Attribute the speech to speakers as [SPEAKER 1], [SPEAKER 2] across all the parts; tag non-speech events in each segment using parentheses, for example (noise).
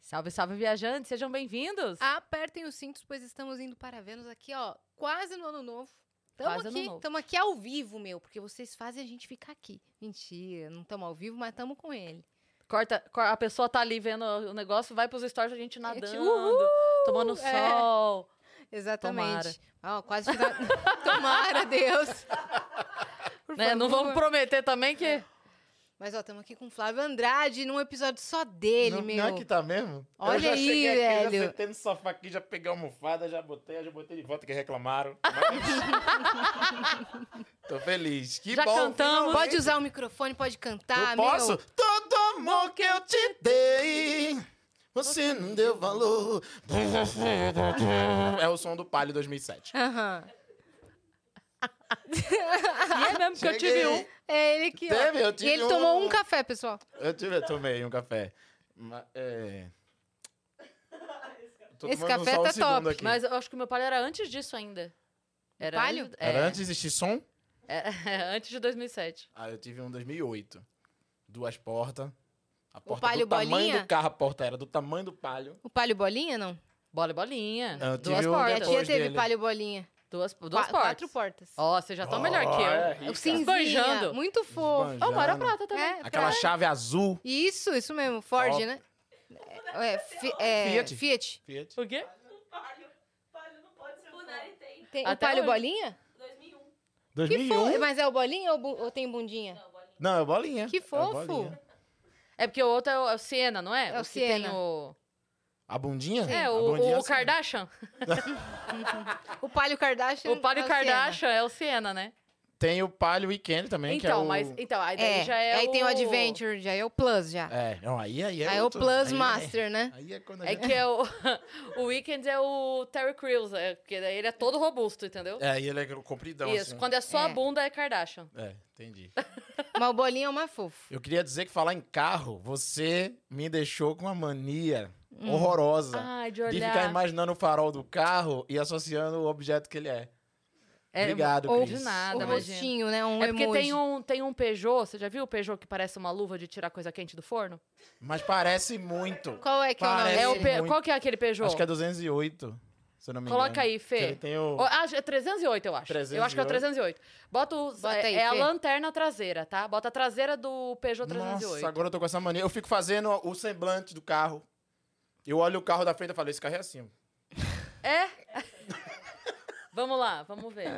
[SPEAKER 1] Salve, salve, viajantes, sejam bem-vindos.
[SPEAKER 2] Apertem os cintos, pois estamos indo para Vênus aqui, ó, quase no ano novo. Estamos
[SPEAKER 1] Quase ano
[SPEAKER 2] aqui,
[SPEAKER 1] novo.
[SPEAKER 2] estamos aqui ao vivo, meu, porque vocês fazem a gente ficar aqui. Mentira, não estamos ao vivo, mas estamos com ele.
[SPEAKER 1] Corta, cor- a pessoa tá ali vendo o negócio, vai pros stories a gente nadando,
[SPEAKER 2] uhul,
[SPEAKER 1] tomando
[SPEAKER 2] é.
[SPEAKER 1] sol.
[SPEAKER 2] Exatamente. Ó, quase final... (laughs) Tomara, Deus. Por
[SPEAKER 1] Né? Não
[SPEAKER 2] favor. É.
[SPEAKER 1] vamos prometer também que.
[SPEAKER 2] Mas ó, estamos aqui com o Flávio Andrade num episódio só dele,
[SPEAKER 3] não,
[SPEAKER 2] meu.
[SPEAKER 3] não é que tá mesmo?
[SPEAKER 2] Olha
[SPEAKER 3] eu já
[SPEAKER 2] aí,
[SPEAKER 3] cheguei aqui,
[SPEAKER 2] velho.
[SPEAKER 3] Já sentei no sofá aqui, já peguei a almofada, já botei, já botei de volta que reclamaram. Mas- Tô feliz. Que
[SPEAKER 1] Já
[SPEAKER 3] bom.
[SPEAKER 1] cantamos.
[SPEAKER 3] finalmente.
[SPEAKER 2] Pode usar o microfone, pode cantar,
[SPEAKER 3] eu
[SPEAKER 2] meu.
[SPEAKER 3] posso? Todo amor que eu te dei, você não deu valor. É o som do Palio 2007.
[SPEAKER 2] Aham. (laughs)
[SPEAKER 1] E é mesmo que eu tive
[SPEAKER 3] Cheguei.
[SPEAKER 1] um.
[SPEAKER 2] É ele que. ó.
[SPEAKER 3] Teve, eu
[SPEAKER 2] E
[SPEAKER 3] tive
[SPEAKER 2] ele tomou um
[SPEAKER 3] um
[SPEAKER 2] café, pessoal.
[SPEAKER 3] Eu, tive, eu tomei um café. Ma- é... Tô
[SPEAKER 2] Esse
[SPEAKER 3] tomando
[SPEAKER 2] café
[SPEAKER 3] só um
[SPEAKER 2] tá
[SPEAKER 3] segundo
[SPEAKER 2] top,
[SPEAKER 3] aqui.
[SPEAKER 1] Mas eu acho que o meu palio era antes disso ainda. Era
[SPEAKER 2] palio?
[SPEAKER 1] antes-
[SPEAKER 3] Era
[SPEAKER 1] é,
[SPEAKER 3] antes de existir som?
[SPEAKER 1] (laughs) é, antes de 2007.
[SPEAKER 3] Ah, eu tive um 2008. Duas portas. A porta
[SPEAKER 2] Palio
[SPEAKER 3] do tamanho
[SPEAKER 2] Bolinha?
[SPEAKER 3] do carro, a porta era do tamanho do palio.
[SPEAKER 2] O palio bolinha, não?
[SPEAKER 1] Bola e bolinha.
[SPEAKER 3] Eu tive
[SPEAKER 1] duas
[SPEAKER 3] um
[SPEAKER 2] Minha
[SPEAKER 1] portas.
[SPEAKER 3] depois.
[SPEAKER 2] tia é teve
[SPEAKER 3] dele.
[SPEAKER 2] palio bolinha.
[SPEAKER 1] Duas, duas
[SPEAKER 2] Qua-
[SPEAKER 1] portas.
[SPEAKER 2] Quatro portas.
[SPEAKER 1] Ó, você já tá
[SPEAKER 3] Oh,
[SPEAKER 1] melhor que
[SPEAKER 3] é,
[SPEAKER 1] eu.
[SPEAKER 3] rica.
[SPEAKER 2] O cinzinha.
[SPEAKER 1] Esbanjando.
[SPEAKER 2] Muito fofo.
[SPEAKER 1] Ó, uma hora
[SPEAKER 3] Esbanjando.
[SPEAKER 1] prata também.
[SPEAKER 2] É,
[SPEAKER 3] Aquela
[SPEAKER 2] pra-
[SPEAKER 3] chave azul.
[SPEAKER 2] Isso, isso mesmo. Ford,
[SPEAKER 3] Top.
[SPEAKER 2] né? É, fi- é, Fiat.
[SPEAKER 3] Fiat. Fiat.
[SPEAKER 1] O quê?
[SPEAKER 4] O Nari tem.
[SPEAKER 2] Tem o
[SPEAKER 1] Até
[SPEAKER 2] palio
[SPEAKER 1] hoje.
[SPEAKER 2] bolinha?
[SPEAKER 4] 2001.
[SPEAKER 2] Que fofo.
[SPEAKER 3] 2001?
[SPEAKER 2] Mas é o bolinha ou, bu- ou tem bundinha?
[SPEAKER 3] Não, é bolinha.
[SPEAKER 2] Que
[SPEAKER 3] É
[SPEAKER 2] fofo.
[SPEAKER 3] bolinha.
[SPEAKER 1] É porque o outro é o, é o Siena, não é?
[SPEAKER 2] É o
[SPEAKER 1] que tem
[SPEAKER 2] Siena.
[SPEAKER 1] o-
[SPEAKER 3] A bundinha?
[SPEAKER 1] É,
[SPEAKER 3] A
[SPEAKER 1] o,
[SPEAKER 3] bundinha assim.
[SPEAKER 1] o
[SPEAKER 3] sim.
[SPEAKER 1] Kardashian.
[SPEAKER 2] O palio Kardashian.
[SPEAKER 1] O Palio
[SPEAKER 2] é Siena.
[SPEAKER 1] Kardashian é o Siena, né?
[SPEAKER 3] Tem o palio weekend também, que é
[SPEAKER 1] então,
[SPEAKER 3] o...
[SPEAKER 1] mas. Então, aí daí
[SPEAKER 2] É,
[SPEAKER 1] já é.
[SPEAKER 2] aí
[SPEAKER 1] o...
[SPEAKER 2] tem o Adventure, já é o Plus, já.
[SPEAKER 3] É, não, aí, aí é
[SPEAKER 2] aí é o
[SPEAKER 3] outro-
[SPEAKER 2] Plus
[SPEAKER 3] aí é-
[SPEAKER 2] Master, né?
[SPEAKER 3] Aí é quando a
[SPEAKER 1] É
[SPEAKER 3] gente...
[SPEAKER 1] que é o. (laughs) o Weekend é o Terry Crews, é, porque daí ele é todo robusto, entendeu?
[SPEAKER 3] É, aí ele é compridão,
[SPEAKER 1] Isso,
[SPEAKER 3] assim.
[SPEAKER 1] quando é só a
[SPEAKER 2] É.
[SPEAKER 1] bunda é Kardashian.
[SPEAKER 3] É, entendi.
[SPEAKER 2] Mas o bolinha é uma fofa.
[SPEAKER 3] Eu queria dizer que falar em carro, você me deixou com uma mania horrorosa.
[SPEAKER 1] Ai, de
[SPEAKER 3] De
[SPEAKER 1] olhar.
[SPEAKER 3] ficar imaginando o farol do carro e associando o objeto que ele é. Obrigado,
[SPEAKER 1] ou
[SPEAKER 3] Cris.
[SPEAKER 1] de nada,
[SPEAKER 2] o
[SPEAKER 3] Nada,
[SPEAKER 1] imagina.
[SPEAKER 2] rostinho, né? Um
[SPEAKER 1] É porque
[SPEAKER 2] emoji.
[SPEAKER 1] tem um, tem um Peugeot, você já viu o Peugeot que parece uma luva de tirar coisa quente do forno?
[SPEAKER 3] Mas parece muito.
[SPEAKER 2] Qual é que
[SPEAKER 3] Parece
[SPEAKER 1] É
[SPEAKER 2] é o
[SPEAKER 1] o
[SPEAKER 2] nome dele?
[SPEAKER 1] Pe-
[SPEAKER 3] muito.
[SPEAKER 1] Qual que é aquele Peugeot?
[SPEAKER 3] Acho que é né? 208, se eu não me engano.
[SPEAKER 1] Coloca aí,
[SPEAKER 3] Que Ele
[SPEAKER 1] Fê.
[SPEAKER 3] tem o...
[SPEAKER 1] Ó, Ah, é 308, eu acho. Eu acho que é o 308. Bota o.
[SPEAKER 2] Bota
[SPEAKER 1] é
[SPEAKER 2] aí,
[SPEAKER 1] é a
[SPEAKER 2] Fê.
[SPEAKER 1] lanterna traseira, tá? Bota a traseira do Peugeot 308.
[SPEAKER 3] Nossa, agora eu tô com essa mania. Eu fico fazendo o semblante do carro. Eu olho o carro da frente e falo, esse carro é assim. ó.
[SPEAKER 1] É? vamos lá, vamos ver.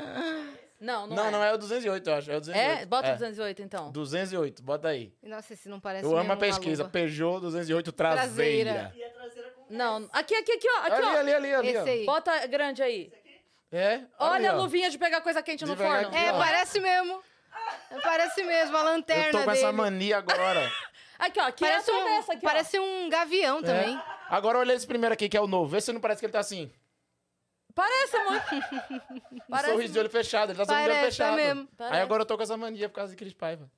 [SPEAKER 1] Não, não,
[SPEAKER 3] Não,
[SPEAKER 1] é.
[SPEAKER 3] não é o 208, eu acho. É o 208.
[SPEAKER 1] É? Bota
[SPEAKER 3] é.
[SPEAKER 1] o 208, então.
[SPEAKER 3] 208, bota aí.
[SPEAKER 2] Nossa, esse não parece
[SPEAKER 3] Eu amo
[SPEAKER 2] mesmo
[SPEAKER 3] a pesquisa.
[SPEAKER 2] Uma luva.
[SPEAKER 3] Peugeot 208
[SPEAKER 2] Traseira.
[SPEAKER 3] traseira.
[SPEAKER 4] E a traseira com
[SPEAKER 1] Não, aqui, aqui, aqui, ó. Aqui,
[SPEAKER 3] ali,
[SPEAKER 1] ó.
[SPEAKER 3] ali, ali, ali.
[SPEAKER 2] Esse
[SPEAKER 3] ó.
[SPEAKER 2] aí.
[SPEAKER 1] Bota grande aí.
[SPEAKER 3] É?
[SPEAKER 1] Olha a
[SPEAKER 3] aí, ó.
[SPEAKER 1] luvinha de pegar coisa quente no
[SPEAKER 3] Devagar
[SPEAKER 1] forno.
[SPEAKER 3] aqui,
[SPEAKER 2] É,
[SPEAKER 3] ó.
[SPEAKER 2] parece mesmo. Parece mesmo, a lanterna
[SPEAKER 3] Eu tô com
[SPEAKER 2] dele.
[SPEAKER 3] essa
[SPEAKER 1] (laughs)
[SPEAKER 3] mania agora.
[SPEAKER 1] Aqui, ó. Que
[SPEAKER 2] Parece
[SPEAKER 1] é a
[SPEAKER 2] um,
[SPEAKER 1] travessa aqui, ó.
[SPEAKER 2] parece um gavião também.
[SPEAKER 3] É. Agora olha esse primeiro aqui, que é o novo. Vê se não parece que ele tá assim. Um
[SPEAKER 1] Parece muito.
[SPEAKER 2] (laughs)
[SPEAKER 1] parece
[SPEAKER 3] Sorriso de olho fechado. Ele tá sorrindo de olho
[SPEAKER 2] Parece, tá
[SPEAKER 3] fechado.
[SPEAKER 2] mesmo.
[SPEAKER 1] Parece.
[SPEAKER 3] Aí agora eu tô com essa mania por causa de Cris Paiva.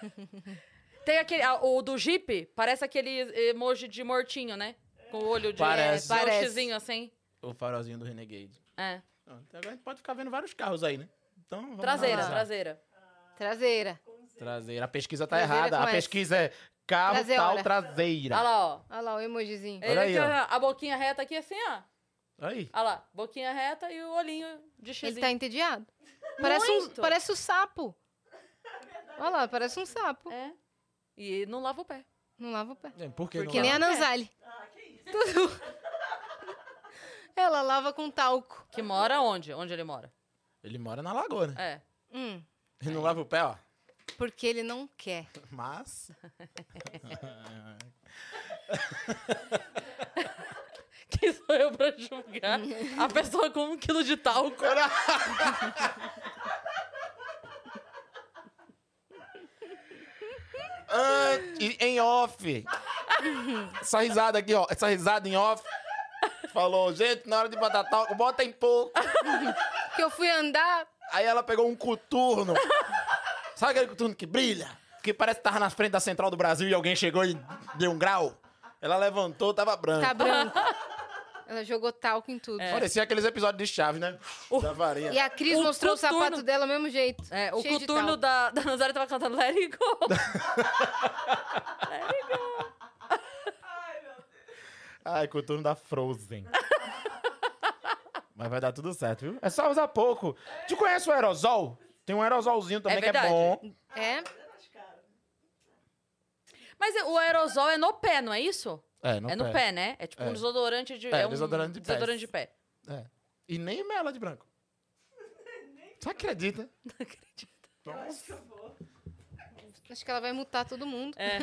[SPEAKER 1] muito. Tem aquele... ah, O do Jeep, parece aquele emoji de mortinho, né? Com o olho de...
[SPEAKER 3] Parece.
[SPEAKER 1] É,
[SPEAKER 2] Parece.
[SPEAKER 1] Um xizinho, assim.
[SPEAKER 3] O farolzinho do Renegade.
[SPEAKER 1] É.
[SPEAKER 3] Não, então agora a gente pode ficar vendo vários carros aí, né? Então, vamos
[SPEAKER 1] Traseira,
[SPEAKER 3] analisar.
[SPEAKER 1] traseira.
[SPEAKER 2] Traseira.
[SPEAKER 3] Traseira. A pesquisa tá
[SPEAKER 2] Traseira
[SPEAKER 3] errada.
[SPEAKER 2] com
[SPEAKER 3] A
[SPEAKER 2] S.
[SPEAKER 3] pesquisa é carro
[SPEAKER 2] Traseira.
[SPEAKER 3] tal traseira.
[SPEAKER 1] Olha lá, ó.
[SPEAKER 2] Olha lá o emojizinho.
[SPEAKER 3] É.
[SPEAKER 1] Ele
[SPEAKER 3] aí,
[SPEAKER 1] tem
[SPEAKER 3] ó.
[SPEAKER 1] a- a boquinha reta aqui assim, ó.
[SPEAKER 3] Aí.
[SPEAKER 1] Olha lá, boquinha reta e o olhinho de
[SPEAKER 2] Ele
[SPEAKER 1] xizinho.
[SPEAKER 2] tá entediado. Parece um,
[SPEAKER 1] Muito.
[SPEAKER 2] parece um sapo. Olha lá, parece um sapo.
[SPEAKER 1] É. E não lava o pé.
[SPEAKER 2] Não lava o pé.
[SPEAKER 3] É, Por que
[SPEAKER 2] Porque
[SPEAKER 3] não
[SPEAKER 2] nem a
[SPEAKER 3] lava?
[SPEAKER 2] Nanzali.
[SPEAKER 1] Ah,
[SPEAKER 2] Tudo. Ela lava com talco.
[SPEAKER 1] Que mora onde? Onde ele mora.
[SPEAKER 3] Ele mora na lagoa, né?
[SPEAKER 1] É. (laughs)
[SPEAKER 2] Hum,
[SPEAKER 3] Ele não lava o pé, ó.
[SPEAKER 2] porque ele não quer.
[SPEAKER 3] Mas...
[SPEAKER 1] Quem sou eu pra julgar a pessoa com um quilo de talco?
[SPEAKER 3] Ah, e- em off. Essa risada aqui, ó. Essa risada em off. Falou, gente, na hora de botar talco, bota em pouco.
[SPEAKER 2] Porque eu fui andar.
[SPEAKER 3] Aí ela pegou um coturno. (laughs) Sabe aquele coturno que brilha? Que parece que tava na frente da Central do Brasil e alguém chegou e deu um grau. Ela levantou, tava branco.
[SPEAKER 2] Tá branco. Ela jogou talco em tudo.
[SPEAKER 3] Parecia aqueles episódios de chave, né? Da varinha.
[SPEAKER 2] E a Cris
[SPEAKER 1] É. O
[SPEAKER 2] mostrou o
[SPEAKER 1] coturno-
[SPEAKER 2] sapato dela do mesmo jeito.
[SPEAKER 1] É, o
[SPEAKER 2] cheio de
[SPEAKER 1] coturno
[SPEAKER 2] talco.
[SPEAKER 1] da, da Nazaré tava
[SPEAKER 2] (laughs)
[SPEAKER 1] cantando Let It Go.
[SPEAKER 4] Ai, meu
[SPEAKER 3] Ai, coturno da Frozen. Mas vai dar tudo certo, viu? É só usar pouco. Tu conhece o aerosol? Tem um aerosolzinho também que é
[SPEAKER 1] verdade.
[SPEAKER 3] bom.
[SPEAKER 2] É?
[SPEAKER 1] Mas o aerosol é no pé, não é isso?
[SPEAKER 3] É, no,
[SPEAKER 1] é no
[SPEAKER 3] pé.
[SPEAKER 1] pé. né? É tipo
[SPEAKER 3] É.
[SPEAKER 1] um desodorante de.
[SPEAKER 3] É,
[SPEAKER 1] É, um
[SPEAKER 3] desodorante de pés.
[SPEAKER 1] desodorante de pé.
[SPEAKER 3] É. E nem mela de (laughs) branco. Tu acredita?
[SPEAKER 1] Não acredito.
[SPEAKER 4] Acho que eu vou.
[SPEAKER 2] Acho que ela vai mutar todo mundo.
[SPEAKER 1] É.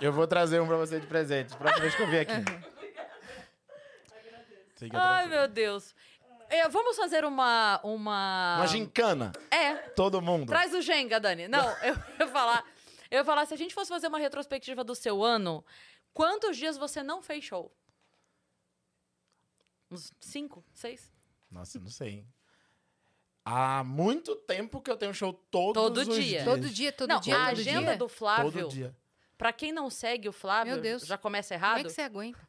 [SPEAKER 3] Eu vou trazer um pra você de presente. Próxima vez que eu vier aqui. Fica
[SPEAKER 1] Ai,
[SPEAKER 3] tranquilo.
[SPEAKER 1] meu Deus. É, vamos fazer uma. Uma.
[SPEAKER 3] Uma gincana.
[SPEAKER 1] É.
[SPEAKER 3] Todo mundo.
[SPEAKER 1] Traz o Jenga, Dani.
[SPEAKER 3] (laughs)
[SPEAKER 1] Não, eu ia falar. Eu ia falar, se a gente fosse fazer uma retrospectiva do seu ano, quantos dias você não fez show? Uns cinco, seis?
[SPEAKER 3] Nossa, eu não sei, hein? Há muito tempo que eu tenho show todos
[SPEAKER 1] Todo
[SPEAKER 3] os
[SPEAKER 1] dia.
[SPEAKER 3] dias.
[SPEAKER 2] Todo dia, todo
[SPEAKER 1] É. não,
[SPEAKER 2] dia,
[SPEAKER 1] a
[SPEAKER 2] todo
[SPEAKER 1] agenda
[SPEAKER 2] dia.
[SPEAKER 1] do
[SPEAKER 3] Todo
[SPEAKER 1] Flávio.
[SPEAKER 3] dia.
[SPEAKER 1] Pra quem não segue o Flávio,
[SPEAKER 2] Meu Deus.
[SPEAKER 1] já começa
[SPEAKER 2] Como
[SPEAKER 1] errado.
[SPEAKER 2] é que você aguenta?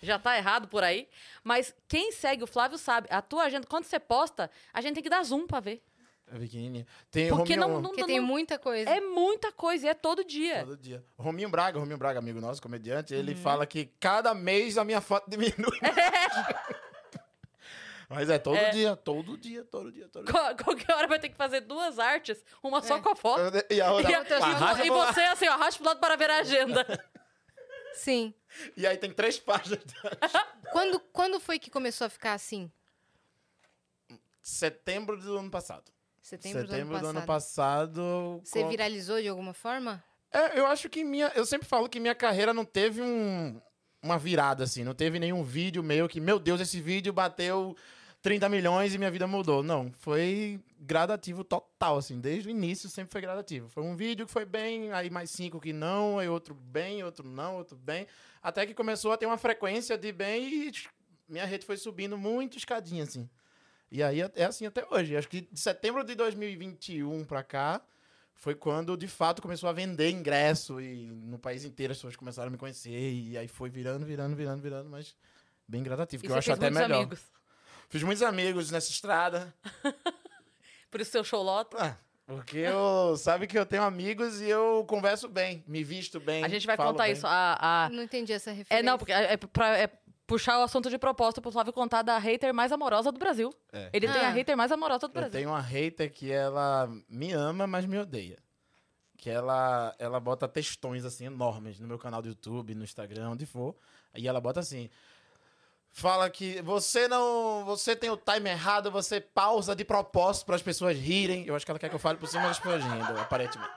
[SPEAKER 1] Já tá errado por aí. Mas quem segue o Flávio sabe. A tua agenda, quando você posta, a gente tem que dar zoom pra ver.
[SPEAKER 3] É pequenininha. Tem
[SPEAKER 1] Porque
[SPEAKER 3] Rominho,
[SPEAKER 1] não, não,
[SPEAKER 2] Porque
[SPEAKER 1] não-
[SPEAKER 2] tem muita coisa.
[SPEAKER 1] É muita coisa e é Uhum. todo dia.
[SPEAKER 3] Todo dia. Rominho Braga, Rominho Braga, amigo nosso, comediante, ele fala que cada mês a minha
[SPEAKER 1] (laughs)
[SPEAKER 3] foto diminui. Mas é todo
[SPEAKER 1] É.
[SPEAKER 3] dia, todo dia, todo dia, todo dia.
[SPEAKER 1] Qual- Qualquer hora vai ter que fazer duas artes, uma só
[SPEAKER 2] É.
[SPEAKER 1] com a foto.
[SPEAKER 3] E a outra,
[SPEAKER 1] E, a-
[SPEAKER 2] outra
[SPEAKER 1] e
[SPEAKER 2] junto,
[SPEAKER 1] vo-
[SPEAKER 3] arrasta
[SPEAKER 1] e
[SPEAKER 3] pro lado.
[SPEAKER 1] você assim, ó, racha pro lado para ver a agenda.
[SPEAKER 2] Sim.
[SPEAKER 3] E aí tem três páginas.
[SPEAKER 2] Quando, quando foi que começou a ficar assim?
[SPEAKER 3] Setembro do ano passado.
[SPEAKER 2] Setembro,
[SPEAKER 3] Setembro
[SPEAKER 2] do ano passado.
[SPEAKER 3] passado,
[SPEAKER 2] Você
[SPEAKER 3] com-
[SPEAKER 2] viralizou de alguma forma?
[SPEAKER 3] É, eu acho que minha. Eu sempre falo que minha carreira não teve um, uma virada, assim. Não teve nenhum vídeo meu que, meu Deus, esse vídeo bateu 30 milhões e minha vida mudou. Não, foi gradativo total, assim. Desde o início sempre foi gradativo. Foi um vídeo que foi bem, aí mais cinco que não, aí outro bem, outro não, outro bem. Até que começou a ter uma frequência de bem e tch, minha rede foi subindo muito escadinha, assim. E aí é assim até hoje. Acho que de setembro de 2021 pra cá foi quando de fato começou a vender ingresso e no país inteiro as pessoas começaram a me conhecer e aí foi virando, virando, virando, virando, mas bem gradativo, que eu acho até melhor.
[SPEAKER 1] é amigos.
[SPEAKER 3] Fiz muitos amigos nessa estrada.
[SPEAKER 1] Por isso seu show lota.
[SPEAKER 3] Ah, Porque eu sabe que eu tenho amigos e eu converso bem, me visto bem.
[SPEAKER 1] A gente vai
[SPEAKER 3] falo
[SPEAKER 1] contar
[SPEAKER 3] bem.
[SPEAKER 1] isso. a- a-
[SPEAKER 2] Não entendi essa referência.
[SPEAKER 1] É, não, porque é, é pra- é puxar o assunto de proposta pro Flávio contar da hater mais amorosa do Brasil.
[SPEAKER 3] É.
[SPEAKER 1] Ele tem
[SPEAKER 2] Ah.
[SPEAKER 1] a hater mais amorosa do
[SPEAKER 3] Eu
[SPEAKER 1] Brasil.
[SPEAKER 3] tenho uma hater que ela me ama, mas me odeia. Que ela, ela bota textões assim enormes no meu canal do YouTube, no Instagram, onde for. E ela bota assim: fala que você não, você tem o time errado, você pausa de propósito para as pessoas rirem. Eu acho que ela quer que eu fale por cima das pessoas rindo, aparentemente.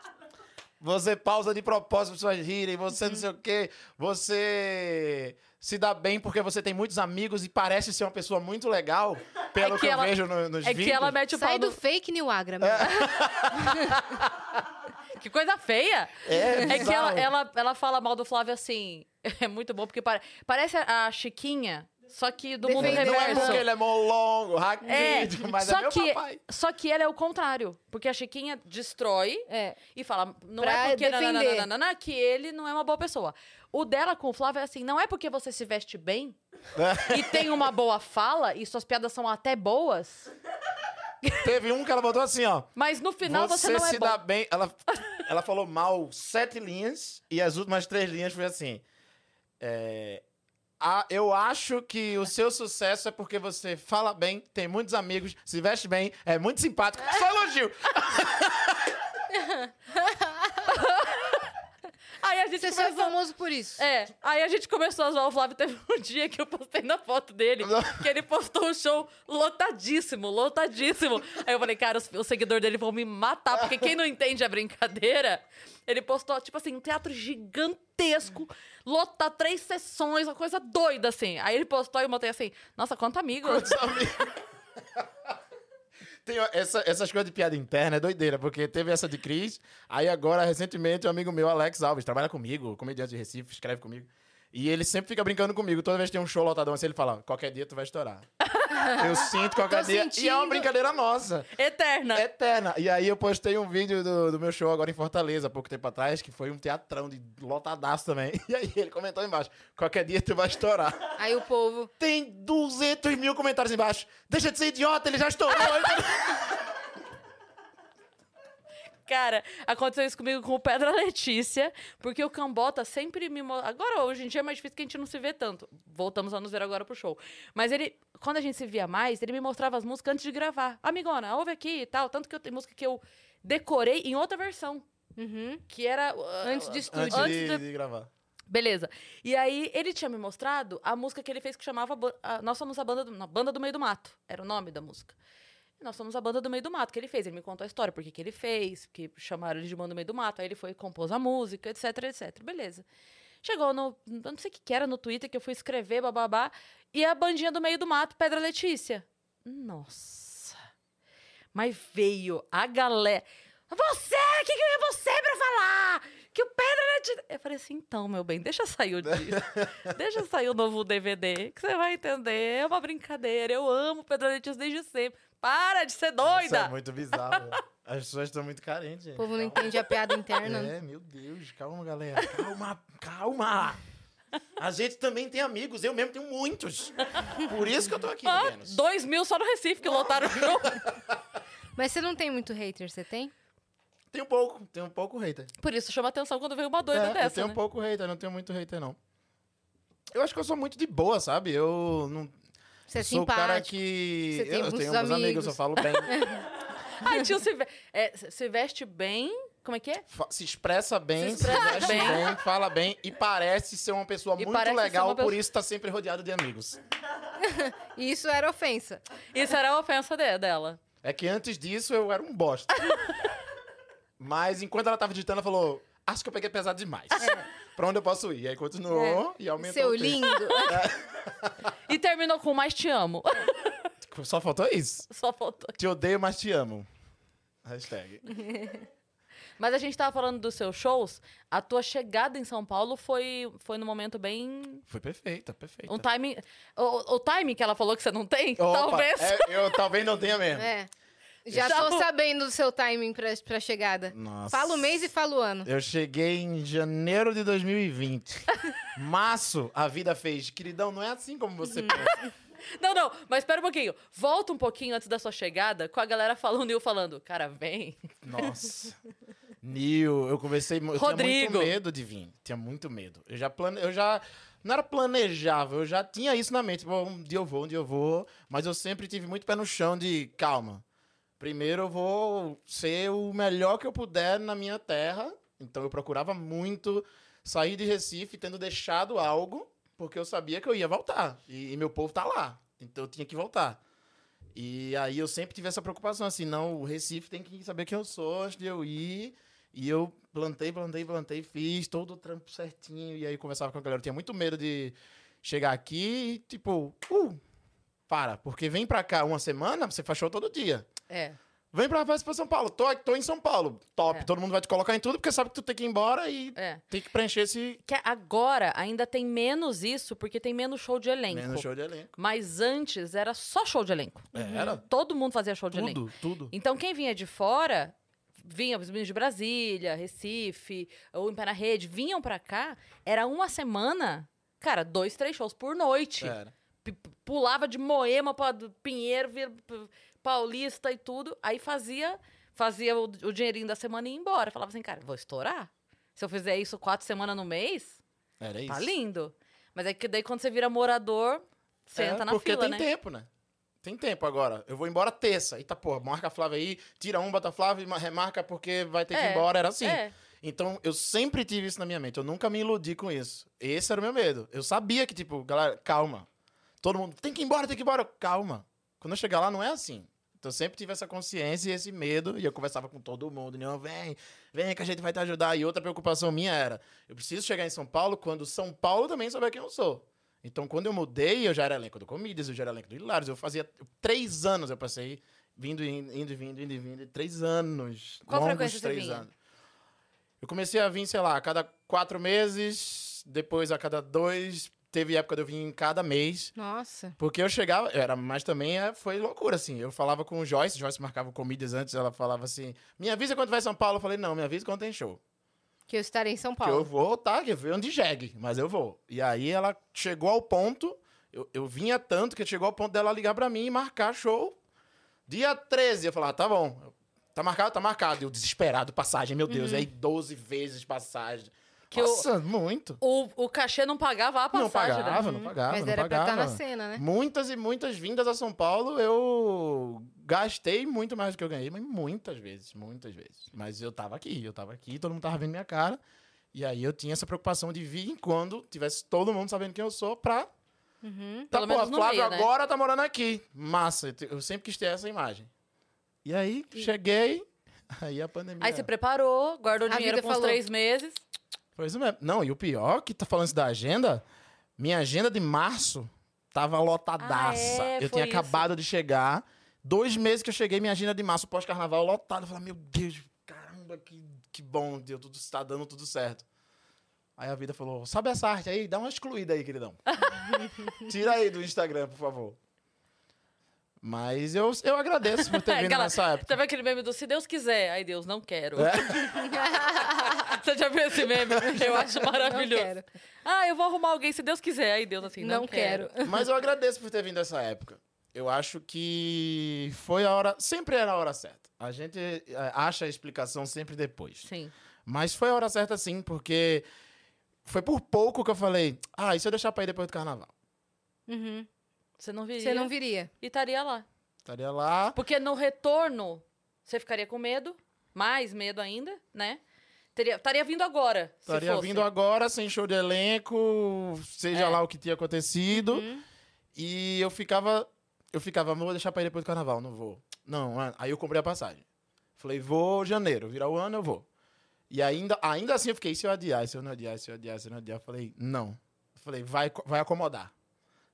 [SPEAKER 3] Você pausa de propósito para as pessoas rirem, você não sei o quê, você se dá bem porque você tem muitos amigos e parece ser uma pessoa muito legal, pelo
[SPEAKER 1] que
[SPEAKER 3] que, eu
[SPEAKER 1] ela-
[SPEAKER 3] vejo no, nos
[SPEAKER 1] É
[SPEAKER 3] vídeos.
[SPEAKER 1] que ela mete o
[SPEAKER 2] Sai
[SPEAKER 1] pau
[SPEAKER 2] do
[SPEAKER 1] no...
[SPEAKER 2] fake New Agra. meu.
[SPEAKER 3] É.
[SPEAKER 1] Que coisa feia!
[SPEAKER 3] É,
[SPEAKER 1] É que ela,
[SPEAKER 3] bizarro.
[SPEAKER 1] ela, ela fala mal do Flávio assim. (laughs) É muito bom, porque pare- parece a Chiquinha, só que do mundo
[SPEAKER 2] Defendendo.
[SPEAKER 3] Não é
[SPEAKER 1] reverso.
[SPEAKER 3] porque ele é molongo, raquídeo,
[SPEAKER 1] É,
[SPEAKER 3] mas
[SPEAKER 1] só
[SPEAKER 3] é meu
[SPEAKER 1] que-
[SPEAKER 3] papai.
[SPEAKER 1] Só que ela é o contrário. Porque a Chiquinha destrói
[SPEAKER 2] É.
[SPEAKER 1] e fala, não
[SPEAKER 2] Pra
[SPEAKER 1] é porque
[SPEAKER 2] defender.
[SPEAKER 1] nananana, que ele não é uma boa pessoa. O dela com o Flávio é assim, não é porque você se veste
[SPEAKER 3] (laughs)
[SPEAKER 1] bem e tem uma boa fala e suas piadas são até boas,
[SPEAKER 3] Teve um que ela botou assim, ó.
[SPEAKER 1] mas no final você,
[SPEAKER 3] você
[SPEAKER 1] não
[SPEAKER 3] se
[SPEAKER 1] é bom.
[SPEAKER 3] dá bem. Ela, ela falou mal sete linhas e as últimas três linhas foi assim. é, "Ah, eu acho que o seu sucesso é porque você fala bem, tem muitos amigos, se veste bem, é muito simpático. Só elogio!
[SPEAKER 1] Aí a gente
[SPEAKER 2] (laughs) Você foi
[SPEAKER 1] começou...
[SPEAKER 2] famoso por isso.
[SPEAKER 1] Tipo, É, aí a gente começou a zoar o Flávio. Teve um dia que eu postei na foto dele, que ele postou um show lotadíssimo, lotadíssimo. Aí eu falei, cara, os, os seguidores dele vão me matar, porque quem não entende a brincadeira, ele postou, tipo assim, um teatro gigantesco, lotar três sessões, uma coisa doida, assim. Aí ele postou e eu botei assim, nossa, quanto amigo.
[SPEAKER 3] Quantos amigos? (laughs) Tem ó, essa- essas coisas de piada interna é doideira, porque teve essa de Cris, aí agora, recentemente, um amigo meu, Alex Alves, trabalha comigo, comediante de Recife, escreve comigo. E ele sempre fica brincando comigo. Toda vez que tem um show lotadão assim, ele fala: qualquer dia tu
[SPEAKER 2] (laughs)
[SPEAKER 3] vai estourar. Eu sinto qualquer
[SPEAKER 2] Tô
[SPEAKER 3] dia. E é uma
[SPEAKER 2] sentindo.
[SPEAKER 3] brincadeira nossa.
[SPEAKER 1] Eterna.
[SPEAKER 3] É Eterna. E aí eu postei um vídeo do, do meu show agora em Fortaleza, há pouco tempo atrás, que foi um teatrão de lotadaço também. (laughs) E aí ele comentou embaixo: qualquer dia tu vai estourar.
[SPEAKER 2] Aí o povo.
[SPEAKER 3] Tem 200 mil comentários
[SPEAKER 2] (laughs)
[SPEAKER 3] embaixo. Deixa de ser idiota, ele já estourou.
[SPEAKER 1] Cara, aconteceu isso comigo com o Pedra (laughs) Letícia, porque o Cambota sempre me. mo- Agora, hoje em dia é mais difícil que a gente não se vê tanto. Voltamos a nos ver agora pro show. Mas ele, quando a gente se via mais, ele me mostrava as músicas antes de gravar. Amigona, ouve aqui e tal. Tanto que eu tenho música que eu decorei em outra versão,
[SPEAKER 2] Uhum.
[SPEAKER 1] que era. ah,
[SPEAKER 2] Antes de estúdio.
[SPEAKER 3] Antes,
[SPEAKER 1] Antes
[SPEAKER 3] de,
[SPEAKER 1] do-
[SPEAKER 3] de gravar.
[SPEAKER 1] Beleza. E aí, ele tinha me mostrado a música que ele fez que chamava Bo- a- Nós Somos a Banda do, não, Banda do Meio do Mato. Era o nome da música. Nós somos a Banda do Meio do Mato, que ele fez. Ele me contou a história, por que que ele fez, que chamaram ele de Banda do Meio do Mato. Aí ele foi e compôs a música, etc, etc. Beleza. Chegou no. eu Não sei o que, que era no Twitter, que eu fui escrever, bababá. E a bandinha do Meio do Mato, Pedra Letícia. Nossa. Mas veio a galera. Você! O que, que é você pra falar? Que o Pedra Letícia. Eu falei assim, então, meu bem, deixa sair o disco.
[SPEAKER 3] (laughs)
[SPEAKER 1] deixa sair o novo DVD, que você vai entender. É uma brincadeira. Eu amo Pedra Letícia desde sempre. Para de ser
[SPEAKER 3] Isso é
[SPEAKER 1] doida!
[SPEAKER 3] muito bizarro. As pessoas estão muito carentes, gente.
[SPEAKER 2] O povo não
[SPEAKER 3] Calma.
[SPEAKER 2] entende a piada interna.
[SPEAKER 3] É, meu Deus, calma, galera. Calma, calma. A gente também tem amigos, eu mesmo tenho muitos. Por isso que eu tô aqui,
[SPEAKER 1] Ah,
[SPEAKER 3] Vênus.
[SPEAKER 1] dois mil só no Recife que lotaram o show.
[SPEAKER 3] (laughs)
[SPEAKER 2] Mas você não tem muito hater, você tem?
[SPEAKER 3] Tem um pouco, tem um pouco hater.
[SPEAKER 1] Por isso chama atenção quando vem uma doida
[SPEAKER 3] É, eu
[SPEAKER 1] dessa.
[SPEAKER 3] tenho
[SPEAKER 1] né?
[SPEAKER 3] um pouco hater, não tenho muito hater, não. Eu acho que eu sou muito de boa, sabe? Eu não
[SPEAKER 2] Você é
[SPEAKER 3] sou o
[SPEAKER 2] simpático.
[SPEAKER 3] cara que.
[SPEAKER 2] você tem
[SPEAKER 3] eu tenho
[SPEAKER 2] muitos
[SPEAKER 3] amigos.
[SPEAKER 2] amigos.
[SPEAKER 3] eu falo
[SPEAKER 2] (laughs)
[SPEAKER 3] bem.
[SPEAKER 1] Ai, tio, se, ve- é, se- se veste bem. Como é que é?
[SPEAKER 3] Fa- se expressa bem,
[SPEAKER 1] Se
[SPEAKER 3] se,
[SPEAKER 1] expressa
[SPEAKER 3] veste
[SPEAKER 1] bem.
[SPEAKER 3] bem. fala bem e parece ser uma pessoa
[SPEAKER 1] E
[SPEAKER 3] muito
[SPEAKER 1] parece ser
[SPEAKER 3] legal,
[SPEAKER 1] uma
[SPEAKER 3] por
[SPEAKER 1] pessoa-
[SPEAKER 3] isso tá sempre rodeado de amigos.
[SPEAKER 2] E isso era ofensa.
[SPEAKER 1] Isso era a ofensa de- dela.
[SPEAKER 3] É que antes disso eu era
[SPEAKER 1] (laughs)
[SPEAKER 3] um bosta. Mas enquanto ela tava digitando, ela falou: Acho que eu peguei
[SPEAKER 1] (laughs)
[SPEAKER 3] pesado demais. Pra onde eu posso ir? E aí
[SPEAKER 1] É.
[SPEAKER 3] continuou e aumentou.
[SPEAKER 2] Seu
[SPEAKER 3] o tempo. É.
[SPEAKER 2] lindo.
[SPEAKER 1] E terminou com mais te amo. (laughs)
[SPEAKER 3] Só faltou isso.
[SPEAKER 1] Só faltou.
[SPEAKER 3] Te odeio, mas te amo. Hashtag.
[SPEAKER 1] (laughs) Mas a gente tava falando dos seus shows. A tua chegada em São Paulo foi, foi num momento bem.
[SPEAKER 3] Foi perfeita, perfeita.
[SPEAKER 1] Um timing. O, o timing que ela falou que você não tem,
[SPEAKER 3] Opa,
[SPEAKER 1] talvez.
[SPEAKER 3] é, eu talvez não tenha mesmo.
[SPEAKER 2] É. Já
[SPEAKER 1] Já
[SPEAKER 2] tô
[SPEAKER 1] vou-
[SPEAKER 2] sabendo do seu timing pra, pra chegada.
[SPEAKER 3] Nossa.
[SPEAKER 2] Fala o mês e fala o ano.
[SPEAKER 3] Eu cheguei em janeiro de 2020. Março, a vida fez. Queridão, não é assim como você pensa.
[SPEAKER 1] Não, não, mas espera um pouquinho. Volta um pouquinho antes da sua chegada, com a galera falando e eu falando, cara, vem.
[SPEAKER 3] Nossa. Nil, eu conversei. mu- Eu tinha
[SPEAKER 1] Rodrigo.
[SPEAKER 3] muito medo de vir. Tinha muito medo. Eu já plane... eu já. Não era planejável, eu já tinha isso na mente. Bom, um dia eu vou, um dia eu vou. Mas eu sempre tive muito pé no chão de calma. Primeiro eu vou ser o melhor que eu puder na minha terra. Então eu procurava muito sair de Recife tendo deixado algo, porque eu sabia que eu ia voltar. E, e meu povo tá lá. Então eu tinha que voltar. E aí eu sempre tive essa preocupação, assim, não, o Recife tem que saber quem eu sou antes de eu ir. E eu plantei, plantei, plantei, fiz todo o trampo certinho. E aí conversava com a galera. Eu tinha muito medo de chegar aqui e, tipo, uh, para. Porque vem pra cá uma semana, você faz show todo dia.
[SPEAKER 1] É.
[SPEAKER 3] Vem pra, vai pra São Paulo. Tô, aqui, tô em São Paulo. Top.
[SPEAKER 1] É.
[SPEAKER 3] Todo mundo vai te colocar em tudo, porque sabe que tu tem que ir embora e
[SPEAKER 1] É.
[SPEAKER 3] tem que preencher esse
[SPEAKER 1] Que agora ainda tem menos isso, porque tem menos show de elenco.
[SPEAKER 3] menos show de elenco.
[SPEAKER 1] Mas antes era só show de elenco.
[SPEAKER 3] Era
[SPEAKER 1] Todo mundo fazia Uhum. show de elenco.
[SPEAKER 3] tudo, tudo.
[SPEAKER 1] Então quem vinha de fora, vinha os meninos de Brasília, Recife, ou em Pé na Rede, vinham pra cá, era uma semana, cara, dois, três shows por noite.
[SPEAKER 3] Era.
[SPEAKER 1] P- p- Pulava de Moema pra do Pinheiro, vira p- Paulista e tudo. Aí fazia, fazia o, o dinheirinho da semana e ia embora. Falava assim, cara, vou estourar. Se eu fizer isso quatro semanas no mês,
[SPEAKER 3] Era isso.
[SPEAKER 1] tá lindo. Mas é que daí quando você vira morador, você
[SPEAKER 3] É,
[SPEAKER 1] entra na
[SPEAKER 3] porque
[SPEAKER 1] fila,
[SPEAKER 3] tem
[SPEAKER 1] né?
[SPEAKER 3] tempo, né? Tem tempo agora. Eu vou embora terça. Eita, porra, marca a Flávia aí, tira um, bota a Flávia, ma- remarca porque vai ter que
[SPEAKER 1] É,
[SPEAKER 3] ir embora. Era assim.
[SPEAKER 1] É.
[SPEAKER 3] Então, eu sempre tive isso na minha mente. Eu nunca me iludi com isso. Esse era o meu medo. Eu sabia que, tipo, galera, calma. Todo mundo, tem que ir embora, tem que ir embora. Calma. Quando eu chegar lá, não é assim. Então, eu sempre tive essa consciência e esse medo. E eu conversava com todo mundo. Não, vem, vem que a gente vai te ajudar. E outra preocupação minha era, eu preciso chegar em São Paulo quando São Paulo também souber quem eu sou. Então, quando eu mudei, eu já era elenco do Comídias, eu já era elenco do Hilários. Eu fazia três anos, eu passei vindo, e indo, indo, e vindo, indo, e vindo. Três anos.
[SPEAKER 1] Qual
[SPEAKER 3] longos
[SPEAKER 1] frequência você
[SPEAKER 3] três
[SPEAKER 1] vinha?
[SPEAKER 3] anos. Eu comecei a vir, sei lá, a cada quatro meses, depois a cada dois. Teve época de eu vir em cada mês.
[SPEAKER 2] Nossa.
[SPEAKER 3] Porque eu chegava, era, mas também é, foi loucura, assim. Eu falava com o Joyce, Joyce marcava comidas antes, ela falava assim: me avisa quando vai em São Paulo. Eu falei: não, me avisa quando tem show.
[SPEAKER 2] Que eu estarei em São
[SPEAKER 3] Que eu
[SPEAKER 2] Paulo.
[SPEAKER 3] vou, tá? Que eu venho de jegue, mas eu vou. E aí ela chegou ao ponto, eu, eu vinha tanto que chegou ao ponto dela ligar pra mim e marcar show dia 13. Eu falava, "Ah, tá bom. Tá marcado? Tá marcado. Eu desesperado, passagem, meu Deus. Aí 12 vezes passagem.
[SPEAKER 1] Que o-
[SPEAKER 3] Nossa, muito.
[SPEAKER 1] O, o cachê não pagava a
[SPEAKER 3] Não
[SPEAKER 1] passagem, né?
[SPEAKER 3] pagava, não pagava,
[SPEAKER 2] Mas
[SPEAKER 3] não
[SPEAKER 2] era pra
[SPEAKER 3] pagava.
[SPEAKER 2] estar na cena, né?
[SPEAKER 3] Muitas e muitas vindas a São Paulo, eu gastei muito mais do que eu ganhei, mas muitas vezes, muitas vezes. Mas eu tava aqui, eu tava aqui, todo mundo tava vendo minha cara. E aí eu tinha essa preocupação de vir quando tivesse todo mundo sabendo quem eu sou pra.
[SPEAKER 2] Uhum.
[SPEAKER 3] Tá,
[SPEAKER 1] Pelo
[SPEAKER 3] pô,
[SPEAKER 1] menos no
[SPEAKER 3] Flávio
[SPEAKER 1] meio, né?
[SPEAKER 3] agora tá morando aqui. Massa, eu te- eu sempre quis ter essa imagem. E aí cheguei, (laughs) aí a pandemia.
[SPEAKER 1] Aí você preparou, guardou
[SPEAKER 2] A
[SPEAKER 1] dinheiro
[SPEAKER 2] vida
[SPEAKER 1] por uns
[SPEAKER 2] falou.
[SPEAKER 1] três meses.
[SPEAKER 3] Foi isso mesmo. é, né? Não, e o pior que tá falando isso da agenda, minha agenda de março tava lotadaça.
[SPEAKER 1] Ah, é? Foi
[SPEAKER 3] eu tinha
[SPEAKER 1] isso.
[SPEAKER 3] acabado de chegar. Dois meses que eu cheguei, minha agenda de março pós-carnaval lotada. Eu falei, meu Deus, caramba, que, que bom, deu tudo, tá dando tudo certo. Aí a vida falou, sabe essa arte aí? Dá uma excluída
[SPEAKER 1] (laughs)
[SPEAKER 3] aí, queridão. Tira aí do Instagram, por favor. Mas eu, eu agradeço por ter
[SPEAKER 1] (laughs)
[SPEAKER 3] vindo
[SPEAKER 1] Aquela-
[SPEAKER 3] nessa época.
[SPEAKER 1] Teve aquele meme do se Deus quiser. Aí Deus, não quero.
[SPEAKER 3] É.
[SPEAKER 1] (laughs) Você (laughs) já viu esse meme? Eu acho maravilhoso.
[SPEAKER 2] Uhum. Não quero.
[SPEAKER 1] Ah, eu vou arrumar alguém se Deus quiser. Aí Deus assim, não,
[SPEAKER 2] não quero.
[SPEAKER 3] Mas eu agradeço por ter vindo essa época. Eu acho que foi a hora. Sempre era a hora certa. A gente eh, acha a explicação sempre depois.
[SPEAKER 1] Sim.
[SPEAKER 3] Mas foi a hora certa, sim, porque foi por pouco que eu falei: ah, e se eu deixar pra ir depois do carnaval?
[SPEAKER 2] Uhum.
[SPEAKER 1] Você não viria.
[SPEAKER 2] Você não viria.
[SPEAKER 1] E estaria lá.
[SPEAKER 3] Estaria lá.
[SPEAKER 1] Porque no retorno, você ficaria com medo. Mais medo ainda, né? Teria- Estaria vindo agora. se
[SPEAKER 3] Estaria
[SPEAKER 1] fosse.
[SPEAKER 3] vindo agora, sem show de elenco, seja
[SPEAKER 1] É.
[SPEAKER 3] lá o que tinha acontecido.
[SPEAKER 2] Uhum.
[SPEAKER 3] E eu ficava. Eu ficava, não vou deixar pra ir depois do carnaval, não vou. Não, ah, aí eu comprei a passagem. Falei, vou janeiro, virar o ano eu vou. E ainda, ainda assim eu fiquei, e se eu adiar, E se eu não adiar, E se eu adiar, E se eu não adiar. Falei, não. Falei, vai, co- vai acomodar.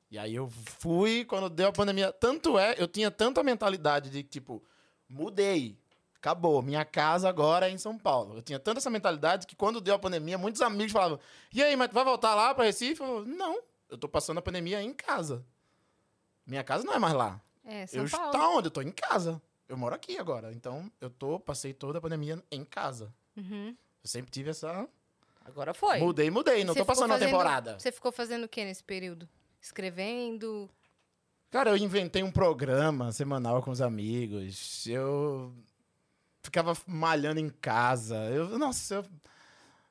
[SPEAKER 3] E aí eu fui, quando deu a pandemia. Tanto é, eu tinha tanta mentalidade de, tipo, mudei. Acabou, minha casa agora é em São Paulo. Eu tinha tanta essa mentalidade que quando deu a pandemia, muitos amigos falavam: E aí, mas tu vai voltar lá pra Recife? Eu falava, não, eu tô passando a pandemia em casa. Minha casa não é mais lá.
[SPEAKER 2] É, São
[SPEAKER 3] eu
[SPEAKER 2] Paulo.
[SPEAKER 3] tá onde? Eu tô em casa. Eu moro aqui agora. Então, eu tô, passei toda a pandemia em casa.
[SPEAKER 2] Uhum.
[SPEAKER 3] Eu sempre tive essa.
[SPEAKER 1] Agora foi.
[SPEAKER 3] Mudei, mudei. Não
[SPEAKER 2] Você
[SPEAKER 3] tô
[SPEAKER 2] ficou
[SPEAKER 3] passando uma
[SPEAKER 2] fazendo-
[SPEAKER 3] temporada.
[SPEAKER 2] Você ficou fazendo o que nesse período? Escrevendo?
[SPEAKER 3] Cara, eu inventei um programa semanal com os amigos. Eu ficava malhando em casa. Eu, nossa, eu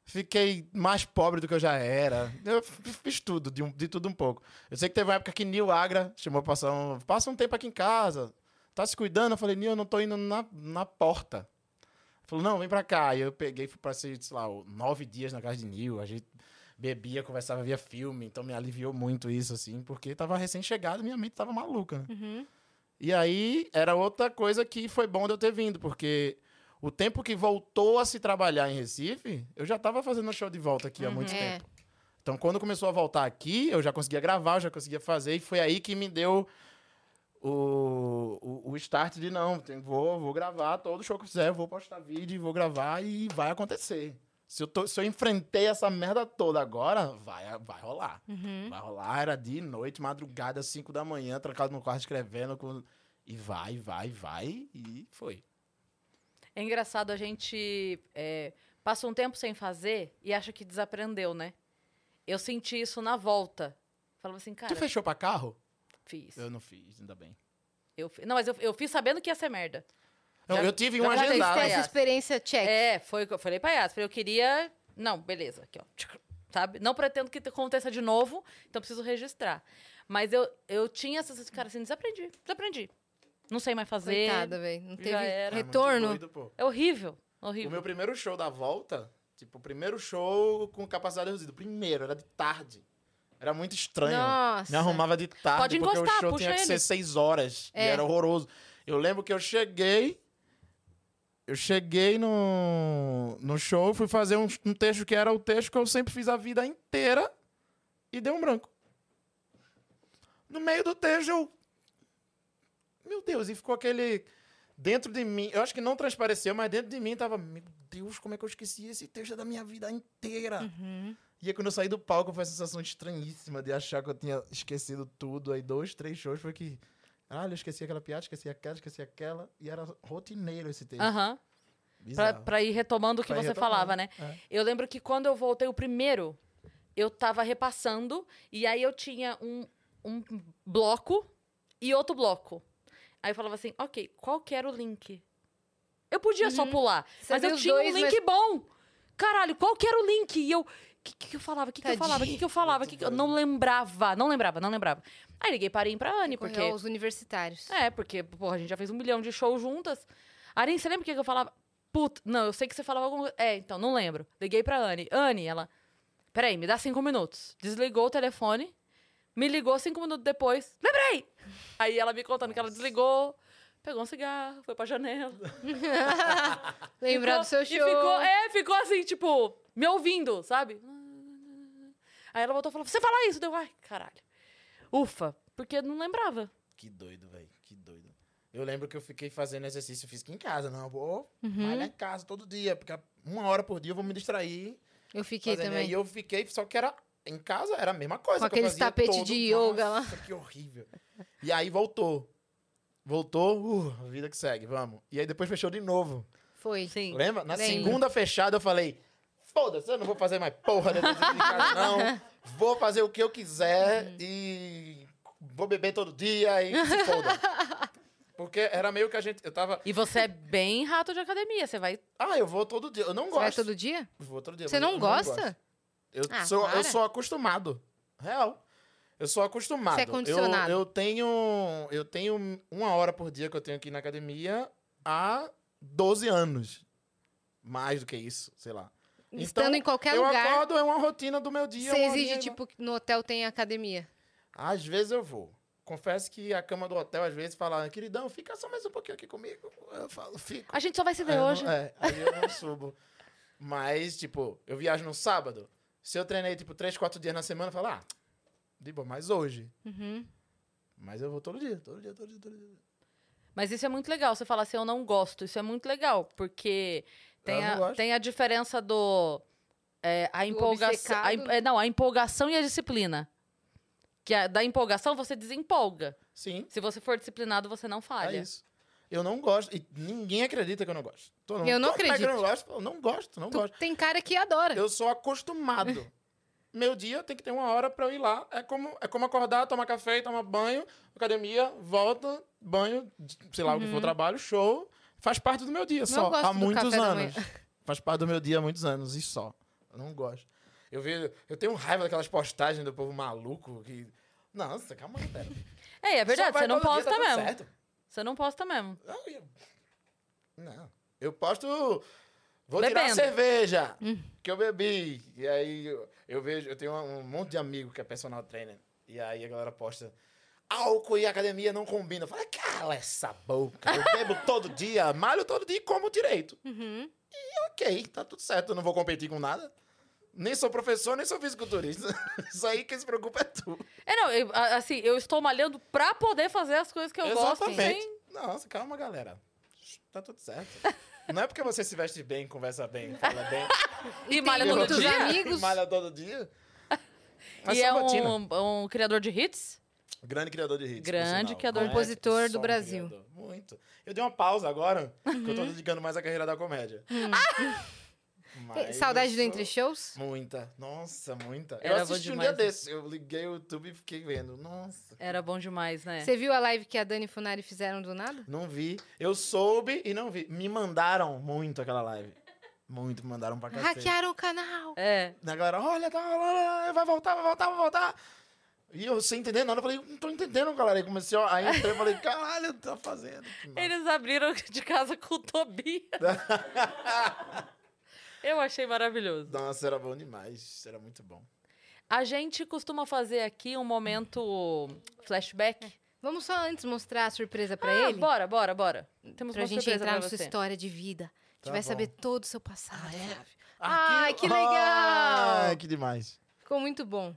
[SPEAKER 3] fiquei mais pobre do que eu já era. Eu f- fiz tudo, de, um- de tudo um pouco. Eu sei que teve uma época que Nil Agra chamou pra passar um, passa um tempo aqui em casa. Tá se cuidando? Eu falei, Nil, eu não tô indo na, na porta. Ele Falou, não, vem pra cá. E eu peguei, fui passei, sei lá, nove dias na casa de Nil. A gente bebia, conversava, via filme. Então me aliviou muito isso, assim, porque tava recém-chegado, minha mente tava maluca, né?
[SPEAKER 2] Uhum.
[SPEAKER 3] E aí era outra coisa que foi bom de eu ter vindo, porque o tempo que voltou a se trabalhar em Recife, eu já tava fazendo show de volta aqui há muito
[SPEAKER 2] É.
[SPEAKER 3] tempo. Então, quando começou a voltar aqui, eu já conseguia gravar, eu já conseguia fazer, e foi aí que me deu o, o, o start de não, tem- vou, vou gravar todo show que eu fizer, eu vou postar vídeo, vou gravar e vai acontecer. Se eu, tô- se eu enfrentei essa merda toda agora, vai, vai rolar.
[SPEAKER 2] Uhum.
[SPEAKER 3] Vai rolar, era de noite, madrugada, 5 da manhã, trancado no quarto escrevendo. com- E vai, vai, vai, e foi.
[SPEAKER 1] É engraçado, a gente é, passa um tempo sem fazer e acha que desaprendeu, né? Eu senti isso na volta. Falava assim, cara,
[SPEAKER 3] tu fechou pra carro?
[SPEAKER 1] fiz.
[SPEAKER 3] Eu não fiz, ainda bem.
[SPEAKER 1] Eu fi- Não, mas eu, eu fiz sabendo que ia ser merda.
[SPEAKER 3] Eu,
[SPEAKER 1] Já-
[SPEAKER 3] eu tive
[SPEAKER 1] já
[SPEAKER 3] um
[SPEAKER 1] teve
[SPEAKER 3] agendado.
[SPEAKER 1] Aliás.
[SPEAKER 2] Essa experiência check.
[SPEAKER 1] É, foi o que eu falei pra Yas. Falei, eu queria. Não, beleza, aqui, ó. tchuc, Sabe? Não pretendo que te- aconteça de novo, então preciso registrar. Mas eu, eu tinha essa. sensação, Cara, assim, desaprendi, desaprendi. Não sei mais fazer.
[SPEAKER 2] Coitada, velho. Não
[SPEAKER 1] É, Já
[SPEAKER 2] teve
[SPEAKER 1] era.
[SPEAKER 3] É, Ah, muito
[SPEAKER 2] retorno.
[SPEAKER 3] doido, pô.
[SPEAKER 1] É horrível.
[SPEAKER 3] O
[SPEAKER 1] Horrível.
[SPEAKER 3] meu primeiro show da volta, tipo, o primeiro show com capacidade reduzida. O Primeiro, era de tarde. Era muito estranho.
[SPEAKER 2] Nossa.
[SPEAKER 3] Me arrumava de tarde,
[SPEAKER 1] Pode
[SPEAKER 3] porque
[SPEAKER 1] encostar,
[SPEAKER 3] o show
[SPEAKER 1] puxa
[SPEAKER 3] tinha que
[SPEAKER 1] ele.
[SPEAKER 3] ser seis horas. E
[SPEAKER 2] É.
[SPEAKER 3] era horroroso. Eu lembro que eu cheguei. Eu cheguei no, no show, fui fazer um, um texto que era o texto que eu sempre fiz a vida inteira e deu um branco. No meio do texto, eu. Meu Deus, e ficou aquele. Dentro de mim, eu acho que não transpareceu, mas dentro de mim tava. Meu Deus, como é que eu esqueci esse texto da minha vida inteira?
[SPEAKER 2] Uhum.
[SPEAKER 3] E aí, quando eu saí do palco, foi uma sensação estranhíssima de achar que eu tinha esquecido tudo. Aí, dois, três shows foi que. Caralho, eu esqueci aquela piada, esqueci aquela, esqueci aquela. E era rotineiro esse texto.
[SPEAKER 1] Aham. Pra,
[SPEAKER 3] Bizarro.
[SPEAKER 1] pra ir retomando o que
[SPEAKER 3] Pra ir
[SPEAKER 1] você
[SPEAKER 3] retomando,
[SPEAKER 1] falava, né?
[SPEAKER 3] é.
[SPEAKER 1] Eu lembro que quando eu voltei o primeiro, eu tava repassando, e aí eu tinha um, um bloco e outro bloco. Aí eu falava assim, ok, qual que era o link? Eu podia só pular.
[SPEAKER 2] Uhum. Você
[SPEAKER 1] mas eu
[SPEAKER 2] viu os
[SPEAKER 1] tinha
[SPEAKER 2] dois,
[SPEAKER 1] um link
[SPEAKER 2] mas-
[SPEAKER 1] bom. Caralho, qual que era o link? E eu. O que, que eu falava? O que, que eu
[SPEAKER 2] Tadinho.
[SPEAKER 1] falava? O que, que eu falava? Que que eu não lembrava. Não lembrava, não lembrava. Aí liguei para a pra Anne,
[SPEAKER 2] Correu
[SPEAKER 1] porque.
[SPEAKER 2] aos universitários.
[SPEAKER 1] É, porque, porra, a gente já fez um milhão de shows juntas. Arin, você lembra o que que eu falava? Puta, não, eu sei que você falava alguma coisa. É, então, não lembro. Liguei pra Anne. Anne, ela. Peraí, me dá cinco minutos. Desligou o telefone, me ligou cinco minutos depois. Lembrei! Aí ela me contando que ela desligou, pegou um cigarro, foi pra (laughs) janela.
[SPEAKER 2] (laughs) Lembrar
[SPEAKER 1] Ficou-
[SPEAKER 2] do seu
[SPEAKER 1] e
[SPEAKER 2] show.
[SPEAKER 1] ficou, é, ficou assim, tipo, me ouvindo, sabe? Aí ela voltou e falou: Você fala isso? Deu, ai, caralho. Ufa, porque eu não lembrava.
[SPEAKER 3] Que doido, velho. Que doido. Eu lembro que eu fiquei fazendo exercício físico em casa. Não, eu vou
[SPEAKER 1] Uhum.
[SPEAKER 2] Uhum.
[SPEAKER 1] né?
[SPEAKER 3] malhar em casa todo dia. Porque uma hora por dia eu vou me distrair.
[SPEAKER 2] Eu fiquei
[SPEAKER 3] fazendo. né?
[SPEAKER 2] também.
[SPEAKER 3] E eu fiquei... Só que era... Em casa era a mesma coisa.
[SPEAKER 2] Com
[SPEAKER 3] que eu
[SPEAKER 2] aqueles
[SPEAKER 3] fazia
[SPEAKER 2] tapete
[SPEAKER 3] todo-
[SPEAKER 2] de yoga lá.
[SPEAKER 3] Nossa, que horrível. E aí voltou. Voltou. Uh, vida que segue, vamos. E aí depois fechou de novo.
[SPEAKER 2] Foi.
[SPEAKER 1] Sim.
[SPEAKER 3] Lembra? Na
[SPEAKER 2] Lembro.
[SPEAKER 3] segunda fechada eu falei: foda-se, eu não vou fazer mais porra dessa
[SPEAKER 2] (laughs)
[SPEAKER 3] casa, não. Vou fazer o que eu quiser e vou beber todo dia e se
[SPEAKER 2] (laughs)
[SPEAKER 3] foda. Porque era meio que a gente. Eu tava.
[SPEAKER 1] E você é bem rato de academia, você vai.
[SPEAKER 3] Ah, eu vou todo dia. Eu não
[SPEAKER 2] Você vai
[SPEAKER 3] gosto.
[SPEAKER 2] todo dia?
[SPEAKER 3] Eu vou todo dia.
[SPEAKER 2] Você
[SPEAKER 3] mas eu
[SPEAKER 2] não gosta?
[SPEAKER 3] gosto. Eu,
[SPEAKER 2] Ah,
[SPEAKER 3] sou,
[SPEAKER 2] para.
[SPEAKER 3] eu sou acostumado. Real. Eu sou acostumado.
[SPEAKER 2] Você é condicionado.
[SPEAKER 3] Eu, eu tenho. Eu tenho uma hora por dia que eu tenho aqui na academia há 12 anos. Mais do que isso, sei lá. Então,
[SPEAKER 2] Estando em qualquer
[SPEAKER 3] eu
[SPEAKER 2] lugar,
[SPEAKER 3] acordo, é uma rotina do meu dia.
[SPEAKER 2] você
[SPEAKER 3] uma
[SPEAKER 2] exige,
[SPEAKER 3] horinha,
[SPEAKER 2] tipo, que no hotel tem academia.
[SPEAKER 3] Às vezes eu vou. Confesso que a cama do hotel, às vezes, fala, "Ah, queridão, fica só mais um pouquinho aqui comigo. Eu falo, fico.
[SPEAKER 1] A gente só vai se
[SPEAKER 3] Aí
[SPEAKER 1] ver
[SPEAKER 3] eu não-
[SPEAKER 1] hoje.
[SPEAKER 3] é, aí eu não subo. Mas, tipo, eu viajo no sábado. Se eu treinei, tipo, três, quatro dias na semana, eu falo, ah, de boa, mas hoje.
[SPEAKER 2] Uhum.
[SPEAKER 3] Mas eu vou todo dia, todo dia, todo dia, todo dia.
[SPEAKER 1] Mas isso é muito legal. Você fala assim, eu não gosto. Isso é muito legal, porque tem,
[SPEAKER 3] Eu não
[SPEAKER 1] a,
[SPEAKER 3] gosto.
[SPEAKER 1] tem a diferença do. é, a empolgação. a em-
[SPEAKER 2] obcecado.
[SPEAKER 1] é, não, a empolgação e a disciplina. Que a- da empolgação você desempolga.
[SPEAKER 3] Sim,
[SPEAKER 1] Se você for disciplinado, você não
[SPEAKER 3] é
[SPEAKER 1] falha.
[SPEAKER 3] isso. Eu não gosto, e ninguém acredita que eu não gosto. Todo mundo,
[SPEAKER 2] Eu não
[SPEAKER 3] "Como é que
[SPEAKER 2] acredito.
[SPEAKER 3] Eu não gosto, eu não gosto, não
[SPEAKER 2] Tu-
[SPEAKER 3] gosto.
[SPEAKER 2] tem cara que adora.
[SPEAKER 3] Eu sou
[SPEAKER 1] (laughs)
[SPEAKER 3] acostumado. Meu dia tem que ter uma hora pra eu ir lá. É como, é como acordar, tomar café, tomar banho, academia, volta, banho, sei lá o que
[SPEAKER 1] Uhum.
[SPEAKER 3] for, trabalho, show. Faz parte do meu dia só.
[SPEAKER 2] gosto
[SPEAKER 3] Há
[SPEAKER 2] do
[SPEAKER 3] muitos
[SPEAKER 2] café da
[SPEAKER 3] anos. Faz parte do meu dia há muitos anos e só. Eu não gosto. Eu, vejo, eu tenho raiva daquelas postagens do povo maluco que. Nossa, calma, pera.
[SPEAKER 1] É, é
[SPEAKER 3] Só
[SPEAKER 1] verdade.
[SPEAKER 3] vai
[SPEAKER 1] Você não
[SPEAKER 3] todo dia,
[SPEAKER 1] posta
[SPEAKER 3] tá tudo
[SPEAKER 1] mesmo.
[SPEAKER 3] certo.
[SPEAKER 1] Você não posta mesmo.
[SPEAKER 3] Não, eu... Não. Eu posto. Vou tirar a
[SPEAKER 1] Bebendo.
[SPEAKER 3] cerveja que eu bebi. E aí eu, eu vejo, eu tenho um monte de amigo que é personal trainer. E aí a galera posta. Álcool e academia não combinam. Eu falo, cala essa boca. Eu bebo todo dia, malho todo dia e como direito.
[SPEAKER 2] Uhum.
[SPEAKER 3] Ok, tá tudo certo, eu não vou competir com nada. Nem sou professor, nem sou fisiculturista. (laughs) Isso aí quem se preocupa é tu.
[SPEAKER 1] É, não, eu- a- assim, eu estou malhando pra poder fazer as coisas que eu gosto.
[SPEAKER 3] Exatamente.
[SPEAKER 1] Sim.
[SPEAKER 3] Nossa, calma, galera. Tá tudo
[SPEAKER 1] (laughs)
[SPEAKER 3] certo. Não é porque você se veste bem, conversa bem, fala bem,
[SPEAKER 1] E (laughs) malha
[SPEAKER 2] Tem
[SPEAKER 1] todo
[SPEAKER 2] muitos
[SPEAKER 1] dia.
[SPEAKER 2] amigos.
[SPEAKER 3] malha
[SPEAKER 1] (laughs)
[SPEAKER 3] todo dia. Mas
[SPEAKER 1] e
[SPEAKER 3] só
[SPEAKER 1] é
[SPEAKER 3] rotina.
[SPEAKER 1] um, um criador de hits?
[SPEAKER 3] Grande criador de hits. por
[SPEAKER 1] Grande
[SPEAKER 3] sinal.
[SPEAKER 1] criador.
[SPEAKER 2] Compositor
[SPEAKER 3] só
[SPEAKER 2] do
[SPEAKER 3] um
[SPEAKER 2] Brasil.
[SPEAKER 3] criador. Muito. Eu dei uma pausa agora, que
[SPEAKER 1] Uhum.
[SPEAKER 3] eu tô dedicando mais à carreira da comédia.
[SPEAKER 1] Hum.
[SPEAKER 3] (laughs) Mas
[SPEAKER 2] Tem Saudade
[SPEAKER 3] eu
[SPEAKER 2] do
[SPEAKER 3] sou-
[SPEAKER 2] Entre Shows?
[SPEAKER 3] Muita. Nossa, muita. eu
[SPEAKER 1] Era bom
[SPEAKER 3] assisti um
[SPEAKER 1] demais,
[SPEAKER 3] dia
[SPEAKER 1] né?
[SPEAKER 3] desse. Eu liguei o YouTube e fiquei vendo. Nossa.
[SPEAKER 1] Era bom demais,
[SPEAKER 3] É.
[SPEAKER 1] né?
[SPEAKER 2] Você viu a live que a Dani e Funari fizeram do nada?
[SPEAKER 3] Não vi. Eu soube e não vi. Me mandaram muito aquela live. Muito, mandaram pra cacete.
[SPEAKER 2] Hackearam o canal.
[SPEAKER 1] É.
[SPEAKER 3] A galera, olha, tá, lá, lá, lá, vai voltar, vai voltar, vai voltar. E eu sem entender nada, eu falei, não tô entendendo, galera. Aí comecei, ó, aí entrei e falei, caralho, tá fazendo. Que massa.
[SPEAKER 1] Eles abriram (laughs) de casa com o
[SPEAKER 3] (laughs)
[SPEAKER 1] Tobias. Eu achei maravilhoso.
[SPEAKER 3] Nossa, era bom demais, era muito bom.
[SPEAKER 1] A gente costuma fazer aqui um momento flashback.
[SPEAKER 2] Vamos só antes mostrar a surpresa pra
[SPEAKER 1] Ah,
[SPEAKER 2] ele?
[SPEAKER 1] bora, bora, bora. Temos
[SPEAKER 2] Pra
[SPEAKER 1] uma
[SPEAKER 2] gente
[SPEAKER 1] surpresa
[SPEAKER 2] entrar
[SPEAKER 1] pra
[SPEAKER 2] na sua
[SPEAKER 1] você. Ah, é?
[SPEAKER 2] história de vida. A gente
[SPEAKER 3] Tá
[SPEAKER 2] vai
[SPEAKER 3] bom.
[SPEAKER 2] saber todo o seu passado, Flávio.
[SPEAKER 3] Aqui-
[SPEAKER 2] Ai, que legal!
[SPEAKER 3] Ai, que demais.
[SPEAKER 2] Ficou muito bom.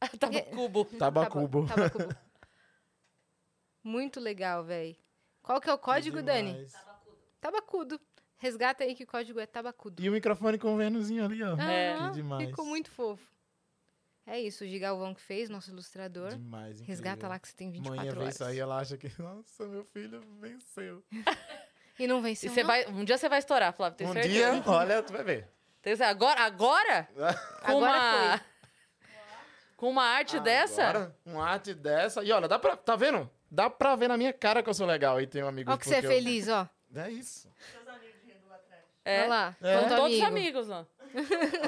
[SPEAKER 1] (laughs) Tá no cubo.
[SPEAKER 3] Tabacubo.
[SPEAKER 2] Taba- Tabacubo. muito legal, véi. Qual que é o código,
[SPEAKER 3] Que
[SPEAKER 2] Dani?
[SPEAKER 3] demais.
[SPEAKER 2] Tabacudo. Resgata aí que o código é tabacudo.
[SPEAKER 3] E o microfone com o Venusinho ali, ó.
[SPEAKER 1] É.
[SPEAKER 2] Aham,
[SPEAKER 3] Que demais.
[SPEAKER 2] Ficou muito fofo. É isso, o Gigalvão que fez, nosso ilustrador.
[SPEAKER 3] Demais,
[SPEAKER 2] Resgata
[SPEAKER 3] incrível.
[SPEAKER 2] lá que você tem
[SPEAKER 3] Mãe
[SPEAKER 2] 24
[SPEAKER 3] ia ver
[SPEAKER 2] horas.
[SPEAKER 3] isso aí, ela acha que, nossa, meu filho venceu.
[SPEAKER 2] E não
[SPEAKER 1] E
[SPEAKER 2] venceu,
[SPEAKER 1] você
[SPEAKER 2] não?
[SPEAKER 1] vai, um dia você vai estourar, Flávio, tem
[SPEAKER 3] Um
[SPEAKER 1] certeza.
[SPEAKER 3] dia, olha, tu vai ver.
[SPEAKER 1] Tem certeza. Agora?
[SPEAKER 2] (laughs)
[SPEAKER 1] Agora? Com
[SPEAKER 2] Agora
[SPEAKER 1] uma... Com uma arte dessa?
[SPEAKER 3] Agora, uma arte dessa. E olha, dá pra, tá vendo? Dá pra ver na minha cara que eu sou legal e tenho amigos
[SPEAKER 2] Ó que você é
[SPEAKER 3] porque eu-
[SPEAKER 2] feliz, ó.
[SPEAKER 3] É isso.
[SPEAKER 4] Seus amigos rindo lá atrás.
[SPEAKER 1] É,
[SPEAKER 2] Olha lá.
[SPEAKER 3] É.
[SPEAKER 1] com
[SPEAKER 2] quanto
[SPEAKER 1] todos os
[SPEAKER 2] amigo.
[SPEAKER 1] amigos, ó.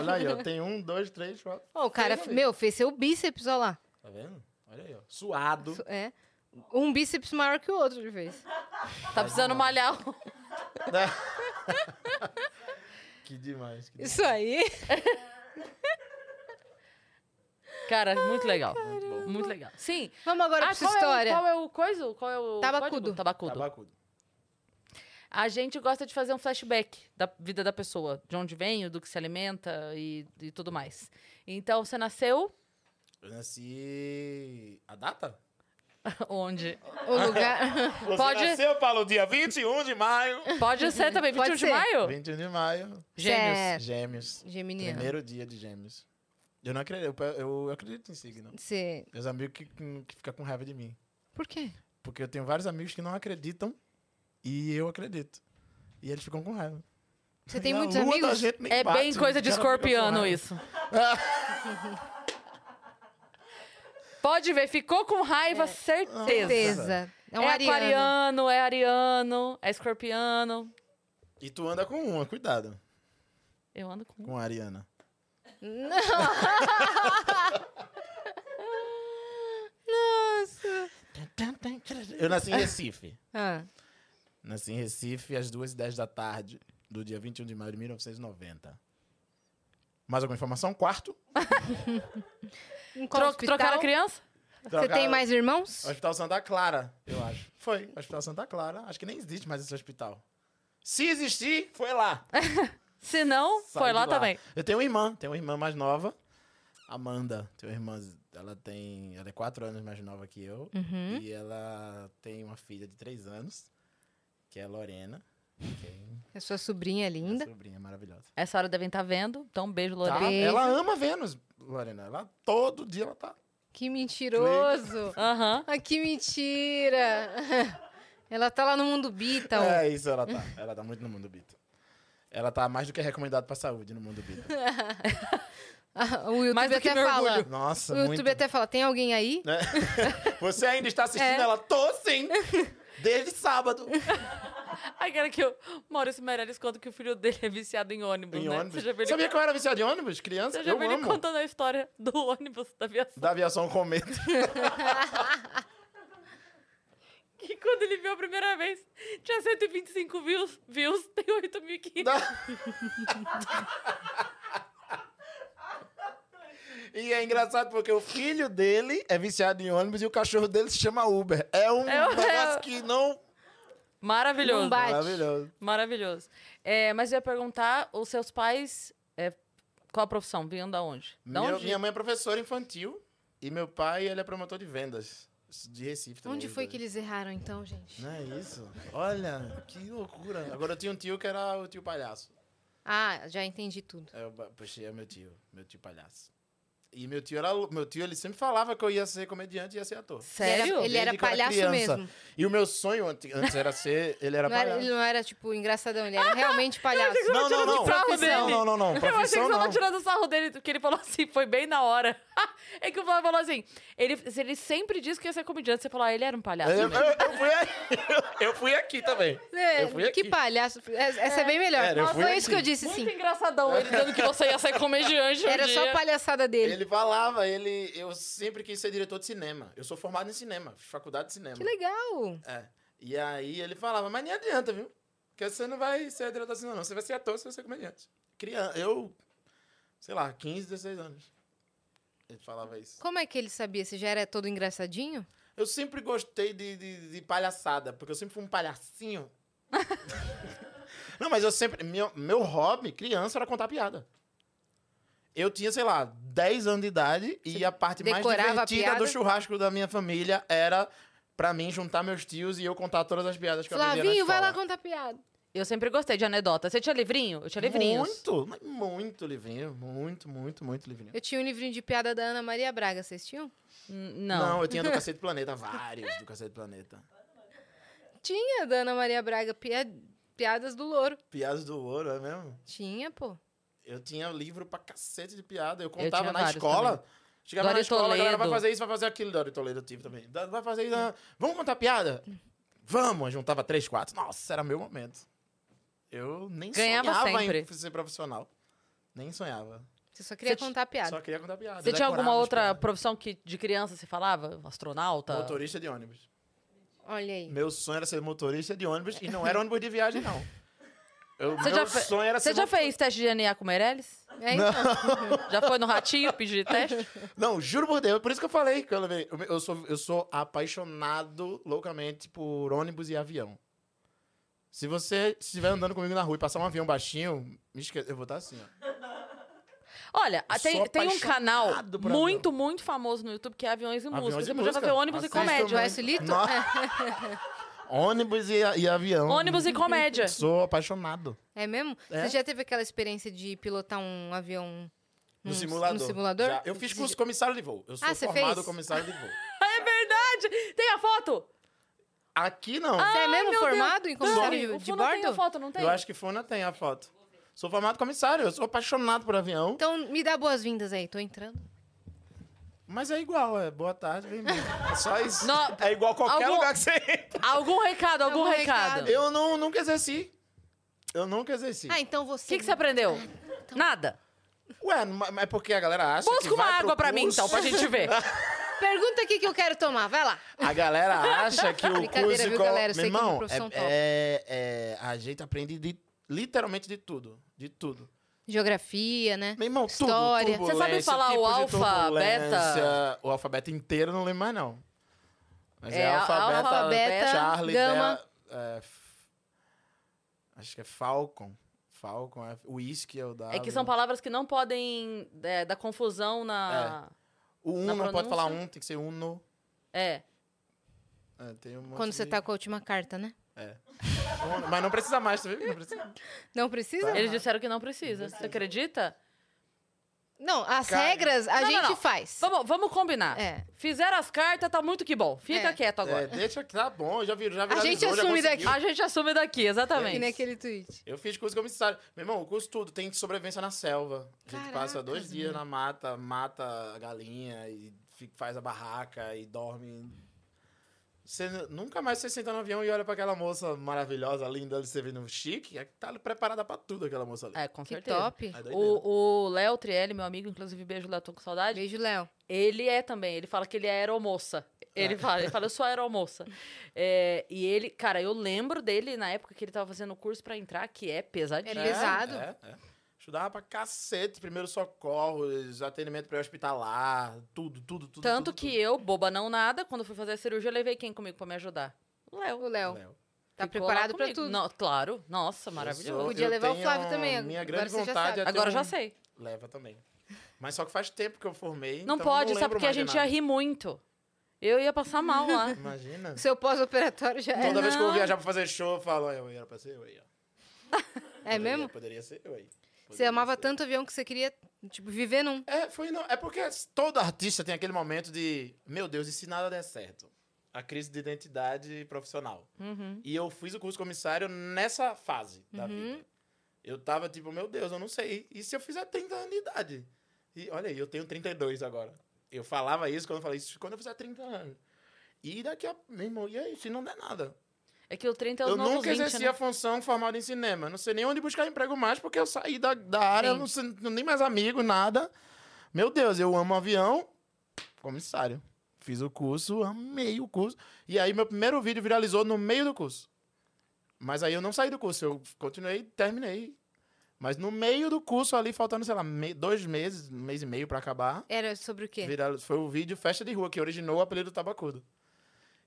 [SPEAKER 3] Olha aí, ó. Tem um, dois, três, quatro.
[SPEAKER 2] Ó, o cara,
[SPEAKER 3] Seis amigos.
[SPEAKER 2] meu, fez seu bíceps, olha lá.
[SPEAKER 3] Tá vendo? Olha aí, ó. Suado.
[SPEAKER 2] Su- É. Um bíceps maior que o outro de vez.
[SPEAKER 1] Tá precisando malhar. o-
[SPEAKER 3] Que demais. Que demais.
[SPEAKER 2] Isso é- aí.
[SPEAKER 1] (laughs) Cara, muito legal.
[SPEAKER 3] Muito bom.
[SPEAKER 1] Muito legal. Sim.
[SPEAKER 2] Vamos
[SPEAKER 1] Ah,
[SPEAKER 2] agora pra sua
[SPEAKER 1] qual, É o,
[SPEAKER 2] história.
[SPEAKER 1] qual é o coisa? Qual é o
[SPEAKER 2] Tabacudo.
[SPEAKER 1] código? Tabacudo.
[SPEAKER 3] Tabacudo.
[SPEAKER 1] A gente gosta de fazer um flashback da vida da pessoa, de onde vem, do que se alimenta e, e tudo mais. Então, você nasceu (laughs)
[SPEAKER 3] Eu nasci. A data?
[SPEAKER 1] onde?
[SPEAKER 2] O
[SPEAKER 3] (laughs)
[SPEAKER 2] lugar.
[SPEAKER 3] Você
[SPEAKER 1] Pode-
[SPEAKER 3] nasceu, Paulo, dia 21 de maio.
[SPEAKER 1] Pode ser também,
[SPEAKER 2] Pode
[SPEAKER 1] 21 de
[SPEAKER 2] ser.
[SPEAKER 1] maio?
[SPEAKER 3] 21 de maio.
[SPEAKER 1] Gêmeos.
[SPEAKER 2] É.
[SPEAKER 3] Gêmeos.
[SPEAKER 2] Geminiano.
[SPEAKER 3] Primeiro dia de gêmeos. Eu não acredito. Eu, eu acredito em signo.
[SPEAKER 2] Você.
[SPEAKER 3] Meus amigos que, que ficam com raiva de mim.
[SPEAKER 2] Por quê?
[SPEAKER 3] Porque eu tenho vários amigos que não acreditam e eu acredito. E eles ficam com raiva.
[SPEAKER 2] Você tem
[SPEAKER 3] E a
[SPEAKER 2] muitos
[SPEAKER 3] lua da
[SPEAKER 2] amigos?
[SPEAKER 3] gente nem
[SPEAKER 1] É
[SPEAKER 3] bate,
[SPEAKER 1] bem coisa de
[SPEAKER 3] o cara fica com
[SPEAKER 1] escorpiano
[SPEAKER 3] raiva.
[SPEAKER 1] isso. (laughs) Pode ver, ficou com raiva, certeza.
[SPEAKER 2] É. Certeza. É um
[SPEAKER 1] é
[SPEAKER 2] ariano.
[SPEAKER 1] aquariano, é ariano, é escorpiano.
[SPEAKER 3] E tu anda com uma, cuidado.
[SPEAKER 1] Eu ando com.
[SPEAKER 3] Com a Ariana.
[SPEAKER 2] Nossa.
[SPEAKER 3] Eu nasci em Recife.
[SPEAKER 2] (laughs) Ah,
[SPEAKER 3] Nasci em Recife às 2h10 da tarde do dia 21 de maio de 1990. Mais alguma informação? Quarto?
[SPEAKER 2] em qual
[SPEAKER 1] Tro
[SPEAKER 2] hospital?
[SPEAKER 1] trocaram a criança?
[SPEAKER 2] Você tem mais irmãos?
[SPEAKER 3] Hospital Santa Clara, eu acho. Foi, Hospital Santa Clara. Acho que nem existe mais esse hospital. Se existir, foi lá.
[SPEAKER 1] Se não,
[SPEAKER 3] Saí
[SPEAKER 1] foi
[SPEAKER 3] de
[SPEAKER 1] lá, também.
[SPEAKER 3] Eu tenho uma irmã, tenho uma irmã mais nova, Amanda. Tenho uma irmã, ela tem, ela é quatro anos mais nova que eu.
[SPEAKER 1] Hum?
[SPEAKER 2] Uhum.
[SPEAKER 3] E ela tem uma filha de três anos, que é a Lorena, que é minha
[SPEAKER 2] É sua sobrinha linda.
[SPEAKER 3] sobrinha maravilhosa.
[SPEAKER 1] Essa hora devem estar vendo. Então, um beijo, Lorena.
[SPEAKER 3] Tá?
[SPEAKER 2] Beijo.
[SPEAKER 3] Ela ama Vênus, Lorena. Ela todo dia ela tá.
[SPEAKER 2] Que mentiroso.
[SPEAKER 1] Aham.
[SPEAKER 2] Ah, que mentira.
[SPEAKER 3] (laughs)
[SPEAKER 2] Ela tá lá no mundo bita.
[SPEAKER 1] Então.
[SPEAKER 2] (laughs)
[SPEAKER 3] É isso, ela tá. Ela tá muito no mundo bita. Ela tá mais do que recomendado pra saúde no mundo bita.
[SPEAKER 2] Ah, O YouTube
[SPEAKER 1] Mais do que
[SPEAKER 2] até
[SPEAKER 1] meu
[SPEAKER 2] fala.
[SPEAKER 1] orgulho.
[SPEAKER 3] Nossa,
[SPEAKER 2] O YouTube
[SPEAKER 3] muito.
[SPEAKER 2] até fala, tem alguém aí?
[SPEAKER 3] né? Você ainda está assistindo
[SPEAKER 1] É.
[SPEAKER 3] ela? Tô
[SPEAKER 1] (laughs)
[SPEAKER 3] sim! Desde sábado.
[SPEAKER 1] Aquela que o Maurício Meirelles conta que o filho dele é viciado em ônibus,
[SPEAKER 3] Em
[SPEAKER 1] né?
[SPEAKER 3] ônibus.
[SPEAKER 1] Você já viu ele,
[SPEAKER 3] Sabia que eu era viciado em ônibus? Criança?
[SPEAKER 1] você já
[SPEAKER 3] eu
[SPEAKER 1] viu ele
[SPEAKER 3] amo.
[SPEAKER 1] contando a história do ônibus da aviação. (laughs)
[SPEAKER 3] Da
[SPEAKER 2] (laughs)
[SPEAKER 3] aviação cometa.
[SPEAKER 1] Que quando ele viu a primeira vez, tinha 125 views, views tem 8.500.
[SPEAKER 3] E é engraçado porque o filho dele é viciado em ônibus e o cachorro dele se chama Uber. É um
[SPEAKER 1] É o-
[SPEAKER 3] negócio
[SPEAKER 1] é o-
[SPEAKER 3] que não.
[SPEAKER 1] Maravilhoso.
[SPEAKER 2] Não bate.
[SPEAKER 3] Maravilhoso.
[SPEAKER 1] Maravilhoso. É, mas eu ia perguntar, os seus pais, é, qual a profissão? Vinham da onde?
[SPEAKER 2] um
[SPEAKER 1] Da
[SPEAKER 3] Meu-
[SPEAKER 1] onde?
[SPEAKER 3] minha mãe é professora infantil e meu pai ele é promotor de vendas de Recife também.
[SPEAKER 2] Onde
[SPEAKER 3] os
[SPEAKER 2] foi
[SPEAKER 3] dois.
[SPEAKER 2] que eles erraram então, gente?
[SPEAKER 3] Não é isso? Olha, que loucura. Agora eu tinha um tio que era o tio palhaço.
[SPEAKER 2] Ah, já entendi tudo.
[SPEAKER 3] Eu ba- puxei é meu tio, meu tio palhaço. E meu tio era. Meu tio ele sempre falava que eu ia ser comediante e ia ser ator.
[SPEAKER 1] Sério?
[SPEAKER 2] Ele era, ele era
[SPEAKER 3] Desde que eu era
[SPEAKER 2] palhaço
[SPEAKER 3] criança.
[SPEAKER 2] mesmo.
[SPEAKER 3] E o meu sonho ante- antes era ser. Ele era
[SPEAKER 2] Não era-
[SPEAKER 3] palhaço.
[SPEAKER 2] ele não era, tipo, engraçadão, ele
[SPEAKER 1] (laughs)
[SPEAKER 2] era realmente palhaço.
[SPEAKER 3] Não, não, não.
[SPEAKER 1] tirando sarro
[SPEAKER 3] Profissão,
[SPEAKER 1] dele.
[SPEAKER 3] não, não, não.
[SPEAKER 1] Eu achei que
[SPEAKER 3] Profissão
[SPEAKER 1] você tava
[SPEAKER 3] não.
[SPEAKER 1] tirando o sarro dele, porque ele falou assim, foi bem na hora. (laughs) é que o Flávio falou assim, ele, ele sempre disse que ia ser comediante, você falou, ah, ele era um palhaço.
[SPEAKER 3] Eu, eu-
[SPEAKER 1] mesmo.
[SPEAKER 3] eu fui aqui, (laughs) eu fui aqui também.
[SPEAKER 2] É,
[SPEAKER 3] Eu fui
[SPEAKER 2] que
[SPEAKER 3] aqui.
[SPEAKER 2] palhaço. Essa essa é, bem melhor.
[SPEAKER 3] Era, eu fui
[SPEAKER 2] foi isso
[SPEAKER 3] aqui.
[SPEAKER 2] que eu disse,
[SPEAKER 1] Muito
[SPEAKER 2] sim.
[SPEAKER 1] engraçadão ele dizendo que você ia ser comediante. um
[SPEAKER 2] Era só
[SPEAKER 1] dia.
[SPEAKER 2] a palhaçada dele.
[SPEAKER 3] Ele falava, ele, eu sempre quis ser diretor de cinema. Eu sou formado em cinema, fiz faculdade de cinema.
[SPEAKER 2] Que legal.
[SPEAKER 3] É. E aí ele falava, mas nem adianta, viu? Porque você não vai ser diretor de cinema, não. Você vai ser ator, você vai ser comediante. Criança, eu, sei lá, 15, 16 anos. Ele falava isso.
[SPEAKER 2] Como é que ele sabia? Se já era todo engraçadinho?
[SPEAKER 3] Eu sempre gostei de, de, de palhaçada, porque eu sempre fui um palhacinho. (laughs) Não, mas eu sempre. Meu, meu hobby, criança, era contar piada. Eu tinha, sei lá, 10 anos de idade e a parte mais
[SPEAKER 2] decorava a
[SPEAKER 3] divertida do
[SPEAKER 2] piada?
[SPEAKER 3] churrasco da minha família era pra mim juntar meus tios e eu contar todas as piadas que eu aprendi
[SPEAKER 2] Flavinho,
[SPEAKER 3] na
[SPEAKER 2] vai lá
[SPEAKER 3] escola.
[SPEAKER 2] contar piada.
[SPEAKER 1] Eu sempre gostei de anedota. Você tinha livrinho? Eu tinha livrinhos.
[SPEAKER 3] Muito, mas muito livrinho. Muito, muito, muito livrinho.
[SPEAKER 2] Eu tinha um livrinho de piada da Ana Maria Braga, vocês tinham?
[SPEAKER 1] N- Não. (laughs)
[SPEAKER 3] eu tinha do Cacete Planeta, vários do Cacete Planeta.
[SPEAKER 2] Tinha da Ana Maria Braga, pia- piadas do louro.
[SPEAKER 3] Piadas do ouro, é mesmo?
[SPEAKER 2] Tinha, pô.
[SPEAKER 3] Eu tinha livro pra cacete de piada. Eu contava
[SPEAKER 1] tinha
[SPEAKER 3] na
[SPEAKER 1] vários
[SPEAKER 3] escola. Chegava
[SPEAKER 1] Dori
[SPEAKER 3] na escola, a galera vai
[SPEAKER 1] Toledo.
[SPEAKER 3] fazer isso, vai fazer aquilo. Dori Toledo eu tive também. Da- Vai fazer isso. ah, Vamos contar piada? Vamos! Eu juntava três, quatro. Nossa, era meu momento. Eu nem
[SPEAKER 1] Ganhava
[SPEAKER 3] sonhava em
[SPEAKER 1] sempre.
[SPEAKER 3] ser profissional. Nem sonhava.
[SPEAKER 2] Você só queria
[SPEAKER 1] Você t-
[SPEAKER 2] contar piada.
[SPEAKER 3] Só queria contar piada.
[SPEAKER 1] Você tinha
[SPEAKER 3] decorava
[SPEAKER 1] alguma
[SPEAKER 3] as
[SPEAKER 1] outra
[SPEAKER 3] piadas.
[SPEAKER 1] profissão que de criança você falava? Astronauta?
[SPEAKER 3] Motorista de ônibus.
[SPEAKER 2] Olha
[SPEAKER 3] (laughs)
[SPEAKER 2] aí.
[SPEAKER 3] Meu sonho era ser motorista de ônibus e não era ônibus de viagem, não. Eu,
[SPEAKER 1] Você
[SPEAKER 3] meu
[SPEAKER 1] já fe-
[SPEAKER 3] sonho era
[SPEAKER 1] Você
[SPEAKER 3] ser
[SPEAKER 1] já fez teste de DNA com o Meirelles?
[SPEAKER 2] É, então,
[SPEAKER 1] Já foi no ratinho pedir teste?
[SPEAKER 3] (laughs) Não, juro por Deus, por isso que eu falei. Que eu, levei- eu- eu sou, eu sou apaixonado loucamente por ônibus e avião. Se você estiver andando comigo na rua e passar um avião baixinho, me esque... eu vou estar assim, ó.
[SPEAKER 1] Olha,
[SPEAKER 3] Eu
[SPEAKER 1] tem,
[SPEAKER 3] sou
[SPEAKER 1] tem um canal
[SPEAKER 3] apaixonado por
[SPEAKER 1] muito, muito famoso no YouTube que é Aviões e
[SPEAKER 3] Aviões
[SPEAKER 1] Música.
[SPEAKER 3] e
[SPEAKER 1] Você podia
[SPEAKER 3] Música.
[SPEAKER 1] fazer ônibus
[SPEAKER 3] Assistam
[SPEAKER 1] e comédia. é
[SPEAKER 3] mesmo.
[SPEAKER 2] Joyce Lito?
[SPEAKER 3] No- (laughs) Ônibus e, a- e avião.
[SPEAKER 1] Ônibus e comédia.
[SPEAKER 3] Sou apaixonado.
[SPEAKER 2] É mesmo?
[SPEAKER 3] É.
[SPEAKER 2] Você já teve aquela experiência de pilotar um avião
[SPEAKER 3] No
[SPEAKER 1] Hum,
[SPEAKER 2] num-
[SPEAKER 3] simulador.
[SPEAKER 2] No simulador?
[SPEAKER 3] Já. Eu fiz curso comissário de voo. Eu sou
[SPEAKER 2] Ah, você
[SPEAKER 3] formado
[SPEAKER 2] fez?
[SPEAKER 3] comissário de voo.
[SPEAKER 1] É verdade! Tem a foto?
[SPEAKER 3] Aqui não.
[SPEAKER 1] Ah,
[SPEAKER 2] Você é mesmo
[SPEAKER 1] meu
[SPEAKER 2] formado em comissário
[SPEAKER 1] o
[SPEAKER 2] de, de
[SPEAKER 1] Funa Tem um a
[SPEAKER 2] bordo?
[SPEAKER 1] foto, não tem?
[SPEAKER 3] eu acho que Fona tem a foto. Sou formado comissário, eu sou apaixonado por avião.
[SPEAKER 2] Então me dá boas-vindas aí, tô entrando.
[SPEAKER 3] Mas é igual, é boa tarde, bem-vindo. É só isso.
[SPEAKER 1] Não,
[SPEAKER 3] é igual qualquer
[SPEAKER 1] algum-
[SPEAKER 3] lugar que você entra.
[SPEAKER 1] Algum recado, algum,
[SPEAKER 2] Algum
[SPEAKER 1] recado.
[SPEAKER 2] recado.
[SPEAKER 1] O
[SPEAKER 3] Eu não, nunca exerci. Eu nunca exerci.
[SPEAKER 2] Ah, então você.
[SPEAKER 1] que, que você aprendeu? Nada.
[SPEAKER 3] Ué, ma- mas é porque a galera acha Então, que
[SPEAKER 1] Busca uma
[SPEAKER 3] vai pro
[SPEAKER 1] água pra mim,
[SPEAKER 3] curso-
[SPEAKER 1] então, pra gente ver.
[SPEAKER 2] Pergunta aqui que eu quero tomar, vai lá.
[SPEAKER 3] (laughs) A galera acha que o
[SPEAKER 2] Brincadeira,
[SPEAKER 3] curso...
[SPEAKER 2] viu,
[SPEAKER 3] co-
[SPEAKER 2] galera? Eu
[SPEAKER 3] Meu
[SPEAKER 2] sei que é uma
[SPEAKER 3] irmão,
[SPEAKER 2] profissão top.
[SPEAKER 3] é, é- é- a gente aprende de- literalmente de tudo. De tudo.
[SPEAKER 2] Geografia, né?
[SPEAKER 3] Meu irmão,
[SPEAKER 2] História.
[SPEAKER 3] tudo.
[SPEAKER 1] Você sabe
[SPEAKER 3] turbulência,
[SPEAKER 1] falar o
[SPEAKER 3] tipos de
[SPEAKER 1] alfa,
[SPEAKER 3] turbulência.
[SPEAKER 1] beta?
[SPEAKER 3] O alfabeto inteiro eu não lembro mais, não. Mas é,
[SPEAKER 1] É,
[SPEAKER 3] alfa, beta,
[SPEAKER 1] alfa, beta,
[SPEAKER 3] Charlie,
[SPEAKER 2] gama.
[SPEAKER 3] Del- é, f- acho que é Falcon. Falcon, é uísque é o da...
[SPEAKER 1] É que são palavras que não podem é, dar confusão na.
[SPEAKER 3] O um
[SPEAKER 1] na
[SPEAKER 3] não pode falar
[SPEAKER 1] pronúncia.
[SPEAKER 3] um, tem que ser uno.
[SPEAKER 1] É.
[SPEAKER 3] É, tem um monte
[SPEAKER 2] Quando você
[SPEAKER 3] de-
[SPEAKER 2] tá com a última carta, né?
[SPEAKER 3] Uno. Mas não precisa mais, tá vendo? Não precisa.
[SPEAKER 2] Não precisa?
[SPEAKER 3] Tá.
[SPEAKER 1] É. Eles disseram que não precisa. Você acredita?
[SPEAKER 2] Não, as
[SPEAKER 3] Cara.
[SPEAKER 2] regras a
[SPEAKER 1] Não, não,
[SPEAKER 2] gente
[SPEAKER 1] não.
[SPEAKER 2] faz.
[SPEAKER 1] Vamos, vamos combinar.
[SPEAKER 2] É.
[SPEAKER 1] Fizeram as cartas, tá muito que bom. Fica
[SPEAKER 2] É.
[SPEAKER 1] quieto agora.
[SPEAKER 3] É, deixa que tá bom, já virou, já
[SPEAKER 2] A gente
[SPEAKER 3] viralizou, já
[SPEAKER 2] assume
[SPEAKER 3] conseguiu.
[SPEAKER 1] A gente assume daqui, exatamente.
[SPEAKER 2] E naquele tweet.
[SPEAKER 3] Eu fiz curso de comissário. Meu irmão, o curso tudo. Tem sobrevivência na selva. A gente passa dois
[SPEAKER 2] Caracas,
[SPEAKER 3] dias
[SPEAKER 2] meu.
[SPEAKER 3] na mata, mata a galinha e fi- faz a barraca e dorme. Você n- nunca mais você senta no avião e olha pra aquela moça maravilhosa, linda, você vendo chique. É que tá preparada pra tudo aquela moça ali.
[SPEAKER 1] É, com
[SPEAKER 2] Que
[SPEAKER 1] certeza.
[SPEAKER 2] top.
[SPEAKER 3] É doideira.
[SPEAKER 1] O, o Léo Trielli, meu amigo, inclusive, beijo, Léo, tô com saudade.
[SPEAKER 2] Beijo, Léo.
[SPEAKER 1] Ele é também, ele fala que ele é aeromoça. Ele
[SPEAKER 3] Ah.
[SPEAKER 1] fala, ele fala, eu sou
[SPEAKER 3] (laughs)
[SPEAKER 1] aeromoça. É, e ele, cara, eu lembro dele na época que ele tava fazendo o curso pra entrar, que é pesadinho.
[SPEAKER 2] É pesado.
[SPEAKER 3] É, é. Estudava pra cacete, primeiro socorros, atendimento pré-hospitalar, tudo, tudo, tudo.
[SPEAKER 1] Tanto
[SPEAKER 3] tudo,
[SPEAKER 1] que
[SPEAKER 3] tudo.
[SPEAKER 1] eu, boba não nada, quando fui fazer a cirurgia, eu levei quem comigo pra me ajudar? O Léo.
[SPEAKER 2] O Léo.
[SPEAKER 3] Léo.
[SPEAKER 2] Tá
[SPEAKER 1] Então, Ficou
[SPEAKER 2] preparado
[SPEAKER 1] lá
[SPEAKER 2] pra
[SPEAKER 1] comigo.
[SPEAKER 2] tudo.
[SPEAKER 1] Não, claro, nossa, maravilhoso.
[SPEAKER 3] Eu
[SPEAKER 2] Podia levar o
[SPEAKER 3] tenho-
[SPEAKER 2] Flávio também,
[SPEAKER 3] Minha
[SPEAKER 2] agora
[SPEAKER 3] grande
[SPEAKER 2] você já
[SPEAKER 3] vontade
[SPEAKER 2] sabe.
[SPEAKER 3] é ter
[SPEAKER 1] Agora
[SPEAKER 3] um-
[SPEAKER 1] já sei.
[SPEAKER 3] Leva também. Mas só que faz tempo que eu formei.
[SPEAKER 1] Não
[SPEAKER 3] então
[SPEAKER 1] pode,
[SPEAKER 3] eu não
[SPEAKER 1] sabe?
[SPEAKER 3] lembro
[SPEAKER 1] Porque a
[SPEAKER 3] mais de
[SPEAKER 1] gente ia
[SPEAKER 3] nada.
[SPEAKER 1] rir muito. Eu ia passar mal lá.
[SPEAKER 3] (laughs) Imagina.
[SPEAKER 2] O seu pós-operatório já
[SPEAKER 3] Toda
[SPEAKER 2] é.
[SPEAKER 3] vez que eu vou
[SPEAKER 1] não.
[SPEAKER 3] viajar pra fazer show, eu falo, "Ah, eu era pra ser eu aí, ó.
[SPEAKER 2] É
[SPEAKER 3] Poderia-
[SPEAKER 2] mesmo?
[SPEAKER 3] Poderia ser eu aí.
[SPEAKER 2] Você
[SPEAKER 3] Poderia
[SPEAKER 2] amava
[SPEAKER 3] ser.
[SPEAKER 2] tanto avião que você queria, tipo, viver num.
[SPEAKER 3] É, foi não. É porque todo artista tem aquele momento de, meu Deus, e se nada der certo? A crise de identidade profissional.
[SPEAKER 1] Uhum.
[SPEAKER 3] E eu fiz o curso comissário nessa fase da
[SPEAKER 2] Uhum.
[SPEAKER 3] vida. Eu tava tipo, meu Deus, eu não sei. E se eu fizer 30 anos de idade? E olha aí, eu tenho 32 agora. Eu falava isso quando eu falei isso, quando eu fizer 30 anos. E daqui a. Meu irmão, e aí, se não der nada?
[SPEAKER 1] É que o 30 é os
[SPEAKER 3] Eu
[SPEAKER 1] novos
[SPEAKER 3] nunca
[SPEAKER 1] 20,
[SPEAKER 3] exerci
[SPEAKER 1] né?
[SPEAKER 3] a função formada em cinema. Não sei nem onde buscar emprego mais, porque eu saí da, da área,
[SPEAKER 1] Sim.
[SPEAKER 3] não sei, nem mais amigo, nada. Meu Deus, eu amo avião. Comissário. Fiz o curso, amei o curso. E aí meu primeiro vídeo viralizou no meio do curso. Mas aí eu não saí do curso, eu continuei, terminei. Mas no meio do curso ali, faltando, sei lá, me- dois meses, um mês e meio pra acabar,
[SPEAKER 2] Era sobre o quê?
[SPEAKER 3] Viral- foi o vídeo Festa de Rua, que originou o apelido Tabacudo.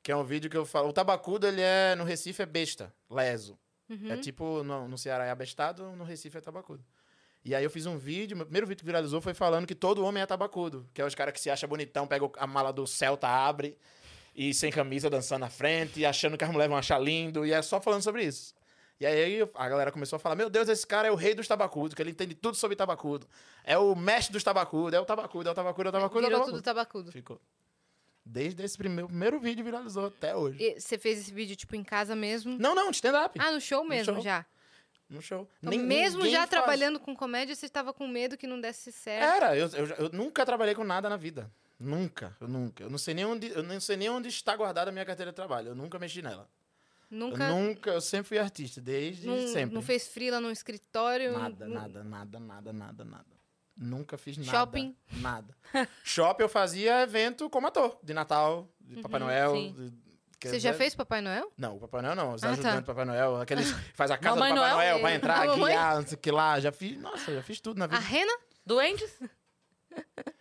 [SPEAKER 3] Que é um vídeo que eu falo. O Tabacudo, ele é, no Recife, é besta, leso.
[SPEAKER 2] Uhum.
[SPEAKER 3] É tipo, no, no Ceará é abestado, no Recife é tabacudo. E aí eu fiz um vídeo, meu primeiro vídeo que viralizou foi falando que todo homem é tabacudo. Que é os caras que se acham bonitão, pegam a mala do Celta, abre, e sem camisa dançando na frente, e achando que as mulheres vão achar lindo, e é só falando sobre isso. E aí eu- a galera começou a falar, meu Deus, esse cara é o rei dos tabacudos, que ele entende tudo sobre tabacudo. É o mestre dos tabacudos, é o tabacudo, é o tabacudo, é o tabacudo, é o
[SPEAKER 2] Virou
[SPEAKER 3] tabacudo.
[SPEAKER 2] tudo tabacudo.
[SPEAKER 3] Ficou. Desde esse primeiro, primeiro vídeo viralizou até hoje.
[SPEAKER 2] E você fez esse vídeo, tipo, em casa mesmo?
[SPEAKER 3] Não, não, stand-up.
[SPEAKER 2] Ah, no show mesmo
[SPEAKER 3] show.
[SPEAKER 2] já.
[SPEAKER 3] No show.
[SPEAKER 2] Então,
[SPEAKER 3] Nem-
[SPEAKER 2] mesmo
[SPEAKER 3] ninguém
[SPEAKER 2] já
[SPEAKER 3] faz. É.
[SPEAKER 2] trabalhando com comédia, você estava com medo que não desse certo.
[SPEAKER 3] Era, eu, eu, já- eu nunca trabalhei com nada na vida. Nunca, eu nunca. Eu não sei nem onde, eu não sei nem onde está guardada a minha carteira de trabalho. Eu nunca mexi nela.
[SPEAKER 2] Nunca.
[SPEAKER 3] Eu nunca, eu sempre fui artista, desde
[SPEAKER 2] não,
[SPEAKER 3] sempre.
[SPEAKER 2] não fez frila num escritório.
[SPEAKER 3] Nada,
[SPEAKER 2] nu-
[SPEAKER 3] nada, nada, nada, nada, nada. Nunca fiz nada.
[SPEAKER 2] Shopping? (laughs)
[SPEAKER 3] Nada. Shopping eu fazia evento como ator, de Natal, de Papai Noel.
[SPEAKER 1] sim.
[SPEAKER 3] de- quer
[SPEAKER 2] Uhum, Você já
[SPEAKER 3] dizer-
[SPEAKER 2] fez Papai Noel?
[SPEAKER 3] Não, o Papai Noel não, os
[SPEAKER 2] Ah, tá.
[SPEAKER 3] ajudantes do Papai Noel, aqueles que faz a casa
[SPEAKER 1] Mamãe
[SPEAKER 3] do Papai
[SPEAKER 1] Noel?
[SPEAKER 3] Noel, vai entrar,
[SPEAKER 2] A mamãe? Ah,
[SPEAKER 3] guiar, não sei o que lá, já fiz, nossa, já fiz tudo na
[SPEAKER 2] A
[SPEAKER 3] vida.
[SPEAKER 2] rena?
[SPEAKER 3] (laughs)
[SPEAKER 1] Doentes?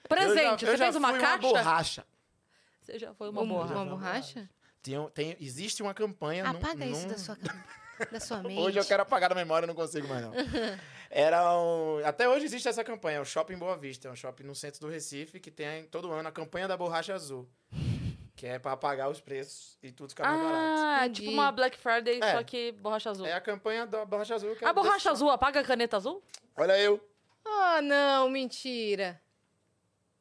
[SPEAKER 1] Presente.
[SPEAKER 3] eu já, eu
[SPEAKER 1] Você
[SPEAKER 3] já
[SPEAKER 1] fez uma
[SPEAKER 3] fui
[SPEAKER 1] caixa?
[SPEAKER 3] Uma Um borracha.
[SPEAKER 1] Você já foi uma
[SPEAKER 2] Uma,
[SPEAKER 1] borracha.
[SPEAKER 2] uma
[SPEAKER 3] Já
[SPEAKER 2] borracha?
[SPEAKER 3] Tem, um- tem- existe uma campanha. num-
[SPEAKER 2] Apaga isso da
[SPEAKER 3] num-
[SPEAKER 2] sua,
[SPEAKER 3] (laughs)
[SPEAKER 2] da sua mente.
[SPEAKER 3] Hoje eu quero apagar da memória, eu não consigo mais não. Era um... Até hoje existe essa campanha, o Shopping Boa Vista, é um shopping no centro do Recife que tem todo ano a campanha da borracha azul, que é pra apagar os preços e tudo ficar mais barato.
[SPEAKER 1] Ah,
[SPEAKER 2] Entendi.
[SPEAKER 1] tipo uma Black Friday,
[SPEAKER 3] É.
[SPEAKER 1] só que borracha azul.
[SPEAKER 3] É a campanha da borracha azul. Que é
[SPEAKER 1] Ah, a
[SPEAKER 3] desse
[SPEAKER 1] borracha
[SPEAKER 3] shopping.
[SPEAKER 1] azul apaga a caneta azul?
[SPEAKER 3] Olha eu.
[SPEAKER 2] Ah, não, mentira.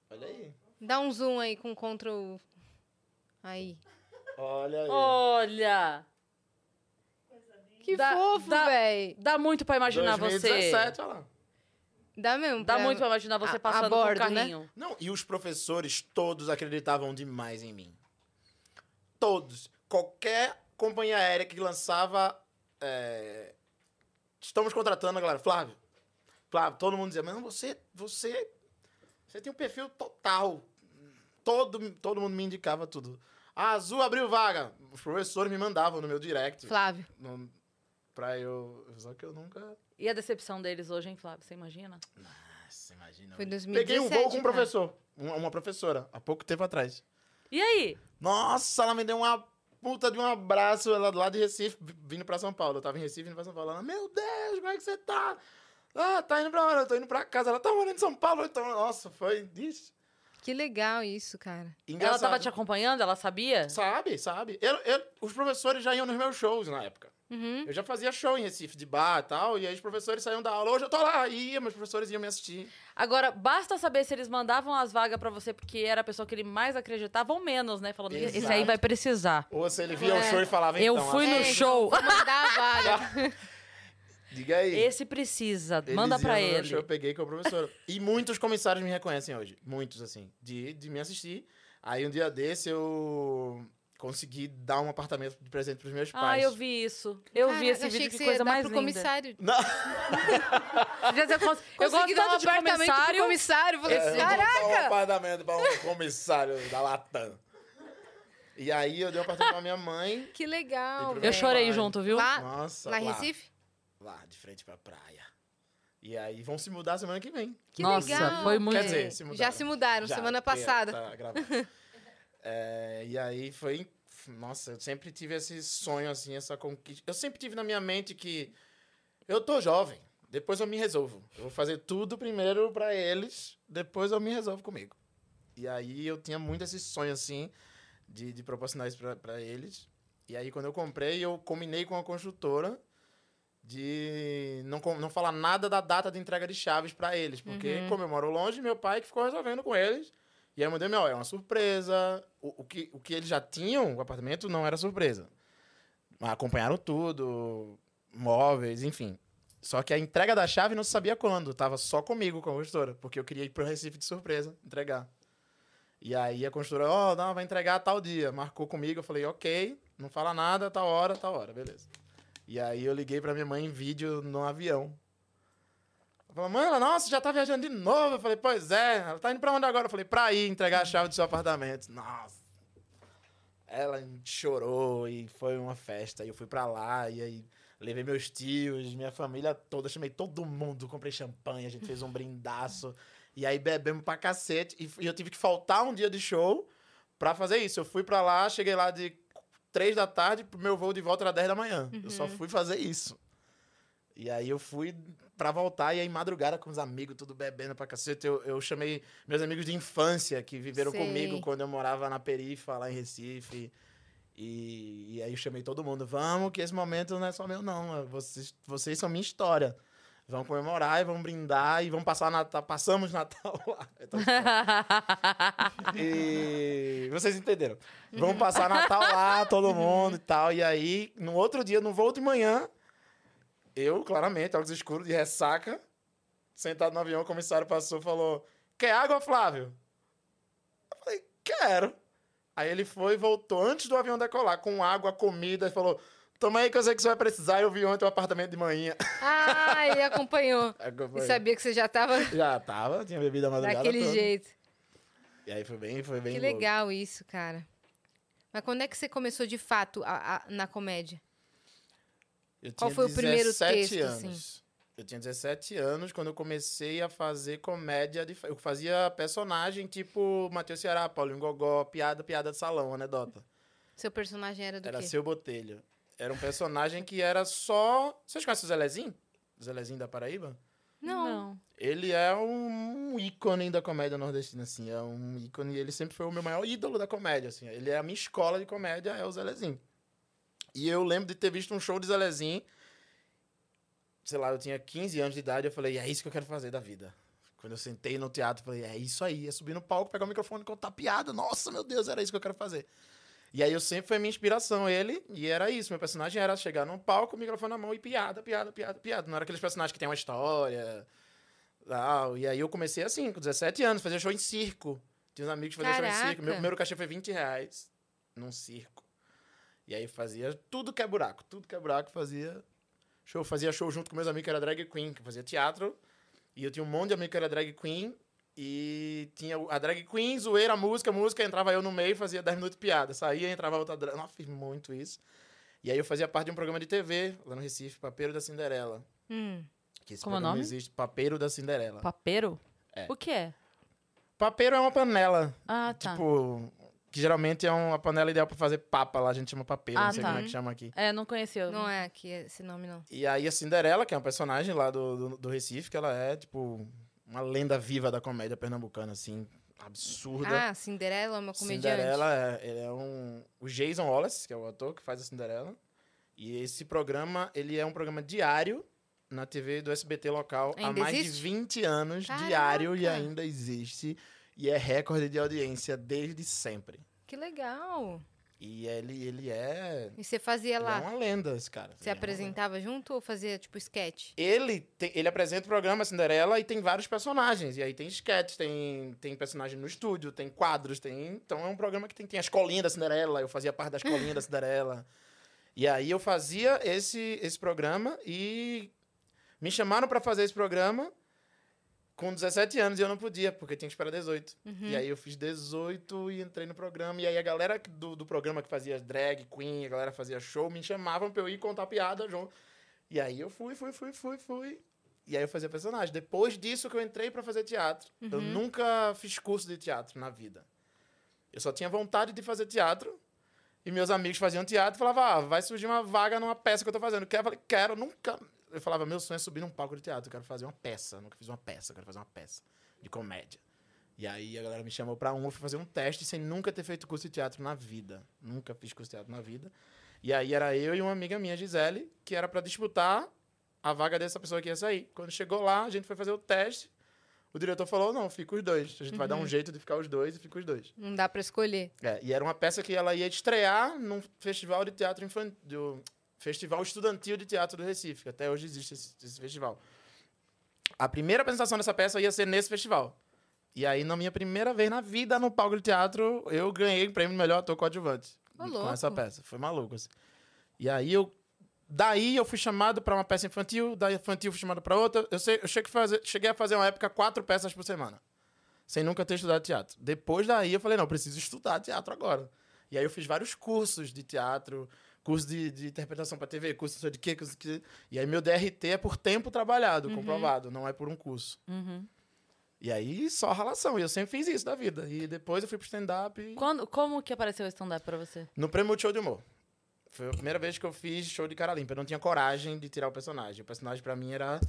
[SPEAKER 3] Olha aí.
[SPEAKER 2] Dá um zoom aí com Ctrl. Aí.
[SPEAKER 3] Olha aí.
[SPEAKER 1] Olha!
[SPEAKER 2] Que
[SPEAKER 1] Dá-
[SPEAKER 2] fofo,
[SPEAKER 1] dá-
[SPEAKER 2] véi.
[SPEAKER 1] Dá muito pra imaginar
[SPEAKER 3] 2017, olha lá.
[SPEAKER 2] Dá mesmo.
[SPEAKER 1] você. Dá
[SPEAKER 2] pra-
[SPEAKER 1] muito pra imaginar você
[SPEAKER 2] a-
[SPEAKER 1] passando
[SPEAKER 2] a bordo,
[SPEAKER 1] com o
[SPEAKER 2] né?
[SPEAKER 1] carrinho.
[SPEAKER 3] Não, e os professores todos acreditavam demais em mim. Todos. Qualquer companhia aérea que lançava. é, Estamos contratando a galera. Flávio. Flávio, todo mundo dizia, mas você. Você. Você tem um perfil total. Todo, todo mundo me indicava tudo. A Azul abriu vaga. Os professores me mandavam no meu direct.
[SPEAKER 2] Flávio.
[SPEAKER 3] No, pra eu. Só que eu nunca.
[SPEAKER 1] E a decepção deles hoje, hein, Flávio? Você imagina?
[SPEAKER 3] Nossa, imagina.
[SPEAKER 2] Foi em 2017.
[SPEAKER 3] Peguei um voo com
[SPEAKER 2] cara.
[SPEAKER 3] um professor. Uma, uma professora, há pouco tempo atrás.
[SPEAKER 1] E aí?
[SPEAKER 3] Nossa, ela me deu uma puta de um abraço, ela lá de Recife, v- vindo pra São Paulo. Eu tava em Recife, vindo pra São Paulo. Ela, meu Deus, como é que você tá? Ah, tá indo pra onde? Eu tô indo pra casa. Ela tá morando em São Paulo, então, nossa, foi... Ixi,
[SPEAKER 2] Que legal isso, cara.
[SPEAKER 1] Ela
[SPEAKER 3] engraçado.
[SPEAKER 1] tava te acompanhando? Ela sabia?
[SPEAKER 3] Sabe, sabe. Eu, eu- os professores já iam nos meus shows na época.
[SPEAKER 2] Uhum.
[SPEAKER 3] Eu já fazia show em Recife, de bar e tal, e aí os professores saíam da aula. Hoje eu tô lá, e ia, meus professores iam me assistir.
[SPEAKER 1] Agora, basta saber se eles mandavam as vagas pra você porque era a pessoa que ele mais acreditava ou menos, né? Falando,
[SPEAKER 3] Exato.
[SPEAKER 1] esse aí vai precisar.
[SPEAKER 3] Ou se ele via
[SPEAKER 2] É.
[SPEAKER 3] o show e falava,
[SPEAKER 1] Eu
[SPEAKER 3] então,
[SPEAKER 1] fui
[SPEAKER 3] ah,
[SPEAKER 1] no
[SPEAKER 2] então,
[SPEAKER 1] show.
[SPEAKER 2] vou mandar a vaga.
[SPEAKER 3] Diga aí.
[SPEAKER 1] Esse precisa,
[SPEAKER 3] Eles
[SPEAKER 1] manda
[SPEAKER 3] iam
[SPEAKER 1] pra
[SPEAKER 3] no meu
[SPEAKER 1] ele.
[SPEAKER 3] show, Eu peguei com o professor. e muitos comissários me reconhecem hoje. Muitos, assim, de, de me assistir. Aí um dia desse eu consegui dar um apartamento de presente pros meus
[SPEAKER 1] Ah,
[SPEAKER 3] pais.
[SPEAKER 1] eu vi isso. Eu
[SPEAKER 2] Cara,
[SPEAKER 1] vi esse
[SPEAKER 2] achei
[SPEAKER 1] vídeo, que,
[SPEAKER 2] você ia
[SPEAKER 1] coisa
[SPEAKER 2] dar
[SPEAKER 1] mais
[SPEAKER 2] pro
[SPEAKER 1] linda.
[SPEAKER 2] comissário.
[SPEAKER 3] Não,
[SPEAKER 1] Quer dizer, Eu, gosto- eu gosto
[SPEAKER 2] Consegui dar um
[SPEAKER 1] tanto de
[SPEAKER 2] apartamento pro
[SPEAKER 1] comissário.
[SPEAKER 2] comissário. Falei,
[SPEAKER 3] eu
[SPEAKER 2] cara,
[SPEAKER 3] vou dar um apartamento pra
[SPEAKER 1] (laughs)
[SPEAKER 3] um comissário da Latam. E aí eu dei um apartamento pra minha mãe.
[SPEAKER 2] que legal.
[SPEAKER 3] Eu
[SPEAKER 1] Eu
[SPEAKER 2] véi.
[SPEAKER 1] chorei
[SPEAKER 3] Vai.
[SPEAKER 1] junto, viu?
[SPEAKER 2] Lá,
[SPEAKER 3] Nossa,
[SPEAKER 2] lá em Recife?
[SPEAKER 3] Lá, de frente pra praia. E aí vão se mudar semana que vem.
[SPEAKER 2] Que
[SPEAKER 1] Nossa,
[SPEAKER 2] legal.
[SPEAKER 1] foi muito-
[SPEAKER 3] Quer
[SPEAKER 2] (laughs)
[SPEAKER 3] dizer, se
[SPEAKER 2] Já
[SPEAKER 3] mudaram.
[SPEAKER 2] se mudaram,
[SPEAKER 3] Já,
[SPEAKER 2] semana
[SPEAKER 3] é,
[SPEAKER 2] passada.
[SPEAKER 3] tá gravado.
[SPEAKER 2] (laughs)
[SPEAKER 3] É, e aí foi. Nossa, eu sempre tive esse sonho, assim, essa conquista. Eu sempre tive na minha mente que eu tô jovem, depois eu me resolvo. Eu vou fazer tudo primeiro pra eles, depois eu me resolvo comigo. E aí eu tinha muito esse sonho, assim, de, de proporcionar isso pra, pra eles. E aí quando eu comprei, eu combinei com a construtora de não, com- não falar nada da data de entrega de chaves pra eles, porque como eu moro longe, meu pai que ficou resolvendo com eles. E aí eu mandei, meu, é uma surpresa. O, o que, o que eles já tinham, o apartamento, não era surpresa. Acompanharam tudo, móveis, enfim. Só que a entrega da chave não se sabia quando, tava só comigo com a construtora, porque eu queria ir pro Recife de surpresa, entregar. E aí a construtora, ó, não, vai entregar tal dia. Marcou comigo, eu falei, ok, não fala nada, tal hora, tal hora, beleza. E aí eu liguei pra minha mãe em vídeo no avião. Ela falou, mãe, ela, nossa, já tá viajando de novo. Eu falei, pois é, ela tá indo pra onde agora? Eu falei, pra ir entregar a chave do seu apartamento. Nossa. Ela chorou e foi uma festa. E eu fui pra lá, e aí levei meus tios, minha família toda, chamei todo mundo, comprei champanhe, a gente fez um brindaço. E aí bebemos pra cacete. E f- e eu tive que faltar um dia de show pra fazer isso. Eu fui pra lá, cheguei lá de 3 da tarde, pro meu voo de volta era 10 da manhã. Eu só fui fazer isso. E aí eu fui pra voltar, e aí madrugada com os amigos, tudo bebendo pra cacete. Eu, eu chamei meus amigos de infância, que viveram
[SPEAKER 2] Sei.
[SPEAKER 3] comigo quando eu morava na perifa, lá em Recife. E, e aí eu chamei todo mundo, vamos, que esse momento não é só meu, não. Vocês, vocês são minha história. Vamos comemorar e vamos brindar e vamos passar Natal. Passamos Natal (laughs) lá. Eu tô e vocês entenderam. Vamos passar Natal lá, todo mundo e tal. E aí, no outro dia, no voo de manhã, eu, claramente, óculos escuros, de ressaca, sentado no avião, o comissário passou e falou: Quer água, Flávio? Eu falei: Quero. Aí ele foi e voltou antes do avião decolar, com água, comida, e falou: Toma aí que eu sei que você vai precisar. Eu vi ontem o apartamento de manhã.
[SPEAKER 2] Ah, ele acompanhou. E sabia que você já tava
[SPEAKER 3] Já tava, tinha bebido a madrugada
[SPEAKER 2] é daquele
[SPEAKER 3] toda.
[SPEAKER 2] jeito.
[SPEAKER 3] E aí foi bem, foi tá bem
[SPEAKER 2] Que
[SPEAKER 3] louco.
[SPEAKER 2] legal isso, cara. Mas quando é que você começou de fato a- a- na comédia?
[SPEAKER 3] Eu
[SPEAKER 2] Qual
[SPEAKER 3] tinha
[SPEAKER 2] foi o primeiro
[SPEAKER 3] 17
[SPEAKER 2] texto, assim?
[SPEAKER 3] anos. Eu tinha 17 anos quando eu comecei a fazer comédia. De... fa- Eu fazia personagem tipo Matheus Ceará, Paulinho Gogó, piada, piada de salão, anedota.
[SPEAKER 2] Seu personagem era do
[SPEAKER 3] Era
[SPEAKER 2] quê?
[SPEAKER 3] seu botelho. Era um personagem que era só. Vocês conhecem o Zelezinho? O Zelezinho da Paraíba?
[SPEAKER 2] Não.
[SPEAKER 3] Ele é um ícone da comédia nordestina, assim. É um ícone. Ele sempre foi o meu maior ídolo da comédia, assim. Ele é a minha escola de comédia, é o Zelezinho. E eu lembro de ter visto um show de Zelezinho. Sei lá, eu tinha 15 anos de idade. Eu falei, é isso que eu quero fazer da vida. Quando eu sentei no teatro, eu falei, é isso aí. É subir no palco, pegar o microfone e contar piada. Nossa, meu Deus, era isso que eu quero fazer. E aí eu sempre foi minha inspiração, ele, e era isso. Meu personagem era chegar num palco, microfone na mão e piada, piada, piada, piada. Não era aqueles personagens que tem uma história. Tal. E aí eu comecei assim, com 17 anos, fazia show em circo. Tinha uns amigos que faziam show em circo. Meu
[SPEAKER 2] Caraca.
[SPEAKER 3] primeiro cachê foi 20 reais num circo. E aí fazia tudo que é buraco, tudo que é buraco, fazia show. Fazia show junto com meus amigos que era drag queen, que fazia teatro. E eu tinha um monte de amigo que era drag queen. E tinha o- a drag queen, zoeira, música, música. Entrava eu no meio, fazia 10 minutos de piada. Saía, entrava outra drag. Nossa, fiz muito isso. E aí eu fazia parte de um programa de TV lá no Recife, Papeiro da Cinderela.
[SPEAKER 2] Hum.
[SPEAKER 3] Que esse
[SPEAKER 1] Como é o
[SPEAKER 3] programa
[SPEAKER 1] nome?
[SPEAKER 3] existe, Papeiro da Cinderela.
[SPEAKER 1] Papeiro?
[SPEAKER 3] É.
[SPEAKER 1] O que é?
[SPEAKER 3] Papeiro é uma panela,
[SPEAKER 1] Ah, tá.
[SPEAKER 3] tipo, que geralmente é uma panela ideal pra fazer papa lá, a gente chama papeiro,
[SPEAKER 1] Ah,
[SPEAKER 3] não sei
[SPEAKER 1] tá.
[SPEAKER 3] como é que chama aqui.
[SPEAKER 1] É, não conhecia.
[SPEAKER 2] Não é aqui esse nome, não.
[SPEAKER 3] E aí a Cinderela, que é uma personagem lá do, do, do Recife, que ela é, tipo, uma lenda viva da comédia pernambucana, assim, absurda.
[SPEAKER 2] Ah, Cinderela é uma comediante.
[SPEAKER 3] Cinderela é, ele é um. O Jason Wallace, que é o ator que faz a Cinderela. E esse programa, ele é um programa diário na TV do SBT local há
[SPEAKER 2] Ainda
[SPEAKER 3] mais de
[SPEAKER 2] existe?
[SPEAKER 3] 20 anos, diário e
[SPEAKER 2] Caraca!
[SPEAKER 3] ainda existe. E é recorde de audiência desde sempre.
[SPEAKER 2] Que legal.
[SPEAKER 3] E ele, ele é.
[SPEAKER 2] E você fazia
[SPEAKER 3] Ele é
[SPEAKER 2] lá?
[SPEAKER 3] uma lenda, esse cara.
[SPEAKER 2] Você
[SPEAKER 3] Ele é uma lenda.
[SPEAKER 2] apresentava junto ou fazia tipo sketch?
[SPEAKER 3] ele, tem- ele apresenta o programa Cinderela e tem vários personagens. E aí tem sketch, tem, tem personagem no estúdio, tem quadros, tem. Então é um programa que tem, tem a escolinha da Cinderela, eu fazia parte da escolinha da Cinderela. E aí eu fazia esse, esse programa e me chamaram pra fazer esse programa com 17 anos e eu não podia, porque tinha que esperar 18. E aí eu fiz 18 e entrei no programa. E aí a galera que- do, do programa que fazia drag, queen, a galera fazia show, me chamavam pra eu ir contar piada junto. E aí eu fui, fui, fui, fui, fui. E aí eu fazia personagem. Depois disso que eu entrei pra fazer teatro. Eu nunca fiz curso de teatro na vida. Eu só tinha vontade de fazer teatro. E meus amigos faziam teatro e falavam, ah, vai surgir uma vaga numa peça que eu tô fazendo. Quer? Eu falei, quero, nunca. Eu falava, meu sonho é subir num palco de teatro, eu quero fazer uma peça. Eu nunca fiz uma peça, eu quero fazer uma peça de comédia. E aí a galera me chamou pra um, eu fui fazer um teste sem nunca ter feito curso de teatro na vida. Nunca fiz curso de teatro na vida. E aí era eu e uma amiga minha, Gisele, que era pra disputar a vaga dessa pessoa que ia sair. Quando chegou lá, a gente foi fazer o teste. O diretor falou: não, fica os dois. A gente vai dar um jeito de ficar os dois e fica os dois.
[SPEAKER 2] Não dá pra escolher.
[SPEAKER 3] É, e era uma peça que ela ia estrear num festival de teatro infantil. Do festival Estudantil de Teatro do Recife, que até hoje existe esse, esse festival. A primeira apresentação dessa peça ia ser nesse festival. E aí, na minha primeira vez na vida no palco de teatro, eu ganhei o prêmio de melhor ator coadjuvante.
[SPEAKER 2] Ô,
[SPEAKER 3] com
[SPEAKER 2] louco.
[SPEAKER 3] essa peça. Foi maluco, assim. E aí eu. Daí eu fui chamado pra uma peça infantil, da infantil fui chamado pra outra. Eu, sei, eu cheguei, a fazer, cheguei a fazer uma época quatro peças por semana sem nunca ter estudado teatro. Depois daí eu falei, não, eu preciso estudar teatro agora. E aí eu fiz vários cursos de teatro, curso de, de interpretação para TV, curso não sei de quê, curso de quê. E aí meu DRT é por tempo trabalhado, comprovado, não é por um curso.
[SPEAKER 1] Uhum.
[SPEAKER 3] E aí só relação, e eu sempre fiz isso da vida. E depois eu fui pro stand-up e-
[SPEAKER 1] Quando, como que apareceu o stand-up pra você?
[SPEAKER 3] no Prêmio Show de Humor. Foi a primeira vez que eu fiz show de cara limpa. Eu não tinha coragem de tirar o personagem. O personagem pra mim era,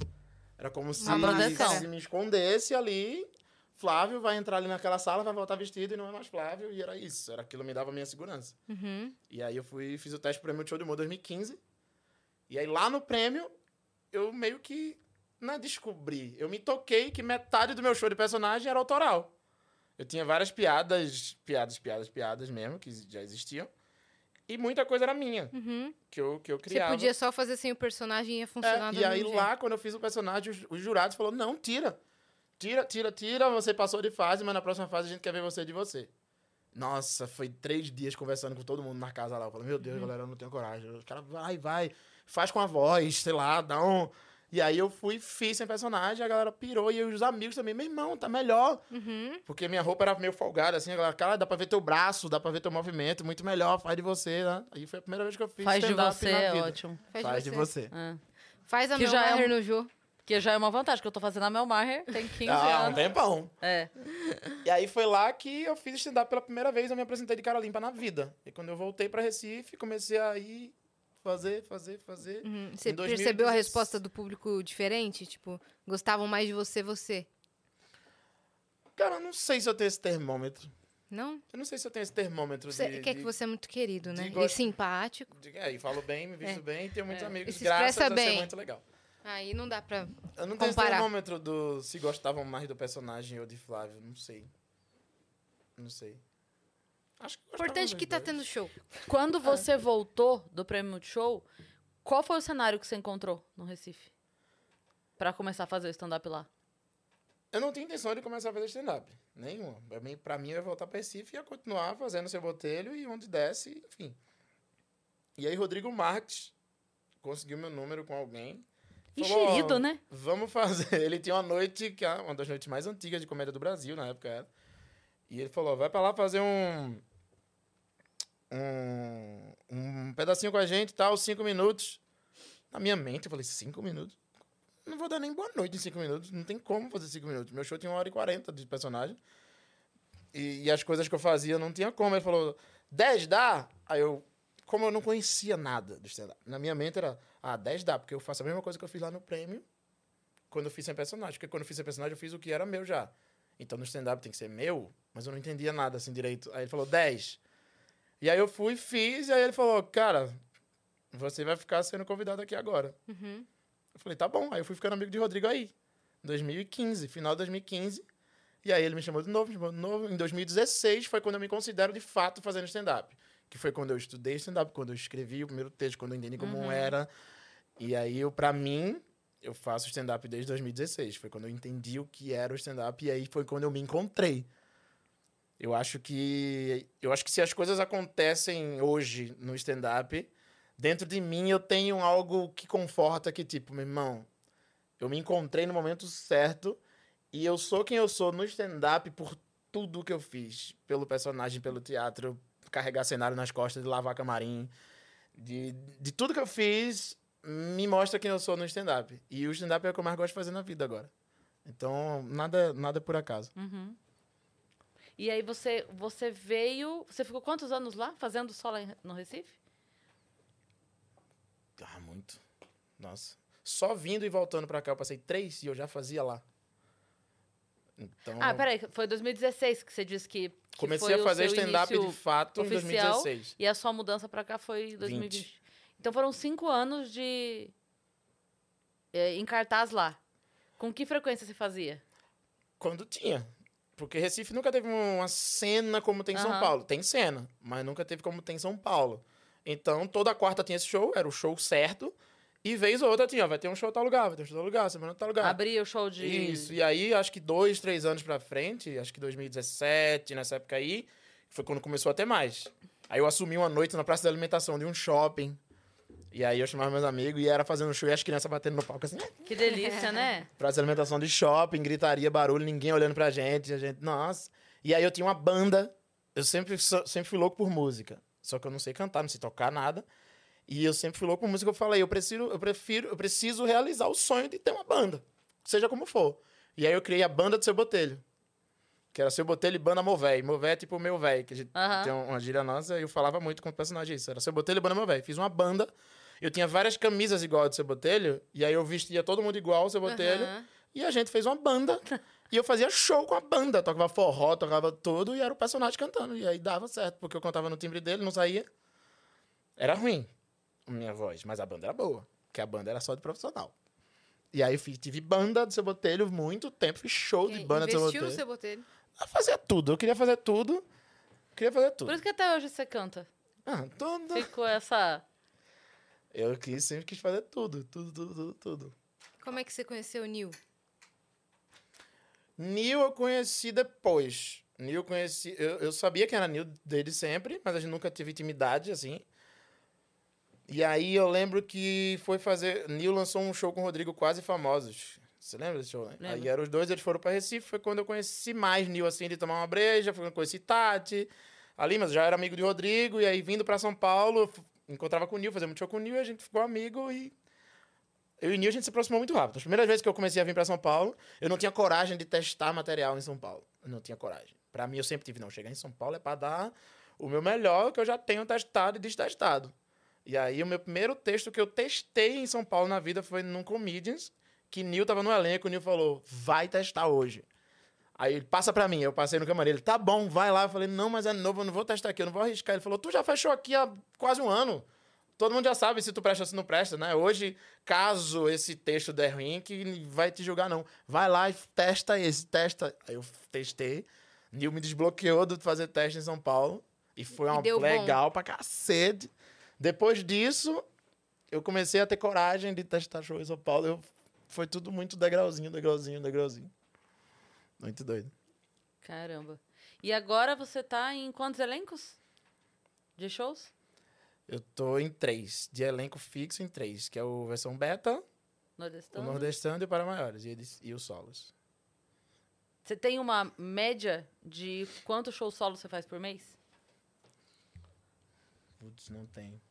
[SPEAKER 3] era como se,
[SPEAKER 1] proteção.
[SPEAKER 3] se me escondesse ali. Flávio vai entrar ali naquela sala, vai voltar vestido e não é mais Flávio. E era isso. Era aquilo que me dava a minha segurança.
[SPEAKER 2] Uhum.
[SPEAKER 3] E aí eu fui fiz o teste pro prêmio Show de Humor 2015. E aí lá no prêmio, eu meio que não é descobri. Eu me toquei que metade do meu show de personagem era autoral. Eu tinha várias piadas, piadas, piadas, piadas mesmo, que já existiam. E muita coisa era minha,
[SPEAKER 2] Uhum.
[SPEAKER 3] que eu, que eu
[SPEAKER 2] Você
[SPEAKER 3] criava.
[SPEAKER 2] podia só fazer sem o personagem e ia
[SPEAKER 3] É,
[SPEAKER 2] funcionar do
[SPEAKER 3] e aí
[SPEAKER 2] mesmo
[SPEAKER 3] lá, quando eu fiz o personagem, os, os jurados falaram, não, tira. Tira, tira, tira, você passou de fase, mas na próxima fase a gente quer ver você de você. Nossa, foi três dias conversando com todo mundo na casa lá. Eu falei, meu Deus, galera, eu não tenho coragem. Os caras, vai, vai, faz com a voz, sei lá, dá um. E aí eu fui, fiz sem personagem, a galera pirou e os amigos também, meu irmão, tá melhor.
[SPEAKER 2] Uhum.
[SPEAKER 3] Porque minha roupa era meio folgada, assim, a galera, cara, dá pra ver teu braço, dá pra ver teu movimento, muito melhor, faz de você, né? Aí foi a primeira vez que eu fiz
[SPEAKER 1] Faz de
[SPEAKER 3] stand-up
[SPEAKER 1] você,
[SPEAKER 3] na
[SPEAKER 1] é
[SPEAKER 3] vida.
[SPEAKER 1] ótimo.
[SPEAKER 2] Faz,
[SPEAKER 3] Faz
[SPEAKER 2] você.
[SPEAKER 3] de você.
[SPEAKER 1] É.
[SPEAKER 2] Faz a
[SPEAKER 1] Que
[SPEAKER 2] minha
[SPEAKER 1] já é
[SPEAKER 2] Maher
[SPEAKER 1] um-
[SPEAKER 2] no Jô.
[SPEAKER 1] Que já é uma vantagem, que eu tô fazendo a Mel Maher, tem 15
[SPEAKER 3] Ah, um
[SPEAKER 1] anos.
[SPEAKER 3] tempão.
[SPEAKER 1] É.
[SPEAKER 3] E aí foi lá que eu fiz stand-up pela primeira vez, eu me apresentei de cara limpa na vida. E quando eu voltei pra Recife, comecei a ir fazer, fazer, fazer.
[SPEAKER 2] Uhum. Você
[SPEAKER 3] Em 2016.
[SPEAKER 2] percebeu a resposta do público diferente? Tipo, gostavam mais de você, você.
[SPEAKER 3] Cara, eu não sei se eu tenho esse termômetro.
[SPEAKER 2] Não?
[SPEAKER 3] Eu não sei se eu tenho esse termômetro
[SPEAKER 2] Você
[SPEAKER 3] Tipo de...
[SPEAKER 2] quer
[SPEAKER 3] de-
[SPEAKER 2] que você é muito querido, né?
[SPEAKER 3] de gosto-
[SPEAKER 2] E simpático.
[SPEAKER 3] de- é, e falo bem, me visto bem, tenho muitos amigos,
[SPEAKER 2] É. E se
[SPEAKER 3] graças
[SPEAKER 2] expressa
[SPEAKER 3] a ser
[SPEAKER 2] bem.
[SPEAKER 3] muito legal.
[SPEAKER 2] Aí Ah, não dá pra.
[SPEAKER 3] Eu não tenho esse
[SPEAKER 2] Comparar.
[SPEAKER 3] termômetro do se gostavam mais do personagem ou de Flávio, não sei. Não sei. Acho que gostavam
[SPEAKER 2] Importante
[SPEAKER 3] dos
[SPEAKER 2] que tá
[SPEAKER 3] dois.
[SPEAKER 2] tendo show.
[SPEAKER 1] Quando você voltou do Prêmio Multishow, qual foi o cenário que você encontrou no Recife? Pra começar a fazer o stand-up lá.
[SPEAKER 3] Eu não tenho intenção de começar a fazer stand-up. Nenhuma. Pra mim, pra mim, eu ia voltar pra Recife e ia continuar fazendo seu botelho e onde desce, enfim. E aí, Rodrigo Marques conseguiu meu número com alguém. Falou,
[SPEAKER 1] Enxerido,
[SPEAKER 3] "Ó,
[SPEAKER 1] né?
[SPEAKER 3] Vamos fazer. (laughs) Ele tinha uma noite, que é uma das noites mais antigas de comédia do Brasil, na época era. E ele falou: vai pra lá fazer um. Um, um pedacinho com a gente e tal, cinco minutos. Na minha mente, eu falei: cinco minutos? Não vou dar nem boa noite em cinco minutos. Não tem como fazer cinco minutos. Meu show tinha uma hora e quarenta de personagem. E, e as coisas que eu fazia não tinha como. Ele falou: dez dá? Aí eu. Como eu não conhecia nada do stand-up, na minha mente era, ah, 10 dá, porque eu faço a mesma coisa que eu fiz lá no prêmio, quando eu fiz sem personagem. Porque quando eu fiz sem personagem, eu fiz o que era meu já. Então no stand-up tem que ser meu, mas eu não entendia nada assim direito. Aí ele falou 10. E aí eu fui, fiz, e aí ele falou, cara, você vai ficar sendo convidado aqui agora.
[SPEAKER 2] Uhum.
[SPEAKER 3] Eu falei, tá bom. Aí eu fui ficando amigo de Rodrigo aí. 2015, final de 2015. E aí ele me chamou de novo, me chamou de novo. Em 2016 foi quando eu me considero de fato fazendo stand-up. Que foi quando eu estudei stand-up, quando eu escrevi o primeiro texto, quando eu entendi como era. E aí, eu, pra mim, eu faço stand-up desde 2016. Foi quando eu entendi o que era o stand-up e aí foi quando eu me encontrei. Eu acho que. Eu acho que se as coisas acontecem hoje no stand-up, dentro de mim eu tenho algo que conforta que, tipo, meu irmão, eu me encontrei no momento certo e eu sou quem eu sou no stand-up por tudo que eu fiz. Pelo personagem, pelo teatro, carregar cenário nas costas, de lavar camarim. De, de tudo que eu fiz, me mostra quem eu sou no stand-up. E o stand-up é o que eu mais gosto de fazer na vida agora. Então, nada, nada por acaso.
[SPEAKER 1] Uhum. E aí você, você veio... Você ficou quantos anos lá, fazendo só lá em- no Recife?
[SPEAKER 3] Ah, muito. Nossa. Só vindo e voltando pra cá, eu passei três e eu já fazia lá. Então,
[SPEAKER 1] Ah, peraí, foi 2016 que você disse que, que
[SPEAKER 3] comecei
[SPEAKER 1] foi
[SPEAKER 3] a
[SPEAKER 1] o
[SPEAKER 3] fazer
[SPEAKER 1] seu
[SPEAKER 3] stand-up
[SPEAKER 1] início
[SPEAKER 3] de fato
[SPEAKER 1] oficial.
[SPEAKER 3] em 2016.
[SPEAKER 1] E a sua mudança pra cá foi em 2020. Então foram cinco anos de... É, em cartaz lá. Com que frequência você fazia?
[SPEAKER 3] Quando tinha. Porque Recife nunca teve uma cena como tem em São
[SPEAKER 1] Aham.
[SPEAKER 3] Paulo. Tem cena, mas nunca teve como tem em São Paulo. Então, toda quarta tinha esse show, era o show certo. E vez ou outra tinha, ó, vai ter um show em tal lugar, vai ter um show em tal lugar, semana em tal lugar.
[SPEAKER 1] Abria o show de...
[SPEAKER 3] Isso, e aí acho que dois, três anos pra frente, acho que 2017, nessa época aí, foi quando começou a ter mais. Aí eu assumi uma noite na praça da alimentação de um shopping. E aí eu chamava meus amigos e era fazendo show e as crianças batendo no palco assim.
[SPEAKER 1] Que delícia,
[SPEAKER 3] (laughs)
[SPEAKER 1] né?
[SPEAKER 3] Praça de alimentação de shopping, gritaria, barulho, ninguém olhando pra gente, a gente, nossa. E aí eu tinha uma banda, eu sempre, sou- sempre fui louco por música, só que eu não sei cantar, não sei tocar nada. E eu sempre fui louco por música, eu falei, eu preciso, eu prefiro, eu preciso realizar o sonho de ter uma banda, seja como for. E aí eu criei a banda do Seu Botelho, que era Seu Botelho e Banda Movei. Movei é tipo meu véi, que a gente
[SPEAKER 1] Aham.
[SPEAKER 3] tem uma gíria nossa, e eu falava muito com o personagem isso, era Seu Botelho e Banda Movei. Fiz uma banda, eu tinha várias camisas igual a do Seu Botelho, e aí eu vestia todo mundo igual ao Seu Botelho,
[SPEAKER 2] Aham.
[SPEAKER 3] e a gente fez uma banda. e eu fazia show com a banda. Tocava forró, tocava tudo. E era o personagem cantando. E aí dava certo, porque eu cantava no timbre dele, não saía. Era ruim a minha voz, mas a banda era boa. Porque a banda era só de profissional. E aí fiz, tive banda do seu botelho muito tempo. Fiz show de
[SPEAKER 2] Quem
[SPEAKER 3] banda do seu
[SPEAKER 2] é, Investiu
[SPEAKER 3] botelho.
[SPEAKER 2] no seu botelho.
[SPEAKER 3] Eu fazia tudo. Eu queria fazer tudo. Queria fazer
[SPEAKER 1] Por
[SPEAKER 3] tudo.
[SPEAKER 1] isso que até hoje você canta.
[SPEAKER 3] Ah, tudo.
[SPEAKER 1] Ficou essa...
[SPEAKER 3] Eu quis, sempre quis fazer tudo. Tudo, tudo, tudo, tudo.
[SPEAKER 2] Como é que você conheceu o Nil?
[SPEAKER 3] Nil eu conheci depois. Nil conheci. Eu, eu sabia que era Nil desde sempre, mas a gente nunca teve intimidade, assim. E aí eu lembro que foi fazer. Nil lançou um show com o Rodrigo Quase Famosos. Você lembra desse show, né?
[SPEAKER 1] Lembro.
[SPEAKER 3] Aí eram os dois, eles foram pra Recife. Foi quando eu conheci mais Nil, assim, de tomar uma breja. Foi quando eu conheci Tati. Ali, mas eu já era amigo de Rodrigo. E aí, vindo pra São Paulo, eu f- encontrava com o Nil, fazia muito show com o Nil. e A gente ficou amigo e eu e o Nil, a gente se aproximou muito rápido. As primeiras vezes que eu comecei a vir pra São Paulo, eu não tinha coragem de testar material em São Paulo. Eu não tinha coragem. Pra mim, eu sempre tive, não, chegar em São Paulo é pra dar o meu melhor, que eu já tenho testado e destestado. E aí, o meu primeiro texto que eu testei em São Paulo na vida foi num Comedians, que Nil tava no elenco, o Nil falou, vai testar hoje. Aí ele passa pra mim, eu passei no camarim, ele, tá bom, vai lá. Eu falei, não, mas é novo, eu não vou testar aqui, eu não vou arriscar. Ele falou, tu já fechou aqui há quase um ano. Todo mundo já sabe se tu presta ou se não presta, né? Hoje, caso esse texto der ruim, que vai te julgar, não. Vai lá e testa esse, testa. Aí eu testei, Nil me desbloqueou de fazer teste em São Paulo. E foi uma
[SPEAKER 2] deu bom.
[SPEAKER 3] legal pra cacete. Depois disso, eu comecei a ter coragem de testar show em São Paulo. Eu, foi tudo muito degrauzinho, degrauzinho, degrauzinho. Muito doido.
[SPEAKER 1] Caramba. E agora você tá em quantos elencos? De shows?
[SPEAKER 3] Eu tô em três, de elenco fixo em três, que é o versão beta,
[SPEAKER 1] Nordestano?
[SPEAKER 3] o nordestano e o para maiores, e, eles, e os solos.
[SPEAKER 1] Você tem uma média de quantos shows solo você faz por mês?
[SPEAKER 3] Putz, não tem.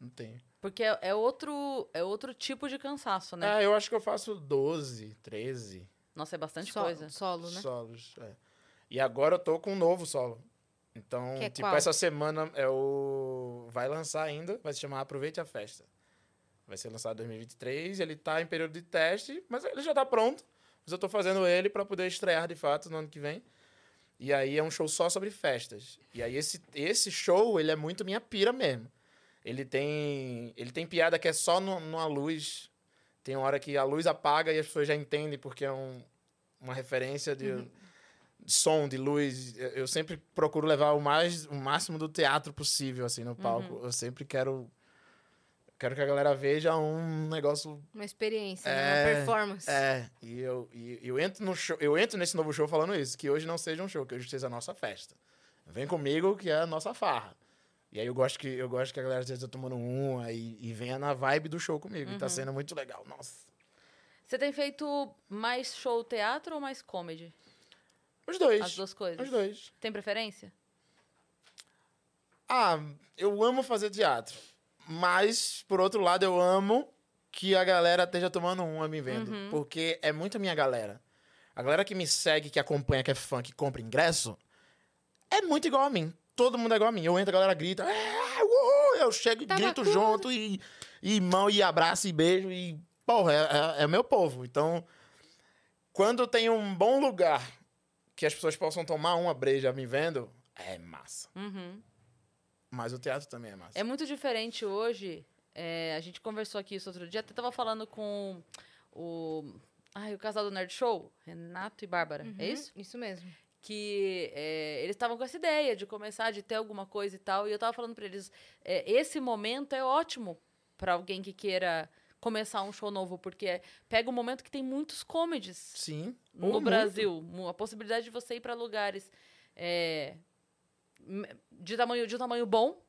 [SPEAKER 3] Não tem.
[SPEAKER 1] Porque é, é outro, é outro tipo de cansaço, né?
[SPEAKER 3] Ah, eu acho que eu faço 12, 13
[SPEAKER 1] Nossa, é bastante
[SPEAKER 2] Solo-
[SPEAKER 1] coisa.
[SPEAKER 2] Solo, né?
[SPEAKER 3] solos. é. E agora eu tô com um novo solo. Então,
[SPEAKER 2] Que é
[SPEAKER 3] tipo,
[SPEAKER 2] qual?
[SPEAKER 3] essa semana é o. Vai lançar ainda, vai se chamar Aproveite a Festa. Vai ser lançado em 2023, ele tá em período de teste, mas ele já tá pronto. Mas eu tô fazendo ele pra poder estrear de fato no ano que vem. E aí é um show só sobre festas. E aí esse, esse show, ele é muito minha pira mesmo. Ele tem, ele tem piada que é só no, numa luz. Tem uma hora que a luz apaga e as pessoas já entendem porque é um, uma referência de,
[SPEAKER 2] Uhum.
[SPEAKER 3] de som, de luz. Eu- Eu sempre procuro levar o, mais, o máximo do teatro possível, assim, no palco.
[SPEAKER 1] Uhum.
[SPEAKER 3] Eu sempre quero... Quero que a galera veja um negócio
[SPEAKER 2] Uma experiência, né?
[SPEAKER 3] É,
[SPEAKER 2] uma performance.
[SPEAKER 3] é, e eu, e eu entro no show, eu entro nesse novo show falando isso, que hoje não seja um show, que hoje seja a nossa festa. Vem comigo que é a nossa farra. E aí eu gosto que eu gosto que a galera esteja tomando um aí e venha na vibe do show comigo.
[SPEAKER 1] Uhum.
[SPEAKER 3] E tá sendo muito legal. Nossa.
[SPEAKER 1] Você tem feito mais show teatro ou mais comedy?
[SPEAKER 3] Os dois.
[SPEAKER 1] As duas coisas.
[SPEAKER 3] Os dois.
[SPEAKER 1] Tem preferência?
[SPEAKER 3] Ah, eu amo fazer teatro. Mas, por outro lado, eu amo que a galera esteja tomando uma me vendo.
[SPEAKER 2] Uhum.
[SPEAKER 3] Porque é muito a minha galera. A galera que me segue, que acompanha, que é fã, que compra ingresso, é muito igual a mim. Todo mundo é igual a mim. Eu entro, a galera grita. "Ah, uhul!" Eu chego e
[SPEAKER 2] Tá
[SPEAKER 3] grito
[SPEAKER 2] bacana.
[SPEAKER 3] junto, e, e mão, e abraço, e beijo, e. Porra, é, é, é meu povo. Então, quando tem um bom lugar que as pessoas possam tomar uma breja me vendo, é massa.
[SPEAKER 1] Uhum.
[SPEAKER 3] Mas o teatro também é massa.
[SPEAKER 1] É muito diferente hoje. é, a gente conversou aqui isso outro dia. Até tava falando com o. Ai, o casal do Nerd Show, Renato e Bárbara.
[SPEAKER 2] Uhum,
[SPEAKER 1] É isso?
[SPEAKER 2] Isso mesmo.
[SPEAKER 1] que é, eles estavam com essa ideia de começar, de ter alguma coisa e tal. E eu tava falando pra eles, é, esse momento é ótimo pra alguém que queira começar um show novo, porque é- pega um momento que tem muitos comedies
[SPEAKER 3] Sim.
[SPEAKER 1] no
[SPEAKER 3] Ou muito.
[SPEAKER 1] Brasil, mu- a possibilidade de você ir pra lugares é, me- de tamanho de um tamanho bom,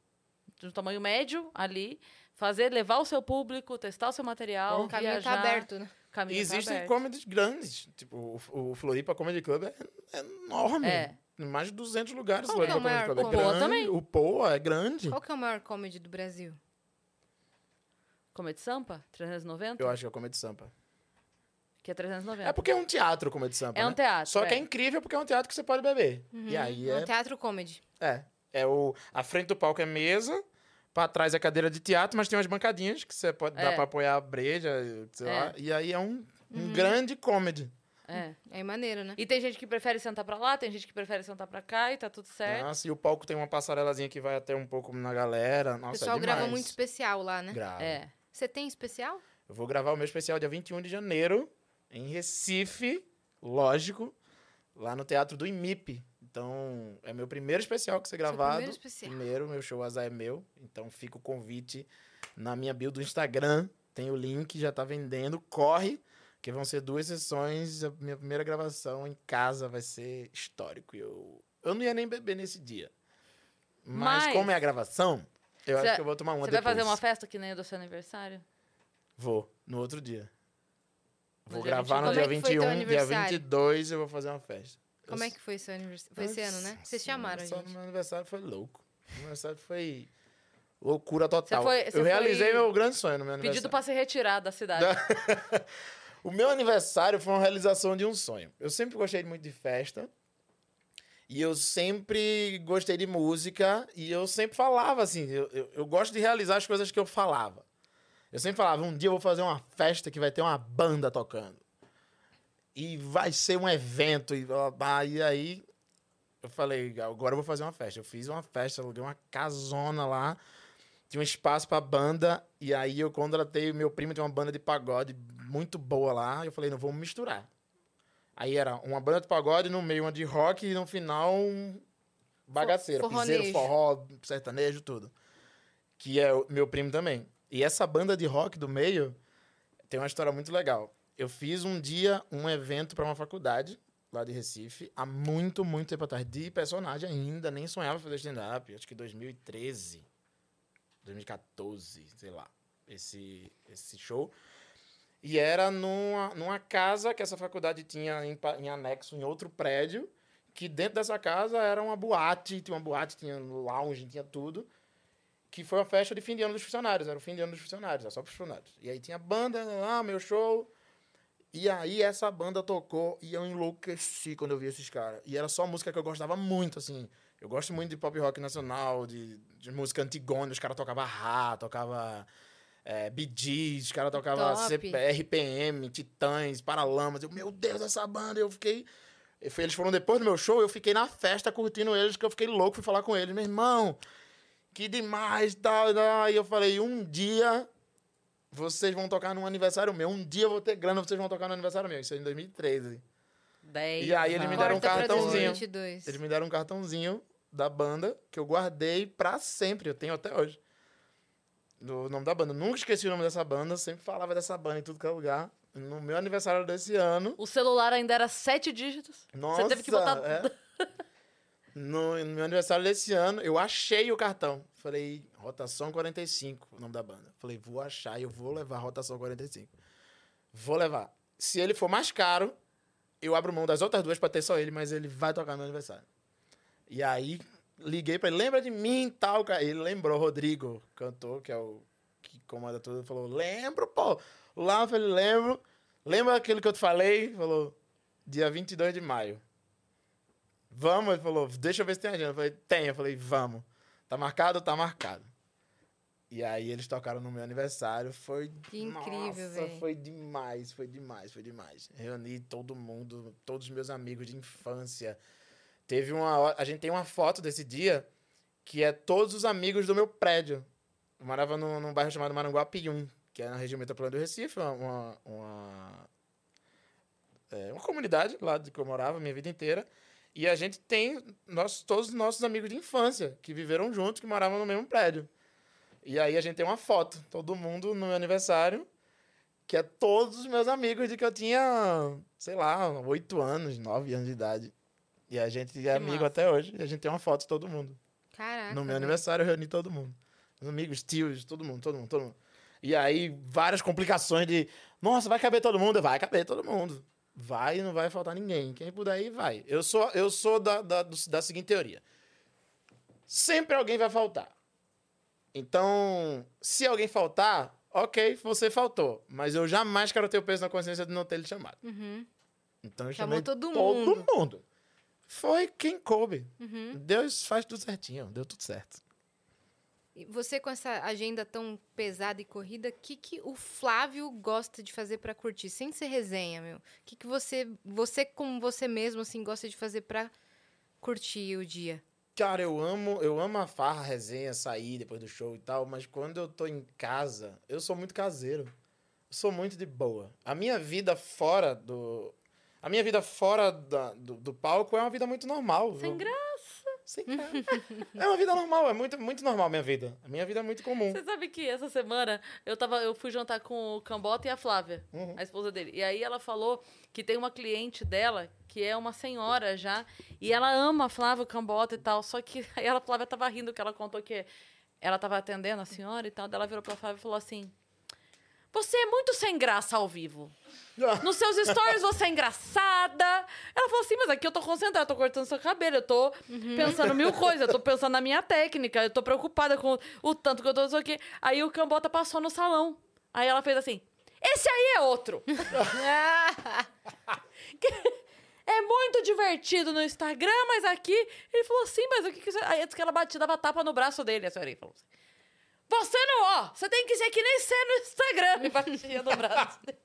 [SPEAKER 1] de um tamanho médio ali, fazer levar o seu público, testar o seu material,
[SPEAKER 2] o caminho
[SPEAKER 1] viajar,
[SPEAKER 2] tá aberto, né?
[SPEAKER 1] caminho
[SPEAKER 3] E
[SPEAKER 1] tá
[SPEAKER 3] existem
[SPEAKER 1] aberto.
[SPEAKER 3] comedies grandes. Tipo, o, o Floripa Comedy Club é, é enorme.
[SPEAKER 1] É.
[SPEAKER 3] Mais de 200 lugares.
[SPEAKER 2] Qual que é o
[SPEAKER 3] Floripa
[SPEAKER 2] maior?
[SPEAKER 3] Comedy Club.
[SPEAKER 1] O Poa
[SPEAKER 3] grande,
[SPEAKER 1] também.
[SPEAKER 3] O Poa é grande.
[SPEAKER 2] Qual que é o maior comedy do Brasil?
[SPEAKER 1] Comedy Sampa, 390,
[SPEAKER 3] Eu acho que é o Comedy Sampa.
[SPEAKER 1] que é 390.
[SPEAKER 3] É porque é um teatro o Comedy Sampa,
[SPEAKER 1] É um
[SPEAKER 3] né?
[SPEAKER 1] teatro.
[SPEAKER 3] Só que é
[SPEAKER 1] é.
[SPEAKER 3] incrível porque é um teatro que você pode beber. E aí
[SPEAKER 2] É
[SPEAKER 3] é...
[SPEAKER 2] um teatro comedy.
[SPEAKER 3] É. É o... A frente do palco é mesa, pra trás é cadeira de teatro, mas tem umas bancadinhas que você pode...
[SPEAKER 1] É.
[SPEAKER 3] Dá pra apoiar a breja, sei
[SPEAKER 1] É.
[SPEAKER 3] lá. E aí é um, um grande comedy.
[SPEAKER 1] É.
[SPEAKER 2] É maneiro, né?
[SPEAKER 1] E tem gente que prefere sentar pra lá, tem gente que prefere sentar pra cá e tá
[SPEAKER 3] Ah,
[SPEAKER 1] tudo certo.
[SPEAKER 3] Nossa, e o palco tem uma passarelazinha que vai até um pouco na galera.
[SPEAKER 2] O
[SPEAKER 3] Nossa,
[SPEAKER 2] pessoal
[SPEAKER 3] é demais.
[SPEAKER 2] grava muito especial lá, né?
[SPEAKER 3] Grava.
[SPEAKER 1] É.
[SPEAKER 2] Você tem especial?
[SPEAKER 3] Eu vou gravar o meu especial dia 21 de janeiro, em Recife, lógico, lá no Teatro do IMIP. Então, é meu primeiro especial que ser gravado.
[SPEAKER 2] primeiro especial.
[SPEAKER 3] Primeiro, meu show Azar é meu. Então, fica o convite na minha bio do Instagram. Tem o link, já tá vendendo. Corre, Que vão ser duas sessões. A minha primeira gravação em casa vai ser histórico. e Eu, eu não ia nem beber nesse dia. Mas,
[SPEAKER 1] Mas-
[SPEAKER 3] como é a gravação, eu
[SPEAKER 1] Você
[SPEAKER 3] acho
[SPEAKER 1] vai-
[SPEAKER 3] que eu vou tomar uma
[SPEAKER 1] Você vai
[SPEAKER 3] depois.
[SPEAKER 1] fazer uma festa que nem a do seu aniversário?
[SPEAKER 3] Vou, no outro dia.
[SPEAKER 1] No
[SPEAKER 3] Vou
[SPEAKER 1] dia
[SPEAKER 3] gravar
[SPEAKER 1] 22.
[SPEAKER 3] no dia
[SPEAKER 2] Como é que foi teu
[SPEAKER 3] 21, dia
[SPEAKER 2] aniversário?
[SPEAKER 3] 22 eu vou fazer uma festa.
[SPEAKER 2] Como
[SPEAKER 3] Eu-
[SPEAKER 2] é que foi seu aniversário? Foi esse ano, né?
[SPEAKER 3] Nossa,
[SPEAKER 2] Vocês chamaram a
[SPEAKER 3] só
[SPEAKER 2] gente.
[SPEAKER 3] Meu aniversário foi louco. Meu aniversário foi loucura total.
[SPEAKER 1] Você foi- você
[SPEAKER 3] eu
[SPEAKER 1] foi
[SPEAKER 3] realizei meu grande sonho no meu
[SPEAKER 1] Pedido
[SPEAKER 3] aniversário.
[SPEAKER 1] pra se retirar da cidade.
[SPEAKER 3] O meu aniversário foi uma realização de um sonho. Eu sempre gostei muito de festa. E eu sempre gostei de música. E eu sempre falava assim: eu, eu, eu gosto de realizar as coisas que eu falava. Eu sempre falava: um dia eu vou fazer uma festa que vai ter uma banda tocando. E vai ser um evento. E, blá, blá, blá. E aí eu falei: agora eu vou fazer uma festa. Eu fiz uma festa, aluguei uma casona lá tinha um espaço pra banda, e aí eu contratei meu primo, tinha uma banda de pagode muito boa lá, e eu falei, não, vamos misturar. Aí era uma banda de pagode, no meio uma de rock, e no final um bagaceiro,
[SPEAKER 2] forronejo.
[SPEAKER 3] piseiro, forró, sertanejo, tudo. Que é o meu primo também. E essa banda de rock do meio tem uma história muito legal. Eu fiz um dia um evento pra uma faculdade, lá de Recife, há muito, muito tempo atrás, de personagem ainda, nem sonhava fazer stand-up, acho que 2013. 2014, sei lá, esse, esse show. E era numa, numa casa que essa faculdade tinha em, pa- em anexo em outro prédio, que dentro dessa casa era uma boate, tinha uma boate, tinha um lounge, tinha tudo, que foi uma festa de fim de ano dos funcionários, era o fim de ano dos funcionários, era só para os funcionários. E aí tinha banda lá, meu show. E aí essa banda tocou e eu enlouqueci quando eu vi esses caras. E era só música que eu gostava muito, assim. Eu gosto muito de pop rock nacional, de, de música antigona. Os caras tocavam Rá, tocava é, Bee Gees, os caras tocavam
[SPEAKER 2] Top.
[SPEAKER 3] CP, RPM, Titãs, Paralamas. Eu, meu Deus, essa banda! Eu fiquei... eu fui- Eles foram depois do meu show, eu fiquei na festa curtindo eles, que eu fiquei louco, fui falar com eles. Meu irmão, que demais, tal, tal. E eu falei, um dia vocês vão tocar num aniversário meu. Um dia eu vou ter grana, vocês vão tocar no aniversário meu. Isso aí em 2013.
[SPEAKER 1] Dez
[SPEAKER 3] E aí eles me
[SPEAKER 1] anos.
[SPEAKER 3] deram um
[SPEAKER 2] Corta pra
[SPEAKER 3] cartãozinho.
[SPEAKER 2] 2022.
[SPEAKER 3] Eles me deram um cartãozinho da banda que eu guardei pra sempre. Eu tenho até hoje. O nome da banda. Nunca esqueci o nome dessa banda. Sempre falava dessa banda em tudo que é lugar. No meu aniversário desse ano.
[SPEAKER 1] O celular ainda era sete dígitos.
[SPEAKER 3] Nossa,
[SPEAKER 1] Você teve que botar.
[SPEAKER 3] é. No, no meu aniversário desse ano, eu achei o cartão. Falei, Rotação 45, o nome da banda. Falei, vou achar e eu vou levar a Rotação 45. Vou levar. Se ele for mais caro, eu abro mão das outras duas pra ter só ele, mas ele vai tocar no meu aniversário. E aí, liguei pra ele, lembra de mim e tal, cara. Ele lembrou, Rodrigo, cantor, que é o que comanda tudo, falou, lembro, pô. Lá, eu falei, lembro. Lembra aquilo que eu te falei? Falou, dia 22 de maio. Vamos? Ele falou, deixa eu ver se tem agenda. Eu falei, tem. Eu falei, vamos. Tá marcado? Tá marcado. E aí eles tocaram no meu aniversário. Foi
[SPEAKER 2] Que incrível,
[SPEAKER 3] Nossa,
[SPEAKER 2] velho.
[SPEAKER 3] Foi demais, foi demais, foi demais. Reuni todo mundo, todos os meus amigos de infância. Teve uma. hora- A gente tem uma foto desse dia que é todos os amigos do meu prédio. Eu morava num, num bairro chamado Maranguapium, que é na região metropolitana do Recife, uma, uma, uma, é, uma comunidade lá de que eu morava minha vida inteira. E a gente tem nós, todos os nossos amigos de infância que viveram juntos, que moravam no mesmo prédio. E aí a gente tem uma foto, todo mundo no meu aniversário, que é todos os meus amigos de que eu tinha, sei lá, oito anos, nove anos de idade. E a gente é amigo
[SPEAKER 1] massa.
[SPEAKER 3] até hoje, e a gente tem uma foto de todo mundo.
[SPEAKER 2] Caraca.
[SPEAKER 3] No meu
[SPEAKER 2] velho.
[SPEAKER 3] aniversário eu reuni todo mundo. Os amigos, tios, todo mundo, todo mundo, todo mundo. E aí, várias complicações de. Nossa, vai caber todo mundo? Vai caber todo mundo. Vai e não vai faltar ninguém. Quem puder ir, vai. Eu sou, eu sou da, da, do- da seguinte teoria: sempre alguém vai faltar. Então, se alguém faltar, ok, você faltou. Mas eu jamais quero ter o peso na consciência de não ter ele chamado.
[SPEAKER 2] Uhum,
[SPEAKER 3] Então eu
[SPEAKER 2] Chamou
[SPEAKER 3] chamei
[SPEAKER 2] todo mundo.
[SPEAKER 3] todo mundo. Foi quem coube.
[SPEAKER 2] uhum.
[SPEAKER 3] Deus faz tudo certinho, deu tudo certo.
[SPEAKER 2] E Você com essa agenda tão pesada e corrida, o que, que o Flávio gosta de fazer pra curtir? Sem ser resenha, meu. O que, que você, você como você mesmo, assim, gosta de fazer pra curtir o dia?
[SPEAKER 3] Cara, eu amo, eu amo a farra, a resenha, sair depois do show e tal, mas quando eu tô em casa, eu sou muito caseiro. Eu sou muito de boa. A minha vida fora do. A minha vida fora da- do, do palco é uma vida muito normal.
[SPEAKER 1] Sem
[SPEAKER 3] Eu-
[SPEAKER 1] graça.
[SPEAKER 3] Sem carro. é uma vida normal, é muito, muito normal a minha vida. A minha vida é muito comum.
[SPEAKER 1] Você sabe que essa semana eu, tava, eu fui jantar com o Cambota e a Flávia,
[SPEAKER 3] Uhum.
[SPEAKER 1] a esposa dele. E aí ela falou que tem uma cliente dela, que é uma senhora já, e ela ama a Flávia, o Cambota e tal. Só que (laughs) aí ela, a Flávia tava rindo, que ela contou que ela tava atendendo a senhora e tal. Daí ela virou pra Flávia e falou assim: Você é muito sem graça ao vivo. Nos seus stories você é engraçada. Ela falou assim, mas aqui eu tô concentrada, eu tô cortando seu cabelo, eu tô pensando mil coisas, eu tô pensando na minha técnica, eu tô preocupada com o tanto que eu tô isso aqui. Aí o Cambota passou no salão. Aí ela fez assim, esse aí é outro. É muito divertido no Instagram, mas aqui... Ele falou assim, mas o que que você... Aí disse que ela batia, dava tapa no braço dele, a senhora falou assim. Você não, ó, você tem que ser que nem ser no Instagram. E batia no braço dele.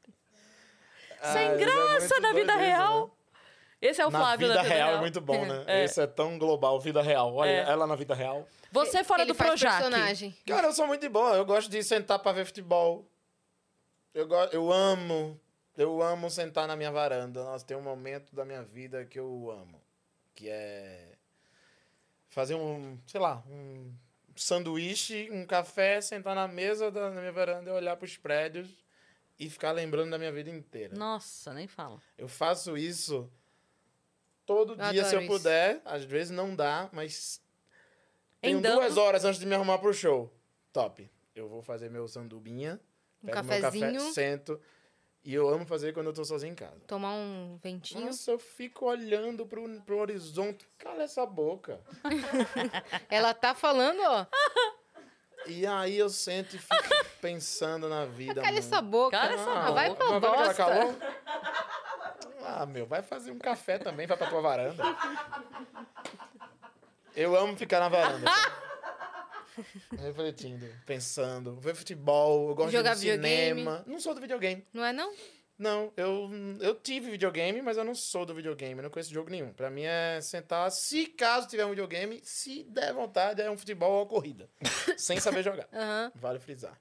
[SPEAKER 1] Sem
[SPEAKER 3] Ah, isso é
[SPEAKER 1] graça
[SPEAKER 3] muito
[SPEAKER 1] na vida
[SPEAKER 3] doido isso,
[SPEAKER 1] real.
[SPEAKER 3] né?
[SPEAKER 1] (laughs) Esse é o
[SPEAKER 3] Na
[SPEAKER 1] Flávio
[SPEAKER 3] vida,
[SPEAKER 1] da
[SPEAKER 3] real é muito bom, né?
[SPEAKER 1] É.
[SPEAKER 3] Isso é tão global, vida real. Olha,
[SPEAKER 1] É.
[SPEAKER 3] ela na vida real.
[SPEAKER 1] Você fora
[SPEAKER 2] Ele
[SPEAKER 1] do
[SPEAKER 2] faz
[SPEAKER 1] Projac.
[SPEAKER 2] personagem.
[SPEAKER 3] Cara, eu sou muito de boa. Eu gosto de sentar pra ver futebol. Eu, go... eu amo. Eu amo sentar na minha varanda. Nossa, tem um momento da minha vida que eu amo. Que é. Fazer um. Sei lá. Um sanduíche, um café, sentar na mesa da na minha varanda e olhar pros prédios e ficar lembrando da minha vida inteira.
[SPEAKER 1] Nossa, nem fala.
[SPEAKER 3] Eu faço isso todo
[SPEAKER 2] Eu
[SPEAKER 3] dia se eu
[SPEAKER 2] adoro isso.
[SPEAKER 3] puder. Às vezes não dá, mas tenho
[SPEAKER 2] Então-
[SPEAKER 1] Endando.
[SPEAKER 3] duas horas antes de me arrumar pro show. Top. Eu vou fazer meu sandubinha,
[SPEAKER 2] Um
[SPEAKER 3] pego meu café,
[SPEAKER 2] cafezinho.
[SPEAKER 3] sento. E eu amo fazer quando eu tô sozinho em casa.
[SPEAKER 2] Tomar um ventinho.
[SPEAKER 3] Nossa, eu fico olhando pro, pro horizonte. Cala essa boca.
[SPEAKER 2] Ela tá falando, ó.
[SPEAKER 3] E aí eu sento
[SPEAKER 2] (laughs)
[SPEAKER 3] e fico pensando na vida.
[SPEAKER 2] Cala
[SPEAKER 3] mano.
[SPEAKER 2] essa boca.
[SPEAKER 1] Cala essa
[SPEAKER 2] Ah, Vai
[SPEAKER 1] boca.
[SPEAKER 2] pra
[SPEAKER 3] Vai pra aquela
[SPEAKER 2] bosta.
[SPEAKER 3] calor? Ah, meu, vai fazer um café também, vai pra tua varanda. Eu amo ficar
[SPEAKER 2] (laughs)
[SPEAKER 3] na varanda. Refletindo, pensando, ver futebol, eu gosto
[SPEAKER 2] Jogar
[SPEAKER 3] de ir no
[SPEAKER 2] videogame.
[SPEAKER 3] cinema. Não sou do videogame.
[SPEAKER 2] Não é não?
[SPEAKER 3] Não, eu, eu tive videogame, mas eu não sou do videogame, eu não conheço jogo nenhum. Pra mim é sentar, se caso tiver um videogame, se der vontade, é um futebol ou corrida. sem saber jogar.
[SPEAKER 2] Aham.
[SPEAKER 3] Vale frisar.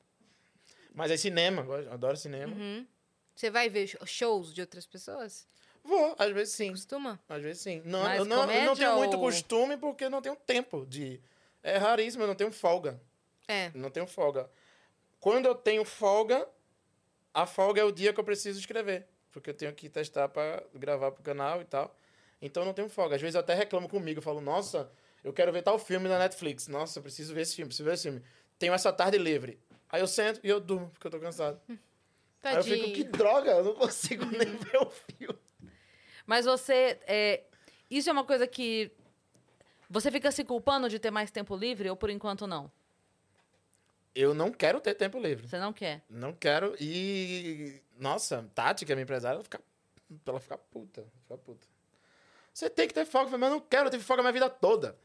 [SPEAKER 3] Mas é cinema, eu gosto- eu adoro cinema.
[SPEAKER 2] Uhum. Você vai ver sh- shows de outras pessoas?
[SPEAKER 3] Vou, às vezes sim.
[SPEAKER 2] Costuma?
[SPEAKER 3] Às vezes sim. Não,
[SPEAKER 1] Mas
[SPEAKER 3] eu não, eu
[SPEAKER 1] comédia
[SPEAKER 3] não tenho muito
[SPEAKER 1] ou-
[SPEAKER 3] costume porque eu não tenho tempo de. É raríssimo, eu não tenho folga.
[SPEAKER 2] É.
[SPEAKER 3] Eu Não tenho folga. Quando eu tenho folga, a folga é o dia que eu preciso escrever. Porque eu tenho que testar pra gravar pro canal e tal. Então eu não tenho folga. Às vezes eu até reclamo comigo, eu falo, nossa, eu quero ver tal filme na Netflix. Nossa, eu preciso ver esse filme, preciso ver esse filme. Tenho essa tarde livre. Aí eu sento e eu durmo, porque eu tô cansado. Aí Ah, eu
[SPEAKER 2] Tadinho.
[SPEAKER 3] fico, que droga, eu não consigo (laughs) nem ver o filme.
[SPEAKER 1] Mas você. é, isso é uma coisa que. Você fica se culpando de ter mais tempo livre ou por enquanto não?
[SPEAKER 3] Eu não quero ter tempo livre.
[SPEAKER 1] Você não quer?
[SPEAKER 3] Não quero. E. Nossa, Tati, que é minha empresária, ela fica. Ela fica puta. Fica puta. Você tem que ter folga. Eu falei, Mas eu não quero, eu tive folga a minha vida toda.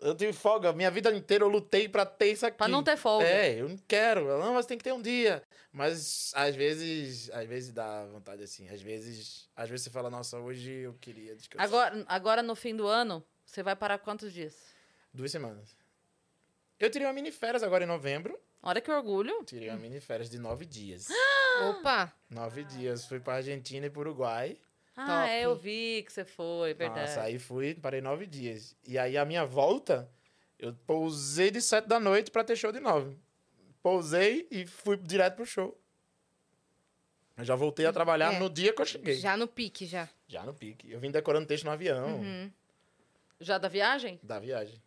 [SPEAKER 3] Eu tive folga, minha vida inteira eu lutei pra ter isso aqui.
[SPEAKER 1] Pra não ter folga.
[SPEAKER 3] É, eu não quero. Ela, não, mas tem que ter um dia. Mas às vezes. Às vezes dá vontade assim. Às vezes. Às vezes você fala, nossa, hoje eu queria descansar.
[SPEAKER 1] Agora, agora no fim do ano, você vai parar quantos dias?
[SPEAKER 3] Duas semanas. Eu tirei uma mini férias agora em novembro.
[SPEAKER 1] Olha que orgulho.
[SPEAKER 3] Tirei uma mini férias de nove dias.
[SPEAKER 1] (gasps)
[SPEAKER 2] Opa.
[SPEAKER 3] Nove dias. Fui pra Argentina e pro Uruguai.
[SPEAKER 1] Ah,
[SPEAKER 2] Top.
[SPEAKER 1] é, eu vi que você foi, verdade.
[SPEAKER 3] Nossa, aí fui, parei nove dias. E aí a minha volta, eu pousei de sete da noite pra ter show de nove. Pousei e fui direto pro show. Eu já voltei a trabalhar
[SPEAKER 2] É.
[SPEAKER 3] no dia que eu cheguei. Já.
[SPEAKER 2] Já no pique, já.
[SPEAKER 3] no pique. Eu vim decorando texto no avião
[SPEAKER 2] Uhum.
[SPEAKER 1] Já da viagem?
[SPEAKER 3] da viagem.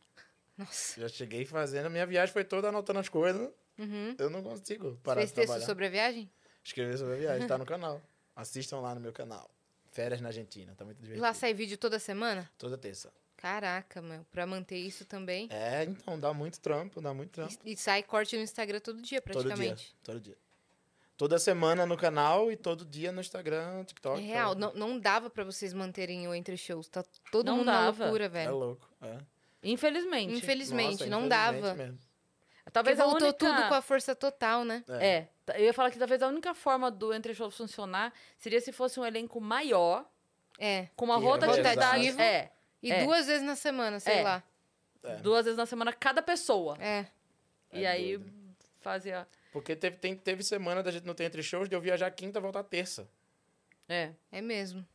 [SPEAKER 2] Nossa.
[SPEAKER 3] Já cheguei fazendo, a minha viagem foi toda anotando as coisas.
[SPEAKER 2] Uhum.
[SPEAKER 3] Eu não consigo
[SPEAKER 2] Você
[SPEAKER 3] parar
[SPEAKER 2] fez
[SPEAKER 3] de
[SPEAKER 2] texto
[SPEAKER 3] trabalhar.
[SPEAKER 2] sobre a viagem?
[SPEAKER 3] Escrever sobre a
[SPEAKER 2] (laughs)
[SPEAKER 3] viagem, tá no canal. Assistam lá no meu canal. Férias na Argentina, tá muito divertido.
[SPEAKER 2] Lá sai vídeo toda semana?
[SPEAKER 3] Toda terça.
[SPEAKER 2] Caraca, meu. Pra manter isso também.
[SPEAKER 3] É, então, dá muito trampo, dá muito trampo.
[SPEAKER 2] E, e sai corte no Instagram todo dia, praticamente.
[SPEAKER 3] Todo dia, todo dia. Toda semana no canal e todo dia no Instagram, TikTok.
[SPEAKER 2] É real.
[SPEAKER 3] tá
[SPEAKER 2] Não, não dava pra vocês manterem o entre shows. Tá todo
[SPEAKER 1] Não
[SPEAKER 2] mundo
[SPEAKER 1] dava.
[SPEAKER 2] na loucura,
[SPEAKER 3] louco. É
[SPEAKER 2] velho.
[SPEAKER 3] louco. É.
[SPEAKER 1] Infelizmente. Ah,
[SPEAKER 2] Infelizmente,
[SPEAKER 3] Nossa,
[SPEAKER 2] não
[SPEAKER 3] infelizmente
[SPEAKER 2] dava.
[SPEAKER 3] mesmo.
[SPEAKER 1] Talvez
[SPEAKER 2] Porque
[SPEAKER 1] a
[SPEAKER 2] voltou
[SPEAKER 1] única...
[SPEAKER 2] tudo com a força total, né?
[SPEAKER 3] É.
[SPEAKER 1] É, ta- eu ia falar que talvez a única forma do Entre Shows funcionar seria se fosse um elenco maior,
[SPEAKER 2] É.
[SPEAKER 1] com uma
[SPEAKER 3] Que era
[SPEAKER 1] rotatividade.
[SPEAKER 2] rotativo.
[SPEAKER 1] É,
[SPEAKER 2] E
[SPEAKER 1] É.
[SPEAKER 2] duas vezes na semana, sei
[SPEAKER 1] É.
[SPEAKER 2] lá.
[SPEAKER 3] É.
[SPEAKER 1] duas vezes na semana cada pessoa.
[SPEAKER 2] É.
[SPEAKER 1] e
[SPEAKER 3] É
[SPEAKER 1] aí
[SPEAKER 3] doido.
[SPEAKER 1] fazia.
[SPEAKER 3] Porque teve, tem- teve semana da gente não ter entre shows de eu viajar quinta e voltar terça.
[SPEAKER 1] É.
[SPEAKER 2] É mesmo.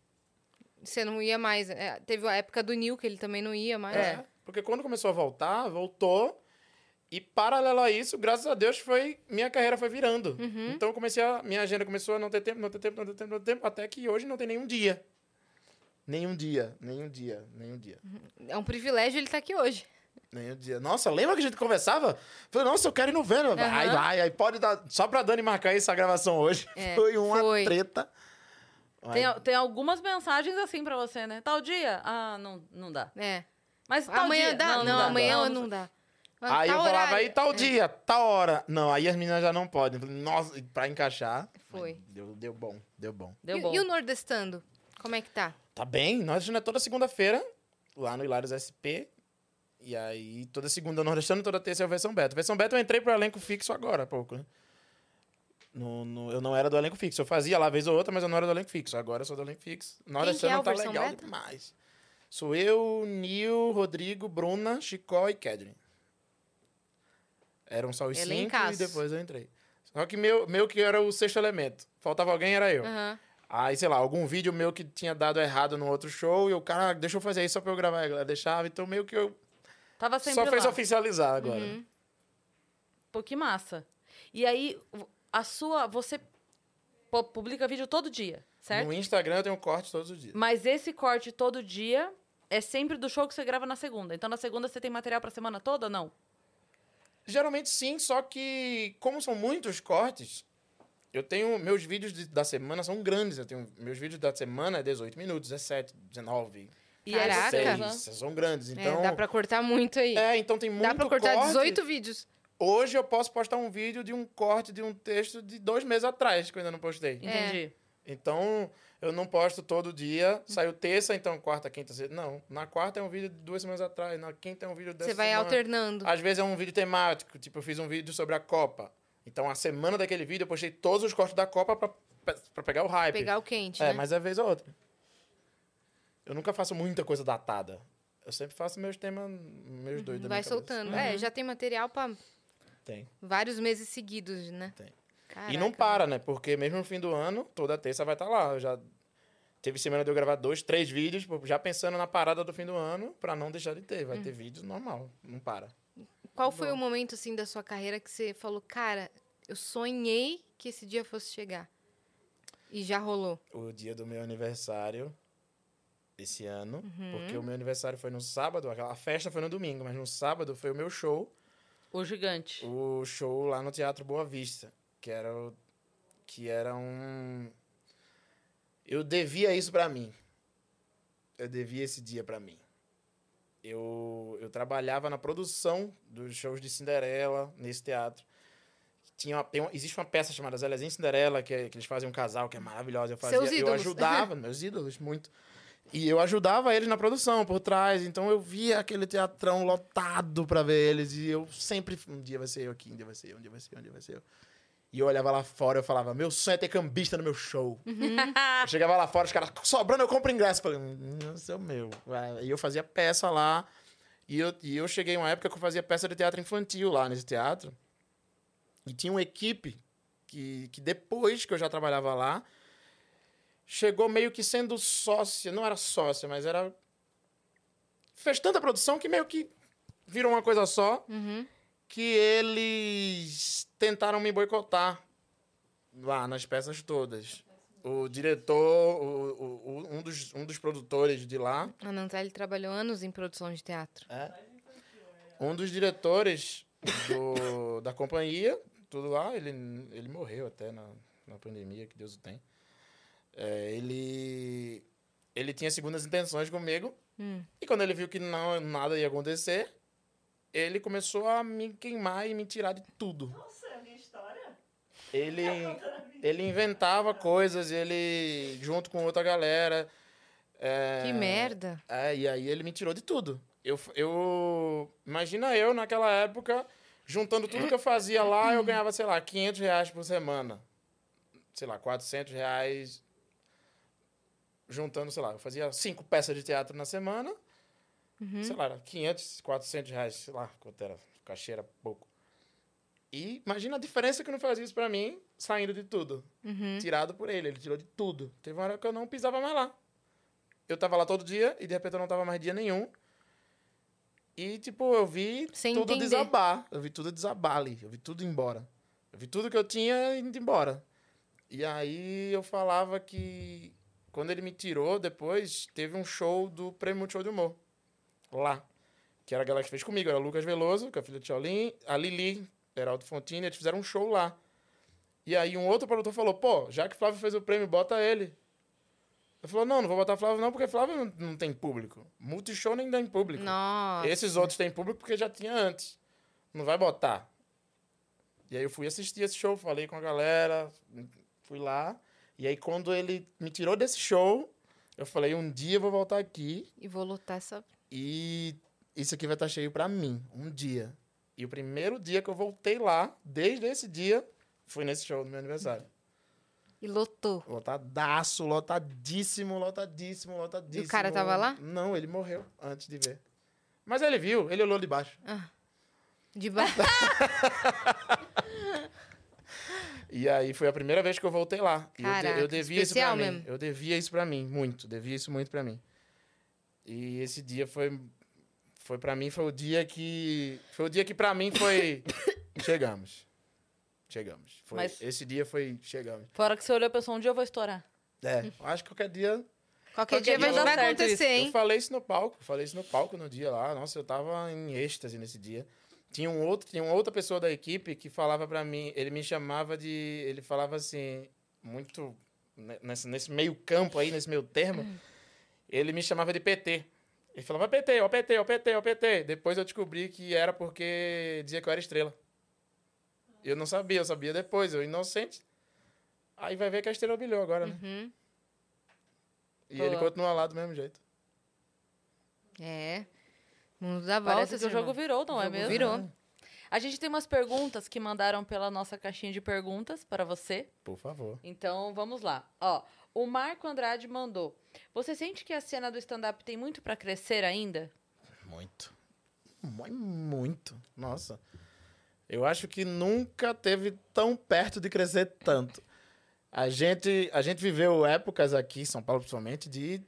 [SPEAKER 2] Você não ia mais. É, teve a época do Nil, que ele também não ia mais.
[SPEAKER 1] É.
[SPEAKER 3] Porque quando começou a voltar, voltou. E paralelo a isso, graças a Deus, foi minha carreira foi virando.
[SPEAKER 2] Uhum.
[SPEAKER 3] Então eu comecei a minha agenda começou a não ter tempo, não ter tempo, não ter tempo, não ter tempo, até que hoje não tem nenhum dia. Nenhum dia, nenhum dia, nenhum dia.
[SPEAKER 2] É um privilégio ele estar aqui hoje.
[SPEAKER 3] Nenhum dia. Nossa, lembra que a gente conversava? Falei, nossa, eu quero ir no Venom. Ai,
[SPEAKER 2] Aham.
[SPEAKER 3] ai, ai, pode dar. Só pra Dani marcar essa gravação hoje.
[SPEAKER 2] É,
[SPEAKER 3] (laughs) foi uma
[SPEAKER 2] foi.
[SPEAKER 3] treta.
[SPEAKER 1] Tem,
[SPEAKER 3] Ai,
[SPEAKER 1] al- tem algumas mensagens assim pra você, né? Tal dia? Ah, não, não dá.
[SPEAKER 2] É.
[SPEAKER 1] Mas tal
[SPEAKER 2] Amanhã
[SPEAKER 1] tá dia?
[SPEAKER 2] dá? Não,
[SPEAKER 1] dá.
[SPEAKER 2] amanhã não,
[SPEAKER 1] não
[SPEAKER 2] dá.
[SPEAKER 3] Aí
[SPEAKER 2] Tal
[SPEAKER 3] eu falava,
[SPEAKER 2] horário. É.
[SPEAKER 3] aí tá tal dia, tal hora. Não, aí as meninas já não podem. Falei, Nossa, e pra encaixar.
[SPEAKER 2] Foi.
[SPEAKER 3] Mas Deu, deu bom, deu bom.
[SPEAKER 1] Deu
[SPEAKER 2] e,
[SPEAKER 1] bom.
[SPEAKER 2] e o Nordestando? Como é que tá?
[SPEAKER 3] Tá bem, nós a gente é toda segunda-feira, lá no Hilários SP. E aí, toda segunda nordestano, toda terça é o Versão Beta. Versão Beta eu entrei pro elenco fixo agora há pouco, né? No, no- eu não era do elenco fixo. Eu fazia lá vez ou outra, mas eu não era do elenco fixo. Agora eu sou do elenco fixo. Nordestano
[SPEAKER 2] que é o
[SPEAKER 3] tá
[SPEAKER 2] Versão
[SPEAKER 3] legal
[SPEAKER 2] Beta?
[SPEAKER 3] demais. Sou eu, Nil, Rodrigo, Bruna, Chicó e Kedrin. Eram só os cinco
[SPEAKER 2] Elencaço.
[SPEAKER 3] e depois eu entrei. Só que meu, meu que era o sexto elemento. Faltava alguém, era eu.
[SPEAKER 2] Aham.
[SPEAKER 3] Aí, sei lá, algum vídeo meu que tinha dado errado no outro show e o cara, "Ah, deixa eu fazer aí só pra eu gravar. A galera deixava, então meio que eu.
[SPEAKER 2] Tá
[SPEAKER 1] Tava sempre
[SPEAKER 3] só fez
[SPEAKER 1] lá.
[SPEAKER 3] oficializar agora.
[SPEAKER 2] Uhum,
[SPEAKER 1] Pô, que massa. E aí, a sua... Você pu- publica vídeo todo dia, certo?
[SPEAKER 3] No Instagram eu tenho corte todos os dias.
[SPEAKER 1] Mas esse corte todo dia é sempre do show que você grava na segunda. Então, na segunda, você tem material pra semana toda ou não?
[SPEAKER 3] Geralmente sim, só que como são muitos cortes, eu tenho. Meus vídeos de- da semana são grandes. Eu tenho, meus vídeos da semana é 18 minutos, 17, 19,
[SPEAKER 1] E aí
[SPEAKER 2] Caraca.
[SPEAKER 1] você-
[SPEAKER 3] 16. São grandes. Então.
[SPEAKER 2] É, dá pra cortar muito aí.
[SPEAKER 3] É, então tem muito
[SPEAKER 2] dá pra cortar
[SPEAKER 3] corte.
[SPEAKER 2] 18 vídeos.
[SPEAKER 3] Hoje eu posso postar um vídeo de um corte de um texto de dois meses atrás, que eu ainda não postei.
[SPEAKER 2] É.
[SPEAKER 1] Entendi.
[SPEAKER 3] Então, eu não posto todo dia. Saiu terça, então quarta, quinta, sexta. Não, na quarta é um vídeo de duas semanas atrás, na quinta é um vídeo dessa
[SPEAKER 2] Você vai
[SPEAKER 3] semana.
[SPEAKER 2] alternando.
[SPEAKER 3] Às vezes é um vídeo temático, tipo, eu fiz um vídeo sobre a Copa. Então, a semana daquele vídeo eu postei todos os cortes da Copa pra, pra pegar o hype.
[SPEAKER 2] Pegar o quente,
[SPEAKER 3] É,
[SPEAKER 2] né?
[SPEAKER 3] mas é vez ou outra. Eu nunca faço muita coisa datada. Eu sempre faço meus temas, meus doidos da
[SPEAKER 2] Uhum. vai
[SPEAKER 3] minha cabeça.
[SPEAKER 2] soltando. É, já tem material pra
[SPEAKER 3] Tem.
[SPEAKER 2] vários meses seguidos, né?
[SPEAKER 3] Tem. E
[SPEAKER 2] Caraca.
[SPEAKER 3] não para, né? Porque mesmo no fim do ano, toda terça vai estar lá. Eu já teve semana de eu gravar dois, três vídeos, pô, já pensando na parada do fim do ano, pra não deixar de ter. Vai ter vídeo normal, não para.
[SPEAKER 2] Qual foi o momento, assim, da sua carreira que você falou, cara, eu sonhei que esse dia fosse chegar? E já rolou.
[SPEAKER 3] O dia do meu aniversário esse ano, porque o meu aniversário foi no sábado, aquela- a festa foi no domingo, mas no sábado foi o meu show,
[SPEAKER 1] O gigante.
[SPEAKER 3] o show lá no Teatro Boa Vista, que era o, que era um eu devia isso pra mim. Eu devia esse dia pra mim. Eu, eu trabalhava na produção dos shows de Cinderela nesse teatro. Tinha uma- tem uma- existe uma peça chamada Zéliazinha e Cinderela, que, é- que eles fazem um casal, que é maravilhosa. Eu, fazia,
[SPEAKER 2] Seus
[SPEAKER 3] eu
[SPEAKER 2] ídolos. (laughs)
[SPEAKER 3] ajudava, meus ídolos, muito. E eu ajudava eles na produção, por trás. Então eu via aquele teatrão lotado pra ver eles. E eu sempre. Um dia vai ser eu aqui, um dia vai ser eu, um dia vai ser eu, um dia vai ser eu. E eu olhava lá fora eu falava: meu sonho é ter cambista no meu show. Eu chegava lá fora, os caras, sobrando, eu compro ingresso. Eu Falei, "Hum, esse é o meu. Vai. E eu fazia peça lá. E eu, e eu cheguei em uma época que eu fazia peça de teatro infantil lá nesse teatro. E tinha uma equipe que, que depois que eu já trabalhava lá, chegou meio que sendo sócia. Não era sócia, mas era... Fez tanta produção que meio que virou uma coisa só
[SPEAKER 2] Uhum.
[SPEAKER 3] que eles tentaram me boicotar lá nas peças todas. O diretor, o- o- o- um, dos, um dos produtores de lá,
[SPEAKER 2] A Nantelli trabalhou anos em produção de teatro.
[SPEAKER 3] um dos diretores do- da companhia, tudo lá, ele, ele morreu até na, na pandemia, que Deus o tem. É, ele, ele tinha segundas intenções comigo,
[SPEAKER 2] Hum.
[SPEAKER 3] e quando ele viu que não, nada ia acontecer, ele começou a me queimar e me tirar de tudo.
[SPEAKER 4] Nossa, é a minha história? (laughs)
[SPEAKER 3] Ele, ele inventava coisas, ele junto com outra galera. é,
[SPEAKER 2] Que merda.
[SPEAKER 3] é, e aí ele me tirou de tudo. Eu, f- eu imagina eu naquela época juntando tudo que eu fazia lá, eu ganhava sei lá 500 reais por semana, sei lá 400 reais juntando sei lá, eu fazia cinco peças de teatro na semana, sei
[SPEAKER 2] Uhum.
[SPEAKER 3] lá, era 500, 400 reais, sei lá quanto era, o cachê era pouco. E imagina a diferença que não fazia isso pra mim saindo de tudo
[SPEAKER 2] Uhum.
[SPEAKER 3] tirado por ele. Ele tirou de tudo. Teve uma hora que eu não pisava mais lá. Eu tava lá todo dia e de repente eu não tava mais dia nenhum. E, tipo, eu vi
[SPEAKER 2] Sem
[SPEAKER 3] tudo
[SPEAKER 2] entender.
[SPEAKER 3] desabar. Eu vi tudo desabar ali. Eu vi tudo ir embora. Eu vi tudo que eu tinha indo embora. E aí eu falava que. Quando ele me tirou depois, teve um show do Prêmio Multishow de Humor. Lá. Que era a galera que fez comigo. Era o Lucas Veloso, que é a filha de Shaolin, a Lili, Heraldo Fontini, eles fizeram um show lá. E aí um outro produtor falou, pô, já que o Flávio fez o prêmio, bota ele. Eu falei, não, não vou botar Flávio não, porque Flávio não, não tem público. Multishow nem dá em público.
[SPEAKER 2] Nossa.
[SPEAKER 3] Esses outros têm público porque já tinha antes. Não vai botar. E aí eu fui assistir esse show, falei com a galera, fui lá. E aí quando ele me tirou desse show, eu falei, um dia eu vou voltar aqui
[SPEAKER 2] E vou lutar essa.
[SPEAKER 3] e isso aqui vai estar cheio pra mim, um dia. E o primeiro dia que eu voltei lá, desde esse dia, foi nesse show do meu aniversário.
[SPEAKER 2] E lotou.
[SPEAKER 3] Lotadaço, lotadíssimo, lotadíssimo, lotadíssimo.
[SPEAKER 2] E o cara tava lá?
[SPEAKER 3] Não, ele morreu antes de ver. Mas ele viu, ele olhou de baixo.
[SPEAKER 2] De ba...
[SPEAKER 3] E aí foi a primeira vez que eu voltei lá. E eu de- eu,
[SPEAKER 2] Caraca,
[SPEAKER 3] devia isso pra
[SPEAKER 2] especial
[SPEAKER 3] mim.
[SPEAKER 2] mesmo.
[SPEAKER 3] Eu devia isso pra mim, muito. Devia isso muito pra mim. E esse dia foi foi para mim foi o dia que foi o dia que pra
[SPEAKER 2] (coughs)
[SPEAKER 3] mim foi chegamos. Chegamos. Foi-
[SPEAKER 1] Mas-
[SPEAKER 3] esse dia foi chegamos.
[SPEAKER 1] Fora que você olhou e pensou, um dia eu vou estourar.
[SPEAKER 3] É, eu acho que qualquer dia
[SPEAKER 2] (laughs) Qualquer
[SPEAKER 1] dia
[SPEAKER 2] dia vai,
[SPEAKER 1] vai
[SPEAKER 2] vai
[SPEAKER 1] dar certo
[SPEAKER 2] acontecer,
[SPEAKER 3] Eu
[SPEAKER 2] hein?
[SPEAKER 3] falei isso no palco, falei isso no palco no dia lá. Nossa, eu tava em êxtase nesse dia. Tinha um outro, tinha uma outra pessoa da equipe que falava pra mim, ele me chamava de, ele falava assim, muito ne- nesse, nesse meio campo aí, nesse meio termo, ele me chamava de PT. Ele falava PT, ó PT, ó PT, ó PT. Depois eu descobri que era porque dizia que eu era estrela. Eu não sabia, eu sabia depois, eu inocente. Aí vai ver que a estrela brilhou agora, né?
[SPEAKER 2] Uhum.
[SPEAKER 3] E ele
[SPEAKER 1] Boa.
[SPEAKER 3] continua lá do mesmo jeito.
[SPEAKER 2] É. Mundo da volta.
[SPEAKER 1] Parece que o jogo virou, não é
[SPEAKER 2] Jogo
[SPEAKER 1] mesmo?
[SPEAKER 2] virou.
[SPEAKER 1] A gente tem umas perguntas que mandaram pela nossa caixinha de perguntas para você.
[SPEAKER 3] Por favor.
[SPEAKER 1] Então, vamos lá. Ó, o Marco Andrade mandou. Você sente que a cena do stand-up tem muito para crescer ainda?
[SPEAKER 3] Muito. Mu- Muito. Nossa. Eu acho que nunca teve tão perto de crescer tanto. A gente, a gente viveu épocas aqui, em São Paulo principalmente, de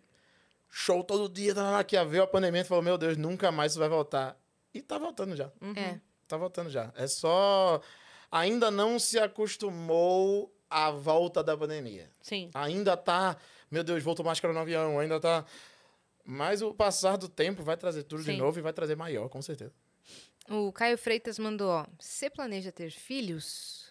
[SPEAKER 3] show todo dia, tá, que veio a pandemia e falou, meu Deus, nunca mais isso vai voltar. E tá voltando já.
[SPEAKER 1] Uhum.
[SPEAKER 2] É.
[SPEAKER 3] Tá voltando já. É só... Ainda não se acostumou à volta da pandemia.
[SPEAKER 1] Sim.
[SPEAKER 3] Ainda tá, meu Deus, vou tomar máscara no avião, ainda tá. Mas o passar do tempo vai trazer tudo de
[SPEAKER 1] Sim.
[SPEAKER 3] novo e vai trazer maior, com certeza.
[SPEAKER 2] O Caio Freitas mandou, ó. Você planeja ter filhos?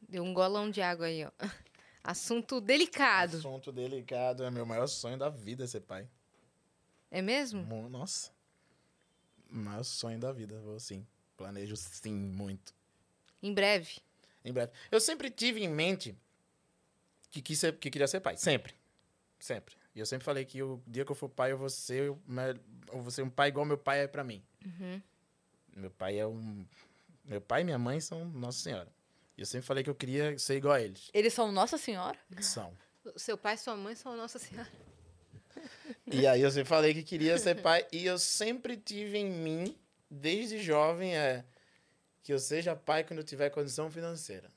[SPEAKER 2] Deu um golão de água aí, ó. (laughs) Assunto delicado.
[SPEAKER 3] Assunto delicado, é meu maior sonho da vida ser pai.
[SPEAKER 2] É mesmo?
[SPEAKER 3] Mo- Nossa. Maior sonho da vida, vou sim. Planejo sim, muito.
[SPEAKER 2] Em breve.
[SPEAKER 3] Em breve. Eu sempre tive em mente que, quis ser- que queria ser pai. Sempre. Sempre. E eu sempre falei que o dia que eu for pai, eu vou ser, o me- eu vou ser um pai igual meu pai é pra mim. Meu pai é um. Meu pai e minha mãe são Nossa Senhora. E eu sempre falei que eu queria ser igual a eles.
[SPEAKER 1] Eles são Nossa Senhora?
[SPEAKER 3] São.
[SPEAKER 2] O Seu pai e sua mãe são Nossa Senhora.
[SPEAKER 3] E aí eu sempre falei que queria ser pai. E eu sempre tive em mim, desde jovem, é que eu seja pai quando eu tiver condição financeira.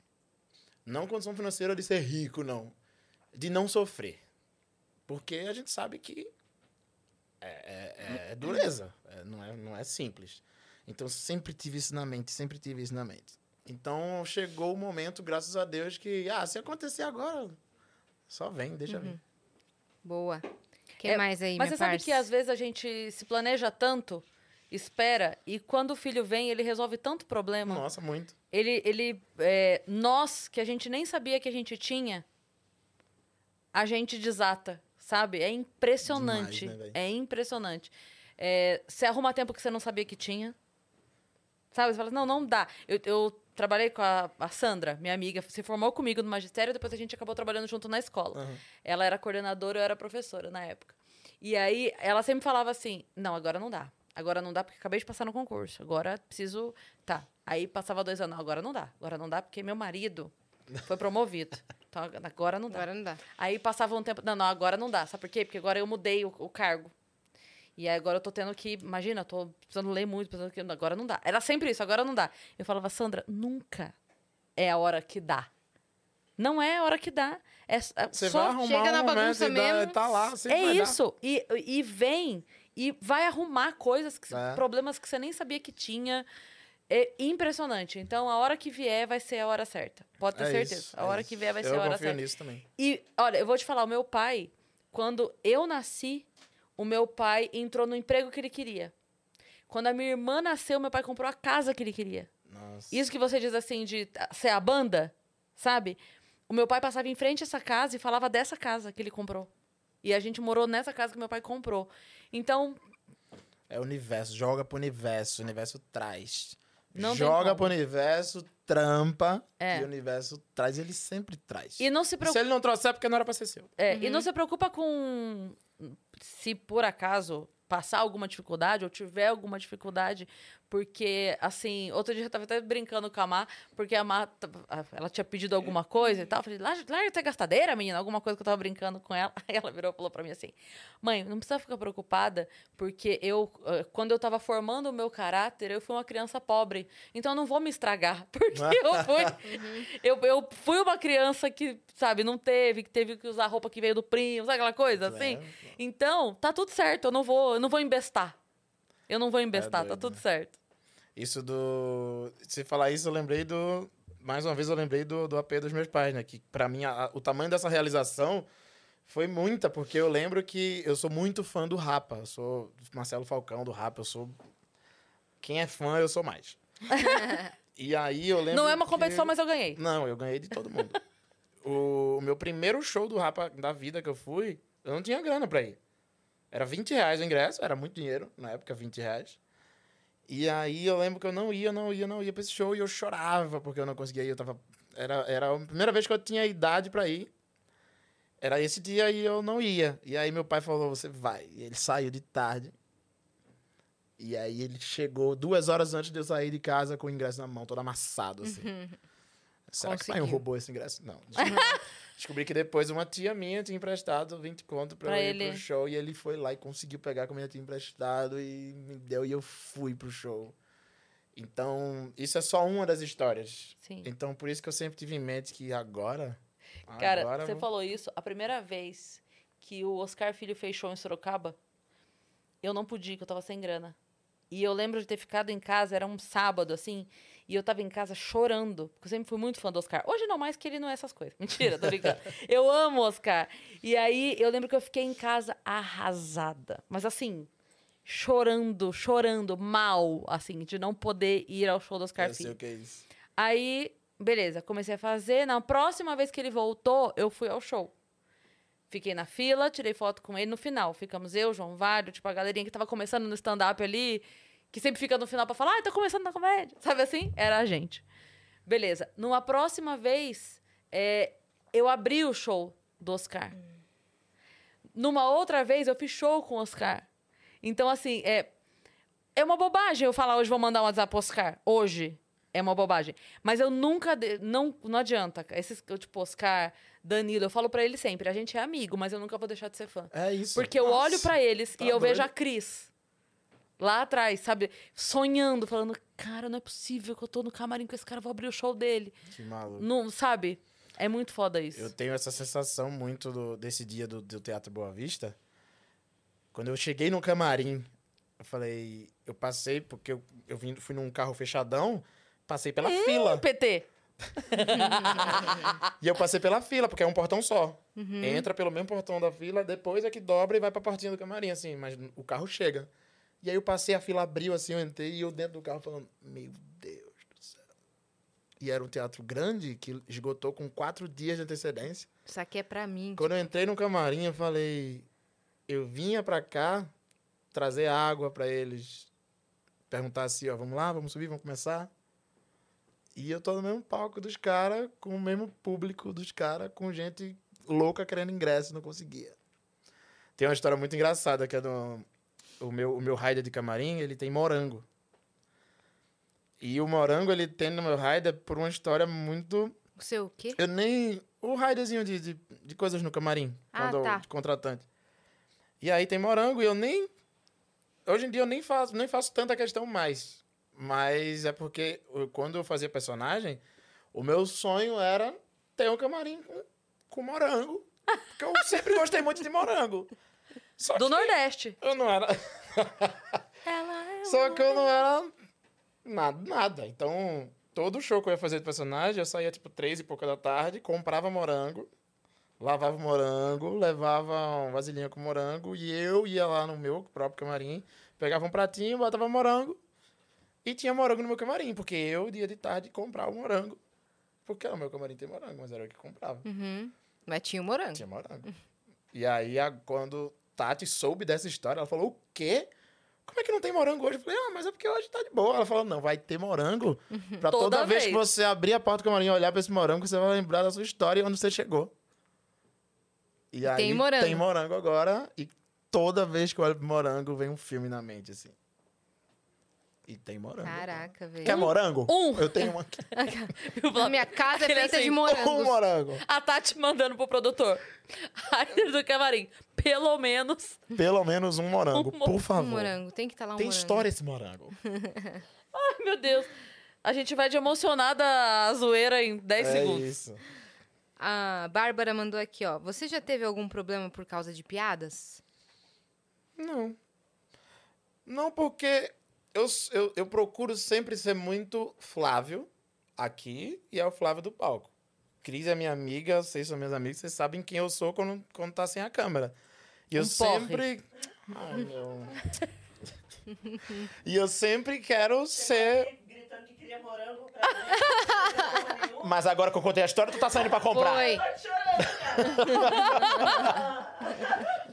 [SPEAKER 3] Não condição financeira de ser rico, não. De não sofrer. Porque a gente sabe que é, é- é dureza. É, não, é, não é simples. Então, sempre tive isso na mente, sempre tive isso na mente. Então, chegou o momento, graças a Deus, que, ah, se acontecer agora, só vem, deixa vir.
[SPEAKER 2] (laughs) Boa. Quem
[SPEAKER 1] É,
[SPEAKER 2] mais aí,
[SPEAKER 1] Mas
[SPEAKER 2] minha
[SPEAKER 1] você sabe
[SPEAKER 2] parça?
[SPEAKER 1] que às vezes a gente se planeja tanto, espera, e quando o filho vem, ele resolve tanto problema.
[SPEAKER 3] Nossa, muito.
[SPEAKER 1] Ele, ele é, nós, que a gente nem sabia que a gente tinha, a gente desata, sabe? É impressionante.
[SPEAKER 3] Demais, né, véi?
[SPEAKER 1] é impressionante. É, você arruma tempo que você não sabia que tinha. Sabe? Você fala, assim, não, não dá. Eu, eu trabalhei com a, a Sandra, minha amiga, se formou comigo no magistério, depois a gente acabou trabalhando junto na escola.
[SPEAKER 3] Aham.
[SPEAKER 1] Ela era coordenadora, eu era professora na época. E aí ela sempre falava assim: não, agora não dá. Agora não dá porque acabei de passar no concurso. Agora preciso. Tá. Aí passava dois anos: "Não, agora não dá. Agora não dá porque meu marido foi promovido. Então ag- agora não dá.
[SPEAKER 2] Agora não dá.
[SPEAKER 1] Aí passava um tempo: não, não, agora não dá. Sabe por quê? Porque agora eu mudei o, o cargo. E aí agora eu tô tendo que. Imagina, eu tô precisando ler muito, precisando que. Agora não dá. Era sempre isso, agora não dá. Eu falava, Sandra, nunca é a hora que dá. Não é a hora que dá. É, s- é
[SPEAKER 3] Você
[SPEAKER 1] só
[SPEAKER 3] vai arrumar
[SPEAKER 2] chega
[SPEAKER 3] um
[SPEAKER 2] na
[SPEAKER 3] momento
[SPEAKER 2] bagunça
[SPEAKER 3] e assim, dá-
[SPEAKER 2] mesmo.
[SPEAKER 3] tá lá, sempre
[SPEAKER 1] é
[SPEAKER 3] vai dar.
[SPEAKER 1] isso. E, e vem. e vai arrumar coisas, que,
[SPEAKER 3] É.
[SPEAKER 1] problemas que você nem sabia que tinha. É impressionante. Então, a hora que vier vai ser a hora certa. Pode ter
[SPEAKER 3] É
[SPEAKER 1] certeza.
[SPEAKER 3] isso,
[SPEAKER 1] a
[SPEAKER 3] é
[SPEAKER 1] hora
[SPEAKER 3] isso.
[SPEAKER 1] que vier vai ser
[SPEAKER 3] Eu
[SPEAKER 1] a hora
[SPEAKER 3] confio
[SPEAKER 1] certa.
[SPEAKER 3] nisso também.
[SPEAKER 1] E, olha, eu vou te falar, o meu pai, quando eu nasci, o meu pai entrou no emprego que ele queria. Quando a minha irmã nasceu, meu pai comprou a casa que ele queria.
[SPEAKER 3] Nossa.
[SPEAKER 1] Isso que você diz assim de ta- ser a banda, sabe? O meu pai passava em frente a essa casa e falava dessa casa que ele comprou. E a gente morou nessa casa que meu pai comprou. Então,
[SPEAKER 3] É o universo. Joga pro universo. O universo traz.
[SPEAKER 1] Não tem como.
[SPEAKER 3] Joga pro universo, trampa.
[SPEAKER 1] É.
[SPEAKER 3] E o universo traz. Ele sempre traz.
[SPEAKER 1] e não se preocupe.
[SPEAKER 3] Se ele não trouxer, é porque não era pra ser seu.
[SPEAKER 1] É, E não se preocupa com se por acaso passar alguma dificuldade ou tiver alguma dificuldade, porque assim, outro dia eu tava até brincando com a Má, porque a Má, t- a- ela tinha pedido alguma coisa e tal, eu falei, "Larga- larga essa gastadeira, menina, alguma coisa que eu tava brincando com ela, (laughs) aí ela virou e falou pra mim assim, mãe, não precisa ficar preocupada, porque eu, eh, quando eu tava formando o meu caráter, eu fui uma criança pobre, então eu não vou me estragar, (laughs) porque eu fui, eu, eu fui uma criança que, sabe, não teve, que teve que usar roupa que veio do primo, sabe aquela coisa, assim?
[SPEAKER 3] É.
[SPEAKER 1] Então, tá tudo certo, eu não vou, eu não vou embestar. Eu não vou embestar, tá
[SPEAKER 3] doido,
[SPEAKER 1] tudo
[SPEAKER 3] né?
[SPEAKER 1] certo.
[SPEAKER 3] Isso do. Se falar isso, eu lembrei do. Mais uma vez eu lembrei do, do AP dos meus pais, né? Que pra mim a- a- o tamanho dessa realização foi muita, porque eu lembro que eu sou muito fã do Rapa. Eu sou Marcelo Falcão do Rapa, eu sou. Quem é fã, eu sou mais. e aí eu lembro.
[SPEAKER 1] Não é uma
[SPEAKER 3] que-
[SPEAKER 1] competição, mas eu ganhei.
[SPEAKER 3] Não, eu ganhei de todo mundo. o, o meu primeiro show do Rapa da vida que eu fui, eu não tinha grana pra ir. Era 20 reais o ingresso, era muito dinheiro, na época, 20 reais. E aí eu lembro que eu não ia, eu não ia, eu não ia pra esse show e eu chorava porque eu não conseguia ir. Eu tava. Era, era a primeira vez que eu tinha idade pra ir. Era esse dia e eu não ia. E aí meu pai falou: você vai. E ele saiu de tarde. E aí ele chegou duas horas antes de eu sair de casa com o ingresso na mão, todo amassado, assim. Será que o pai
[SPEAKER 2] Conseguiu.
[SPEAKER 3] roubou esse ingresso? Não. Descobri que depois uma tia minha tinha emprestado 20 conto pra,
[SPEAKER 1] Pra
[SPEAKER 3] eu ir
[SPEAKER 1] ele.
[SPEAKER 3] pro show. E ele foi lá e conseguiu pegar como ele tinha emprestado e me deu. E eu fui pro show. Então, isso é só uma das histórias.
[SPEAKER 1] Sim.
[SPEAKER 3] Então, por isso que eu sempre tive em mente que agora...
[SPEAKER 1] Cara,
[SPEAKER 3] agora
[SPEAKER 1] você
[SPEAKER 3] vou-
[SPEAKER 1] falou isso, a primeira vez que o Oscar Filho fez show em Sorocaba, eu não podia, que eu tava sem grana. E eu lembro de ter ficado em casa, era um sábado, assim, e eu tava em casa chorando, porque eu sempre fui muito fã do Oscar. Hoje não mais, que ele não é essas coisas. (laughs) Mentira, tô brincando. eu amo o Oscar. E aí, eu lembro que eu fiquei em casa arrasada. Mas assim, chorando, chorando, mal, assim, de não poder ir ao show do Oscar
[SPEAKER 3] Eu
[SPEAKER 1] Filho.
[SPEAKER 3] sei o que é isso.
[SPEAKER 1] Aí, beleza, comecei a fazer. Na próxima vez que ele voltou, eu fui ao show. Fiquei na fila, tirei foto com ele no final. Ficamos eu, João Vário, tipo, a galerinha que tava começando no stand-up ali, que sempre fica no final pra falar, ai, tá começando na comédia. Sabe assim? Era a gente. Beleza. Numa próxima vez, é, eu abri o show do Oscar. Numa outra vez, eu fiz show com o Oscar. Então, assim, é, é uma bobagem eu falar hoje vou mandar um WhatsApp pro Oscar. Hoje. É uma bobagem. Mas eu nunca. de- Não, não adianta. Esses, eu, tipo, Oscar, Danilo, eu falo pra ele sempre: a gente é amigo, mas eu nunca vou deixar de ser fã.
[SPEAKER 3] É isso.
[SPEAKER 1] Porque eu olho pra eles
[SPEAKER 3] tá
[SPEAKER 1] e eu vejo
[SPEAKER 3] doido.
[SPEAKER 1] a Cris. Lá atrás, sabe? Sonhando, falando: cara, não é possível que eu tô no camarim com esse cara, vou abrir o show dele.
[SPEAKER 3] Que maluco.
[SPEAKER 1] Não, sabe? É muito foda isso.
[SPEAKER 3] Eu tenho essa sensação muito do- desse dia do, do Teatro Boa Vista. Quando eu cheguei no camarim, eu falei... Eu passei, porque eu, eu vim- fui num carro fechadão, passei pela
[SPEAKER 1] Hum,
[SPEAKER 3] fila.
[SPEAKER 1] PT. (laughs)
[SPEAKER 3] E eu passei pela fila, porque é um portão só.
[SPEAKER 2] Uhum.
[SPEAKER 1] Uhum.
[SPEAKER 2] É.
[SPEAKER 3] Entra pelo mesmo portão da fila, depois é que dobra e vai pra portinha do camarim, assim. Mas o carro chega. E aí eu passei, a fila abriu, assim, eu entrei e eu dentro do carro falando, meu Deus do céu. E era um teatro grande que esgotou com quatro dias de antecedência.
[SPEAKER 2] Isso aqui é pra mim.
[SPEAKER 3] Quando eu entrei no camarim, eu falei, eu vinha pra cá trazer água pra eles. Perguntar assim, ó, vamos lá, vamos subir, vamos começar. E eu tô no mesmo palco dos caras, com o mesmo público dos caras, com gente louca querendo ingresso, não conseguia. Tem uma história muito engraçada que é do. O meu, o meu rider de camarim, ele tem morango. E o morango, ele tem no meu rider por uma história muito
[SPEAKER 2] O Tipo, seu o quê?
[SPEAKER 3] eu nem. O raiderzinho de, de, de coisas no camarim.
[SPEAKER 2] Ah,
[SPEAKER 3] quando eu-
[SPEAKER 2] tá.
[SPEAKER 3] de contratante. E aí tem morango e eu nem. Hoje em dia eu nem faço, nem faço tanta questão mais. Mas é porque eu- quando eu fazia personagem, o meu sonho era ter um camarim com, com morango. Porque eu sempre gostei muito de morango. Só
[SPEAKER 1] Do
[SPEAKER 3] que
[SPEAKER 1] Nordeste.
[SPEAKER 3] eu não era.
[SPEAKER 1] Ela é
[SPEAKER 3] Só que eu não era nada, nada. Então, todo show que eu ia fazer de personagem, eu saía tipo três e pouca da tarde, comprava morango, lavava o morango, levava uma vasilhinha com morango e eu ia lá no meu próprio camarim, pegava um pratinho, botava morango e tinha morango no meu camarim, porque eu ia de tarde comprar o morango. Porque era o meu camarim tem morango, mas era eu que comprava.
[SPEAKER 2] Uhum. Mas tinha o morango.
[SPEAKER 3] Tinha morango. E aí, a- quando Tati soube dessa história, ela falou: o quê? Como é que não tem morango hoje? Eu falei, ah, mas é porque hoje tá de boa. Ela falou, não, vai ter morango.
[SPEAKER 2] Uhum.
[SPEAKER 3] Pra toda,
[SPEAKER 1] Toda
[SPEAKER 3] vez que
[SPEAKER 1] vez.
[SPEAKER 3] você abrir a porta do camarim e olhar pra esse morango, você vai lembrar da sua história e onde você chegou. E aí,
[SPEAKER 2] tem morango.
[SPEAKER 3] tem morango agora. E toda vez que eu olho pro morango, vem um filme na mente, assim. E tem um morango. tá.
[SPEAKER 2] Caraca, velho.
[SPEAKER 3] Quer morango?
[SPEAKER 1] Um.
[SPEAKER 3] Eu
[SPEAKER 2] (laughs)
[SPEAKER 3] tenho um aqui.
[SPEAKER 1] Eu
[SPEAKER 2] A
[SPEAKER 1] falava,
[SPEAKER 2] minha casa é
[SPEAKER 1] Aquele
[SPEAKER 2] feita de
[SPEAKER 1] assim,
[SPEAKER 3] (laughs) Um
[SPEAKER 2] morangos.
[SPEAKER 3] morango.
[SPEAKER 1] A Tati mandando pro produtor. (laughs) Raiders do Camarim. Pelo menos.
[SPEAKER 3] Pelo menos um morango,
[SPEAKER 1] Um mo-
[SPEAKER 3] por
[SPEAKER 2] Um
[SPEAKER 3] favor.
[SPEAKER 2] morango. Tem que estar lá um
[SPEAKER 3] Tem
[SPEAKER 2] morango.
[SPEAKER 3] história esse morango.
[SPEAKER 1] Ai, (laughs) meu Deus. A gente vai de emocionada à zoeira em 10 segundos.
[SPEAKER 3] É isso.
[SPEAKER 2] A Bárbara mandou aqui, ó. Você já teve algum problema por causa de piadas?
[SPEAKER 3] Não. Não, porque eu, s- eu, eu procuro sempre ser muito Flávio aqui e é o Flávio do palco. Cris é minha amiga, vocês são meus amigos, vocês sabem quem eu sou quando, quando tá sem a câmera. E eu
[SPEAKER 1] Um porre.
[SPEAKER 3] sempre. Ai, meu. e eu sempre quero
[SPEAKER 4] Chegou
[SPEAKER 3] ser.
[SPEAKER 4] tá aqui Gritando que queria morango pra
[SPEAKER 3] (laughs)
[SPEAKER 4] mim. não tem problema nenhum.
[SPEAKER 3] Mas agora que eu contei a história, tu tá saindo pra comprar.
[SPEAKER 2] Foi.
[SPEAKER 4] Tô chorando, cara.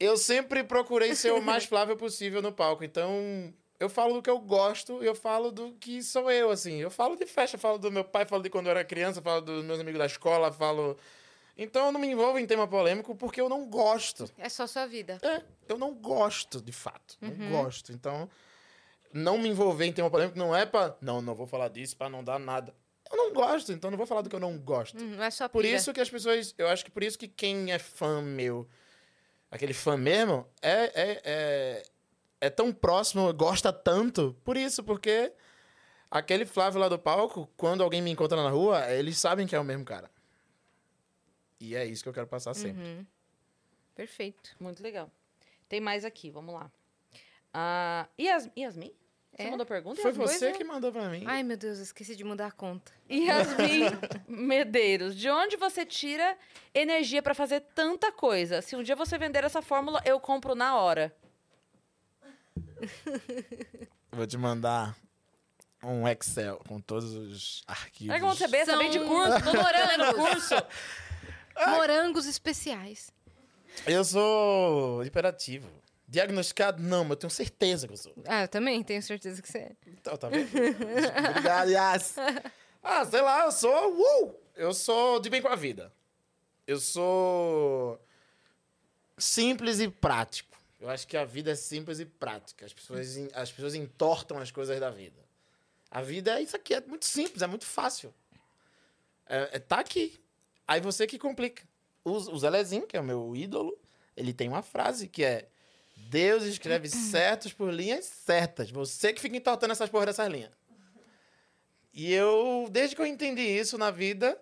[SPEAKER 3] eu sempre procurei ser o mais Flávio possível no palco. Então, eu falo do que eu gosto, eu falo do que sou eu, assim. Eu falo de festa, falo do meu pai, falo de quando eu era criança, falo dos meus amigos da escola, falo. Então, eu não me envolvo em tema polêmico porque eu não gosto.
[SPEAKER 2] É só sua vida.
[SPEAKER 3] É, eu não gosto, de fato. Não gosto. Então, não me envolver em tema polêmico não é pra. Não, não vou falar disso pra não dar nada. Eu não gosto, então não vou falar do que eu não gosto.
[SPEAKER 2] Hum, Não é só
[SPEAKER 3] Por
[SPEAKER 2] pira.
[SPEAKER 3] isso que as pessoas. Eu acho que por isso que quem é fã meu, aquele fã mesmo, é, é, é, é tão próximo, gosta tanto. Por isso, porque aquele Flávio lá do palco, quando alguém me encontra na rua, eles sabem que é o mesmo cara. E é isso que eu quero passar sempre.
[SPEAKER 2] Uhum. Perfeito.
[SPEAKER 1] Muito legal. Tem mais aqui, vamos lá. Ah, Yas- Yasmin? Você
[SPEAKER 2] É?
[SPEAKER 1] mandou pergunta?
[SPEAKER 3] Foi
[SPEAKER 1] Yasmin? é.
[SPEAKER 3] você
[SPEAKER 2] é.
[SPEAKER 3] que mandou pra mim.
[SPEAKER 2] Ai, meu Deus, eu esqueci de mudar a conta.
[SPEAKER 1] Yasmin Medeiros, de onde você tira energia pra fazer tanta coisa? Se um dia você vender essa fórmula, eu compro na hora.
[SPEAKER 3] Vou te mandar um Excel com todos os arquivos.
[SPEAKER 1] Será É que eu vou saber? Também de
[SPEAKER 2] São
[SPEAKER 3] (laughs)
[SPEAKER 1] curso, tô
[SPEAKER 2] (laughs)
[SPEAKER 1] morando no curso.
[SPEAKER 2] Morangos especiais.
[SPEAKER 3] Eu sou hiperativo. Diagnosticado? Não, mas eu tenho certeza que eu sou.
[SPEAKER 2] Ah, eu também tenho certeza que você é.
[SPEAKER 3] Então, tá vendo? Obrigado, Yas. Ah, sei lá, eu sou. Uh, eu sou de bem com a vida. Eu sou. Simples e prático. Eu acho que a vida é simples e prática. As pessoas, en- as pessoas entortam as coisas da vida. A vida é isso aqui, é muito simples, é muito fácil. É, é- tá aqui. Aí você que complica. O, o Zelezinho, que é o meu ídolo, ele tem uma frase que é: Deus escreve certos por linhas certas. Você que fica entortando essas porra dessas linhas. E eu, desde que eu entendi isso na vida,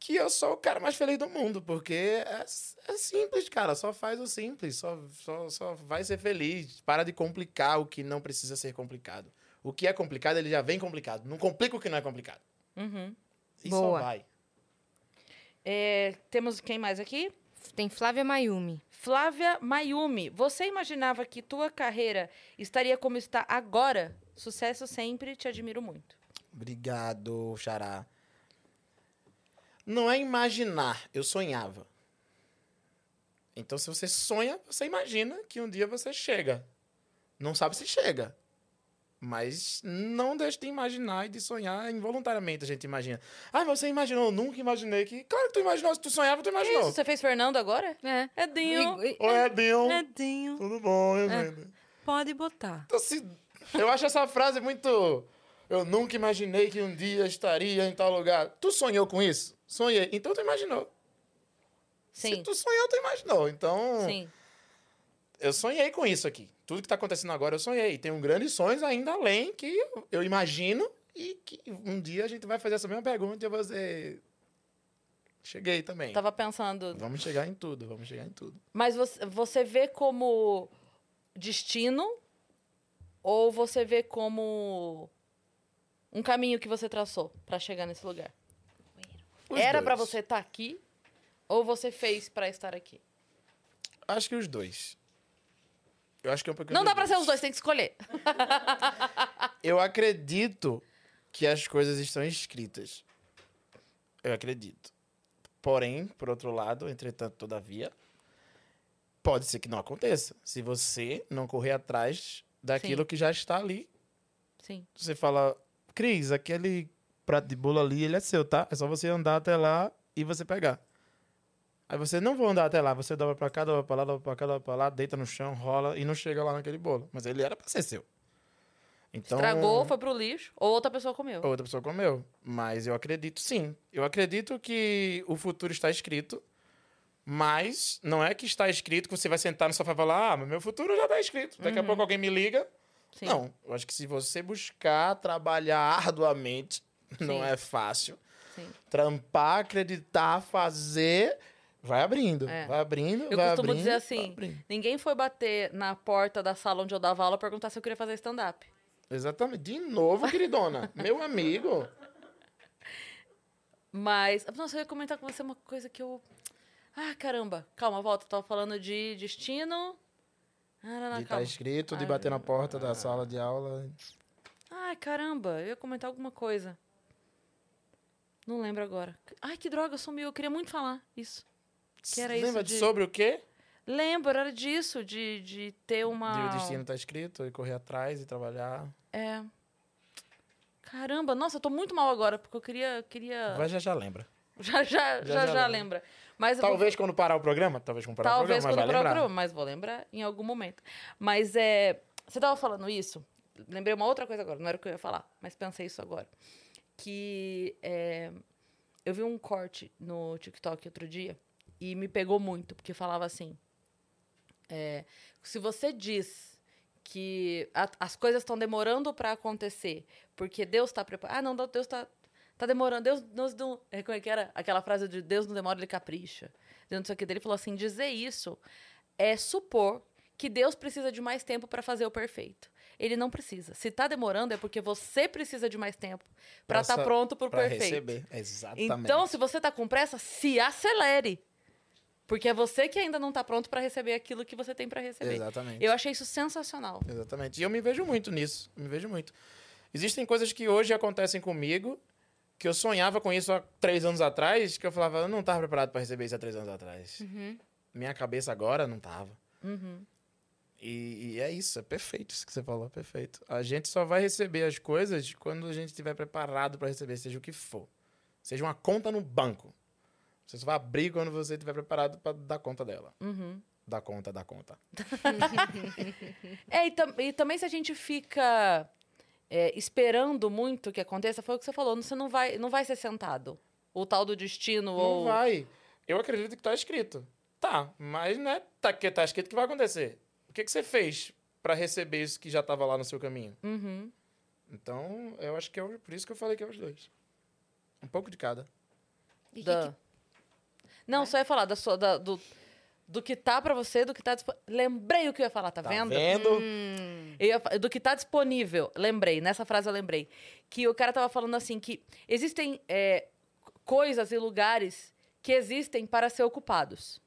[SPEAKER 3] que eu sou o cara mais feliz do mundo, porque é, é simples, cara. Só faz o simples, só, só, só vai ser feliz. Para de complicar o que não precisa ser complicado. O que é complicado, ele já vem complicado. Não complica o que não é complicado.
[SPEAKER 1] Uhum.
[SPEAKER 3] E
[SPEAKER 2] Boa.
[SPEAKER 3] só vai.
[SPEAKER 1] É, temos quem mais aqui?
[SPEAKER 2] Tem Flávia Mayumi.
[SPEAKER 1] Flávia Mayumi, você imaginava que tua carreira estaria como está agora? Sucesso sempre, te admiro muito.
[SPEAKER 3] Obrigado, Xará. Não é imaginar, eu sonhava. Então, se você sonha, você imagina que um dia você chega. Não sabe se chega. Mas não deixe de imaginar e de sonhar involuntariamente, a gente imagina. Ah, mas você imaginou, eu nunca imaginei que. Claro que tu imaginou, se tu sonhava, tu
[SPEAKER 1] Que isso,
[SPEAKER 3] imaginou.
[SPEAKER 1] você fez Fernando agora?
[SPEAKER 2] É.
[SPEAKER 1] Edinho.
[SPEAKER 2] E- e-
[SPEAKER 3] Oi, Edinho.
[SPEAKER 1] né? Edinho,
[SPEAKER 3] Tudo bom, Evandro?
[SPEAKER 1] É pode botar.
[SPEAKER 3] Então, se- Eu acho essa frase muito. Eu nunca imaginei que um dia estaria em tal lugar. Tu sonhou com isso? Sonhei. Então tu imaginou. Se
[SPEAKER 1] Sim,
[SPEAKER 3] tu sonhou, tu imaginou. Então,
[SPEAKER 1] sim.
[SPEAKER 3] eu sonhei com isso aqui. Tudo que tá acontecendo agora, eu sonhei. E tenho grandes sonhos ainda além que eu- eu imagino e que um dia a gente vai fazer essa mesma pergunta e eu vou dizer... Cheguei também.
[SPEAKER 1] Tava pensando.
[SPEAKER 3] Vamos chegar em tudo, vamos chegar em tudo.
[SPEAKER 1] Mas você, você vê como destino ou você vê como um caminho que você traçou pra chegar nesse lugar?
[SPEAKER 3] Os
[SPEAKER 1] Era
[SPEAKER 3] dois.
[SPEAKER 1] pra você estar aqui ou você fez pra estar aqui?
[SPEAKER 3] Acho que os dois. Eu acho que é um pouquinho
[SPEAKER 1] Não
[SPEAKER 3] dos
[SPEAKER 1] dá pra ser os dois, tem que escolher.
[SPEAKER 3] Eu acredito que as coisas estão escritas. Eu acredito. Porém, por outro lado, entretanto, todavia, pode ser que não aconteça. Se você não correr atrás daquilo que já está ali.
[SPEAKER 1] Sim.
[SPEAKER 3] Você fala, Cris, aquele prato de bolo ali, ele é seu, tá? É só você andar até lá e você pegar. Aí você não vai andar até lá, você dobra pra cá, dobra pra lá, dobra pra cá, dobra pra lá, deita no chão, rola e não chega lá naquele bolo. Mas ele era pra ser seu. Então,
[SPEAKER 1] Estragou, foi pro lixo ou outra pessoa comeu.
[SPEAKER 3] Outra pessoa comeu. Mas eu acredito, sim. Eu acredito que o futuro está escrito. Mas não é que está escrito que você vai sentar no sofá e falar: Ah, mas meu futuro já está escrito. Daqui a pouco alguém me liga.
[SPEAKER 1] Uhum. Sim.
[SPEAKER 3] Não. Eu acho que se você buscar trabalhar arduamente, (laughs) não
[SPEAKER 1] Sim.
[SPEAKER 3] é fácil.
[SPEAKER 1] Sim.
[SPEAKER 3] Trampar, acreditar, fazer. Vai abrindo.
[SPEAKER 1] É.
[SPEAKER 3] Vai abrindo.
[SPEAKER 1] Eu
[SPEAKER 3] vai
[SPEAKER 1] costumo
[SPEAKER 3] abrindo,
[SPEAKER 1] dizer
[SPEAKER 3] vai
[SPEAKER 1] assim,
[SPEAKER 3] abrindo.
[SPEAKER 1] Ninguém foi bater na porta da sala onde eu dava aula perguntar se eu queria fazer stand-up.
[SPEAKER 3] Exatamente. De novo, queridona. meu amigo.
[SPEAKER 1] Mas. Nossa, eu ia comentar com você uma coisa que eu. Ah, caramba. Calma, volta. Eu tava falando de destino. Ah, (laughs) não, não,
[SPEAKER 3] De estar
[SPEAKER 1] calma.
[SPEAKER 3] escrito, de
[SPEAKER 1] Ai,
[SPEAKER 3] bater na porta da sala de aula.
[SPEAKER 1] Ai, caramba. Eu ia comentar alguma coisa. Não lembro agora. Ai, que droga, sumiu. Eu queria muito falar isso. Que era isso
[SPEAKER 3] Lembra de
[SPEAKER 1] de-
[SPEAKER 3] sobre o quê?
[SPEAKER 1] Lembro, era disso, de, de ter uma.
[SPEAKER 3] E o destino tá escrito, e correr atrás e trabalhar.
[SPEAKER 1] É. Caramba, nossa, eu tô muito mal agora, porque eu queria. queria...
[SPEAKER 3] Vai já já lembra.
[SPEAKER 1] (laughs) Já, já, já, já,
[SPEAKER 3] já Tá
[SPEAKER 1] lembra. Mas eu vou-
[SPEAKER 3] Talvez quando parar o programa, talvez quando parar
[SPEAKER 1] Talvez
[SPEAKER 3] o programa,
[SPEAKER 1] quando
[SPEAKER 3] um mas vai
[SPEAKER 1] procurar,
[SPEAKER 3] lembrar.
[SPEAKER 1] mas vou lembrar em algum momento. Mas é. Você tava falando isso? Lembrei uma outra coisa agora, não era o que eu ia falar, mas pensei isso agora. Que é, eu vi um corte no TikTok outro dia e me pegou muito, porque falava assim: é, se você diz que a- as coisas estão demorando para acontecer, porque Deus está preparado. Ah, não, Deus está tá demorando. Deus, Deus não. é, Como é que era? Aquela frase de Deus não demora, ele capricha. Deus não sei o que dele falou assim: dizer isso é supor que Deus precisa de mais tempo para fazer o perfeito. Ele não precisa. Se tá demorando é porque você precisa de mais tempo para
[SPEAKER 3] Pra
[SPEAKER 1] estar
[SPEAKER 3] sa-
[SPEAKER 1] pronto pro
[SPEAKER 3] Pra
[SPEAKER 1] perfeito.
[SPEAKER 3] receber. Exatamente.
[SPEAKER 1] Então, se você tá com pressa, se acelere. Porque é você que ainda não tá pronto para receber aquilo que você tem para receber.
[SPEAKER 3] Exatamente.
[SPEAKER 1] Eu achei isso sensacional.
[SPEAKER 3] Exatamente. E eu me vejo muito nisso. Me vejo muito. Existem coisas que hoje acontecem comigo que eu sonhava com isso há três anos atrás, que eu falava, eu não estava preparado para receber isso há três anos atrás.
[SPEAKER 1] Uhum.
[SPEAKER 3] Minha cabeça agora não tava. E, e é isso, é perfeito isso que você falou, perfeito. A gente só vai receber as coisas quando a gente estiver preparado para receber, seja o que for. Seja uma conta no banco. Você só vai abrir quando você estiver preparado para dar conta dela.
[SPEAKER 1] Uhum.
[SPEAKER 3] Dar conta, dar conta.
[SPEAKER 1] É, e, tam- e também se a gente fica é, esperando muito que aconteça, foi o que você falou, você não vai, não vai ser sentado. O tal do destino
[SPEAKER 3] Não
[SPEAKER 1] ou...
[SPEAKER 3] vai. Eu acredito que tá escrito. Tá, mas não é tá, que tá escrito que vai acontecer. O que, que você fez para receber isso que já tava lá no seu caminho?
[SPEAKER 1] Uhum.
[SPEAKER 3] Então, eu acho que é o- por isso que eu falei que é os dois. Um pouco de cada.
[SPEAKER 2] E que
[SPEAKER 1] Da-
[SPEAKER 2] que-
[SPEAKER 1] Não,
[SPEAKER 2] Né?
[SPEAKER 1] só ia falar da sua, da- do, do que tá pra você, do que tá disponível. Lembrei o que eu ia falar, tá, vendo?
[SPEAKER 2] Hum,
[SPEAKER 1] Eu ia fa- do que tá disponível, lembrei, nessa frase eu lembrei. Que o cara tava falando assim: que existem é, coisas e lugares que existem para ser ocupados.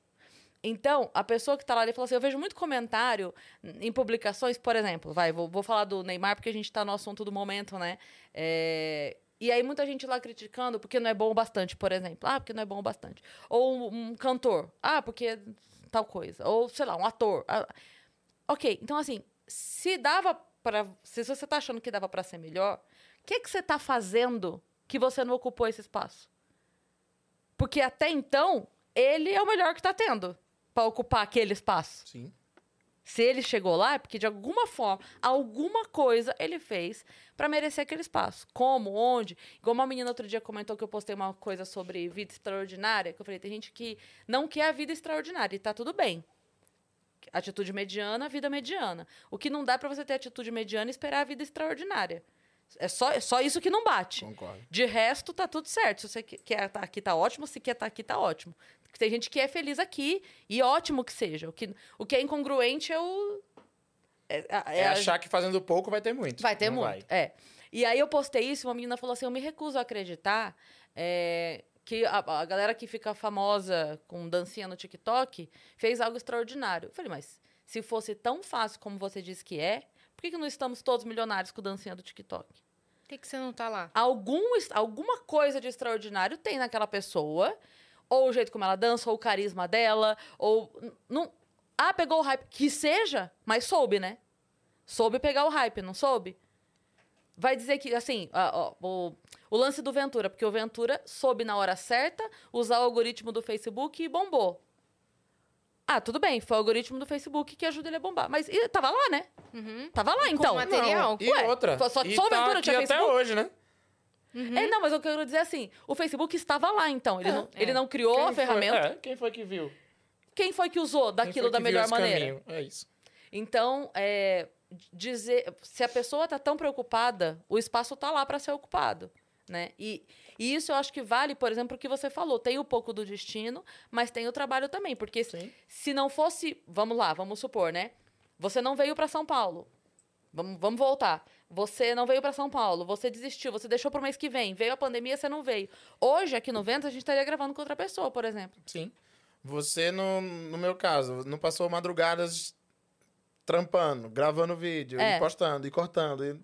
[SPEAKER 1] Então, a pessoa que tá lá, ele falou assim: eu vejo muito comentário em publicações, por exemplo, vai, vou, vou falar do Neymar porque a gente tá no assunto do momento, né? É, e aí muita gente lá criticando porque não é bom o bastante, por exemplo. Ah, porque não é bom o bastante. Ou um um cantor. Ah, porque tal coisa. Ou, sei lá, um ator. Ah, Ok, então assim, se dava pra. se você tá achando que dava pra ser melhor, o que que você tá fazendo que você não ocupou esse espaço? Porque até então, ele é o melhor que tá tendo pra ocupar aquele espaço.
[SPEAKER 3] Sim.
[SPEAKER 1] Se ele chegou lá, é porque de alguma forma, alguma coisa ele fez pra merecer aquele espaço. Como, onde? Igual uma menina outro dia comentou que eu postei uma coisa sobre vida extraordinária, que eu falei, tem gente que não quer a vida extraordinária e tá tudo bem. Atitude mediana, vida mediana. O que não dá pra você ter atitude mediana e esperar a vida extraordinária. É só, é só isso que não bate.
[SPEAKER 3] Concordo.
[SPEAKER 1] De resto, tá tudo certo. Se você que- quer estar aqui, tá ótimo. Se quer estar aqui, tá ótimo. Tem gente que é feliz aqui, e ótimo que seja. O que, o que é incongruente é o, É, a-
[SPEAKER 3] É,
[SPEAKER 1] é a-
[SPEAKER 3] achar que fazendo pouco vai ter muito.
[SPEAKER 1] Vai ter
[SPEAKER 3] Não
[SPEAKER 1] muito. É. E aí eu postei isso e uma menina falou assim: eu me recuso a acreditar é, que a, a galera que fica famosa com dancinha no TikTok fez algo extraordinário. Eu falei, mas se fosse tão fácil como você diz que é, por que, que não estamos todos milionários com dancinha do TikTok?
[SPEAKER 2] Por que, que você não tá lá?
[SPEAKER 1] Algum, es- alguma coisa de extraordinário tem naquela pessoa. Ou o jeito como ela dança, ou o carisma dela, ou. n- Não... Ah, pegou o hype. Que seja, mas soube, né? Soube pegar o hype, não soube? Vai dizer que, assim, a- ó, o, o lance do Ventura, porque o Ventura soube na hora certa usar o algoritmo do Facebook e bombou. Ah, tudo bem, foi o algoritmo do Facebook que ajuda ele a bombar. Mas e, tava lá, né?
[SPEAKER 2] Uhum.
[SPEAKER 1] Tava lá, então.
[SPEAKER 2] uma Material.
[SPEAKER 3] E
[SPEAKER 1] Ué,
[SPEAKER 3] outra.
[SPEAKER 1] só- só-
[SPEAKER 3] e
[SPEAKER 1] só o Ventura
[SPEAKER 3] tá aqui
[SPEAKER 1] tinha
[SPEAKER 3] até
[SPEAKER 1] Facebook?
[SPEAKER 3] hoje, né? Uhum.
[SPEAKER 1] É, não, mas eu quero dizer assim, o Facebook estava lá, então. Ele, não, ele não criou a
[SPEAKER 3] É. Quem foi-
[SPEAKER 1] ferramenta.
[SPEAKER 3] é, quem foi que viu?
[SPEAKER 1] Quem foi que usou
[SPEAKER 3] Quem
[SPEAKER 1] daquilo
[SPEAKER 3] foi
[SPEAKER 1] da
[SPEAKER 3] que viu
[SPEAKER 1] melhor
[SPEAKER 3] esse
[SPEAKER 1] maneira?
[SPEAKER 3] caminho? É isso.
[SPEAKER 1] Então, é, dizer se a pessoa está tão preocupada, o espaço está lá para ser ocupado, né? E, e isso eu acho que vale, por exemplo, o que você falou. Tem um pouco do destino, mas tem o trabalho também, porque se-
[SPEAKER 3] Sim.
[SPEAKER 1] se não fosse, vamos lá, vamos supor, né? Você não veio para São Paulo. Vamos, vamos voltar. Você não veio para São Paulo, você desistiu, você deixou para o mês que vem, veio a pandemia, você não veio. Hoje, aqui no Vento, a gente estaria gravando com outra pessoa, por exemplo.
[SPEAKER 3] Sim. Você, no, no meu caso, não passou madrugadas trampando, gravando vídeo,
[SPEAKER 1] É.
[SPEAKER 3] e postando, e cortando. e-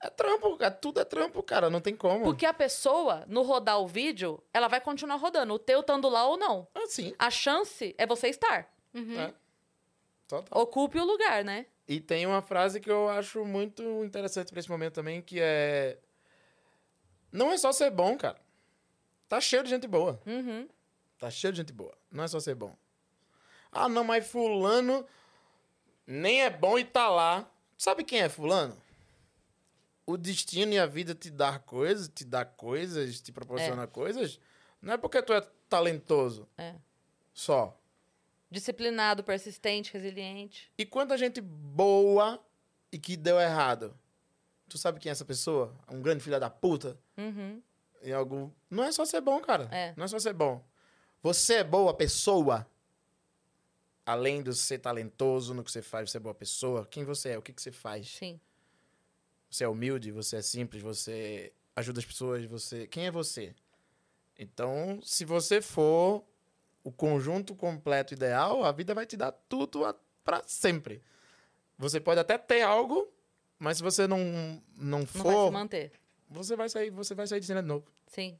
[SPEAKER 3] É trampo, cara. Tudo é trampo, cara. Não tem como.
[SPEAKER 1] Porque a pessoa, no rodar o vídeo, ela vai continuar rodando, o teu estando lá ou não.
[SPEAKER 3] Assim.
[SPEAKER 1] A chance é você estar.
[SPEAKER 2] Uhum.
[SPEAKER 3] É. Total.
[SPEAKER 1] Ocupe o lugar, né?
[SPEAKER 3] E tem uma frase que eu acho muito interessante pra esse momento também, que é... Não é só ser bom, cara. Tá cheio de gente boa.
[SPEAKER 1] Uhum.
[SPEAKER 3] Tá cheio de gente boa. Não é só ser bom. Ah, não, mas fulano nem é bom e tá lá. Sabe quem é fulano? O destino e a vida te dar coisas, te dá coisas, te proporciona coisas. Não é porque tu é talentoso.
[SPEAKER 1] É.
[SPEAKER 3] Só.
[SPEAKER 1] Disciplinado, persistente, resiliente.
[SPEAKER 3] E quanta gente boa e que deu errado. Tu sabe quem é essa pessoa? Um grande filho da puta?
[SPEAKER 1] Uhum.
[SPEAKER 3] em algum. Não é só ser bom, cara.
[SPEAKER 1] É.
[SPEAKER 3] Não é só ser bom. Você é boa pessoa. Além de ser talentoso no que você faz, você é boa pessoa. Quem você é? O que, que você faz?
[SPEAKER 1] Sim.
[SPEAKER 3] Você é humilde, você é simples, você ajuda as pessoas, você. Quem é você? Então, se você for o conjunto completo ideal, a vida vai te dar tudo a... pra sempre. Você pode até ter algo, mas se você não, não
[SPEAKER 1] Não vai
[SPEAKER 3] for,
[SPEAKER 1] se manter.
[SPEAKER 3] você vai sair, você vai sair de cena de novo.
[SPEAKER 1] Sim.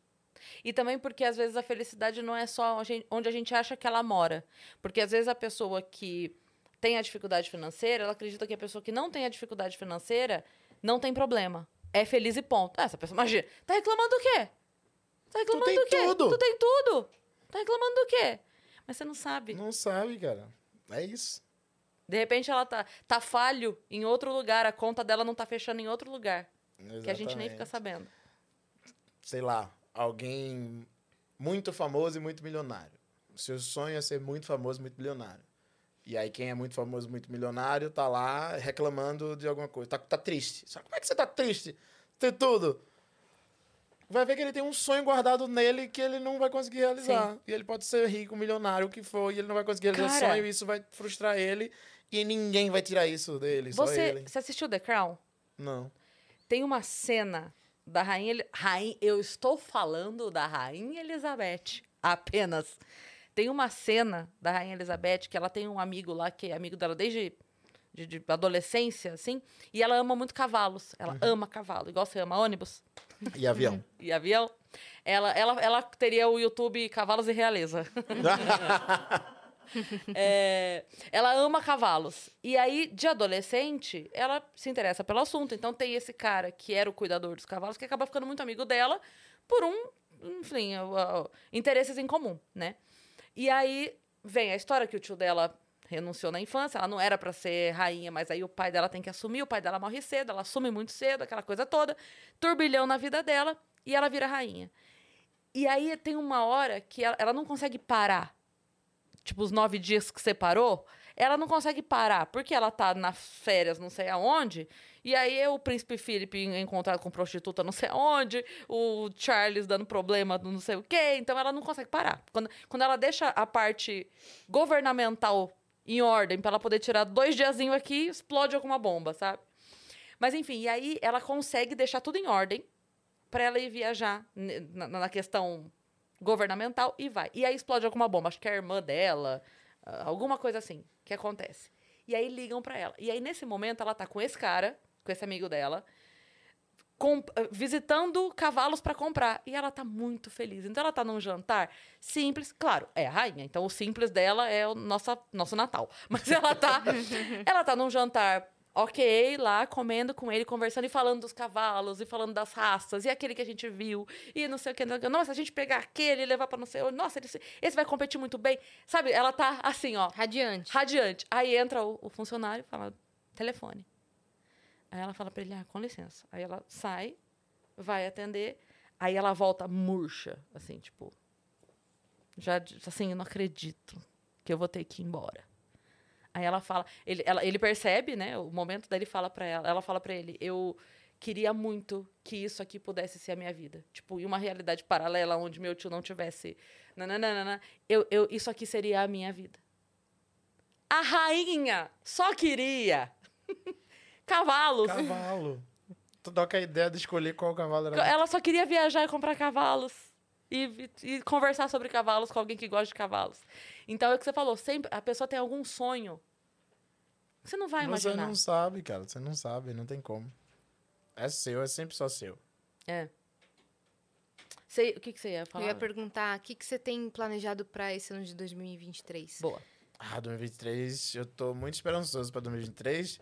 [SPEAKER 1] E também porque às vezes a felicidade não é só a gen- onde a gente acha que ela mora. Porque às vezes a pessoa que tem a dificuldade financeira, ela acredita que a pessoa que não tem a dificuldade financeira não tem problema. É feliz e ponto. Ah, Essa pessoa, imagina, tá reclamando do quê? Tá reclamando
[SPEAKER 3] tem
[SPEAKER 1] do quê?
[SPEAKER 3] tudo.
[SPEAKER 1] Tu tem tudo. Tá reclamando do quê? Mas você não sabe.
[SPEAKER 3] Não sabe, cara. É isso.
[SPEAKER 1] De repente ela tá, tá falho em outro lugar, a conta dela não tá fechando em outro lugar, que a gente nem fica
[SPEAKER 3] Exatamente.
[SPEAKER 1] sabendo.
[SPEAKER 3] Sei lá, alguém muito famoso e muito milionário. Seu sonho é ser muito famoso e muito milionário. E aí quem é muito famoso e muito milionário tá lá reclamando de alguma coisa. Tá, tá triste. Só, como é que você tá triste? Tem tudo. Vai ver que ele tem um sonho guardado nele que ele não vai conseguir realizar. E ele pode ser rico, milionário, o que for, e ele não vai conseguir realizar o
[SPEAKER 1] Cara.
[SPEAKER 3] sonho, e isso vai frustrar ele. E ninguém vai tirar isso dele, só
[SPEAKER 1] Você,
[SPEAKER 3] ele.
[SPEAKER 1] você assistiu The Crown?
[SPEAKER 3] Não.
[SPEAKER 1] Tem uma cena da rainha, Eli- rainha. Eu estou falando da rainha Elizabeth apenas. Tem uma cena da rainha Elizabeth que ela tem um amigo lá que é amigo dela desde de, de adolescência, assim, e ela ama muito cavalos. Ela
[SPEAKER 3] Uhum.
[SPEAKER 1] ama cavalo, igual você ama ônibus (laughs)
[SPEAKER 3] E avião.
[SPEAKER 1] e avião. Ela, ela, ela teria o YouTube Cavalos e Realeza. É, ela ama cavalos. E aí, de adolescente, ela se interessa pelo assunto. Então, tem esse cara que era o cuidador dos cavalos, que acaba ficando muito amigo dela por um, enfim, a- a- interesses em comum, né? E aí vem a história que o tio dela renunciou na infância, ela não era pra ser rainha, mas aí o pai dela tem que assumir, o pai dela morre cedo, ela assume muito cedo, aquela coisa toda, turbilhão na vida dela, e ela vira rainha. E aí tem uma hora que ela, ela não consegue parar. Tipo, os nove dias que separou, ela não consegue parar, porque ela tá nas férias não sei aonde, e aí o príncipe Felipe en- encontrado com prostituta não sei aonde, o Charles dando problema no não sei o quê, então ela não consegue parar. Quando, quando ela deixa a parte governamental em ordem, pra ela poder tirar dois diazinhos aqui e explode alguma bomba, sabe? Mas enfim, e aí ela consegue deixar tudo em ordem pra ela ir viajar ne- na, na questão governamental e vai. E aí explode alguma bomba, acho que é a irmã dela, ah, alguma coisa assim que acontece. E aí ligam pra ela. E aí nesse momento ela tá com esse cara, com esse amigo dela, com- visitando cavalos pra comprar. E ela tá muito feliz. Então ela tá num jantar simples, claro, é a rainha. Então o simples dela é o nossa, nosso Natal. (laughs) Mas ela tá, ela tá num jantar ok lá, comendo com ele, conversando e falando dos cavalos e falando das raças e aquele que a gente viu e não sei o que. não sei o que. Nossa, se a gente pegar aquele e levar pra não sei onde. Nossa, ele se- esse vai competir muito bem. Sabe, ela tá assim, ó.
[SPEAKER 2] Radiante.
[SPEAKER 1] Radiante. Aí entra o, o funcionário e fala, telefone. Aí ela fala pra ele, ah, com licença. Aí ela sai, vai atender, aí ela volta murcha, assim, tipo... Já, d- assim, eu não acredito que eu vou ter que ir embora. Aí ela fala, ele, ela- ele percebe, né, o momento, daí ele fala pra ela, ela fala pra ele, eu queria muito que isso aqui pudesse ser a minha vida. Tipo, em uma realidade paralela onde meu tio não tivesse... Nananana, eu, eu, isso aqui seria a minha vida. A rainha só queria (laughs) cavalos.
[SPEAKER 3] Cavalo. Tu dá com a ideia de escolher qual cavalo era.
[SPEAKER 1] Ela só queria viajar e comprar cavalos. E, e conversar sobre cavalos com alguém que gosta de cavalos. Então é o que você falou, sempre a pessoa tem algum sonho. que Você não vai
[SPEAKER 3] Você
[SPEAKER 1] imaginar.
[SPEAKER 3] não sabe, cara. Você não sabe, não tem como. É seu, é sempre só seu.
[SPEAKER 1] É. Você- o que, que você ia
[SPEAKER 2] Eu
[SPEAKER 1] falar?
[SPEAKER 2] ia perguntar, o que, que você tem planejado pra esse ano de 2023?
[SPEAKER 1] Boa.
[SPEAKER 3] Ah, 2023, eu tô muito esperançoso pra 2023,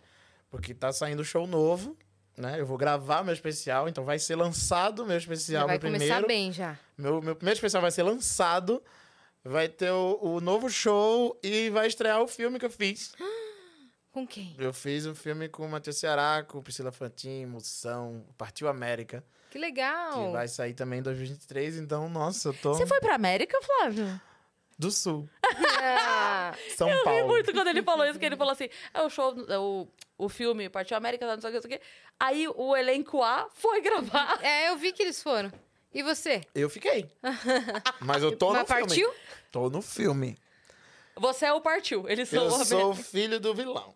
[SPEAKER 3] porque tá saindo show novo, né? Eu vou gravar meu especial, então vai ser lançado
[SPEAKER 2] Já
[SPEAKER 3] meu especial,
[SPEAKER 2] vai
[SPEAKER 3] meu
[SPEAKER 2] começar
[SPEAKER 3] primeiro.
[SPEAKER 2] bem já.
[SPEAKER 3] Meu, meu primeiro especial vai ser lançado. Vai ter o, o novo show e vai estrear o filme que eu fiz.
[SPEAKER 2] Com quem?
[SPEAKER 3] Eu fiz um filme com o Matheus Ceará, com Priscila Fantin, Moção, Partiu América,
[SPEAKER 2] Que legal!
[SPEAKER 3] que vai sair também em 2023. Então, nossa, eu tô
[SPEAKER 1] Você foi pra América, Flávio?
[SPEAKER 3] do Sul,
[SPEAKER 2] Ah,
[SPEAKER 3] São
[SPEAKER 1] Eu ri
[SPEAKER 3] Paulo.
[SPEAKER 1] muito quando ele falou isso, que ele falou assim: é o show, é o, o filme Partiu América, não sei o que, não sei o que. Aí o elenco A foi (laughs) gravar.
[SPEAKER 2] (laughs) é, eu vi que eles foram. E você?
[SPEAKER 1] (laughs)
[SPEAKER 3] Eu fiquei. Mas eu tô no
[SPEAKER 2] Mas
[SPEAKER 3] filme.
[SPEAKER 2] partiu?
[SPEAKER 3] Tô no filme.
[SPEAKER 1] Você é o partiu. Eles são
[SPEAKER 3] Eu
[SPEAKER 1] o
[SPEAKER 3] sou o filho do vilão.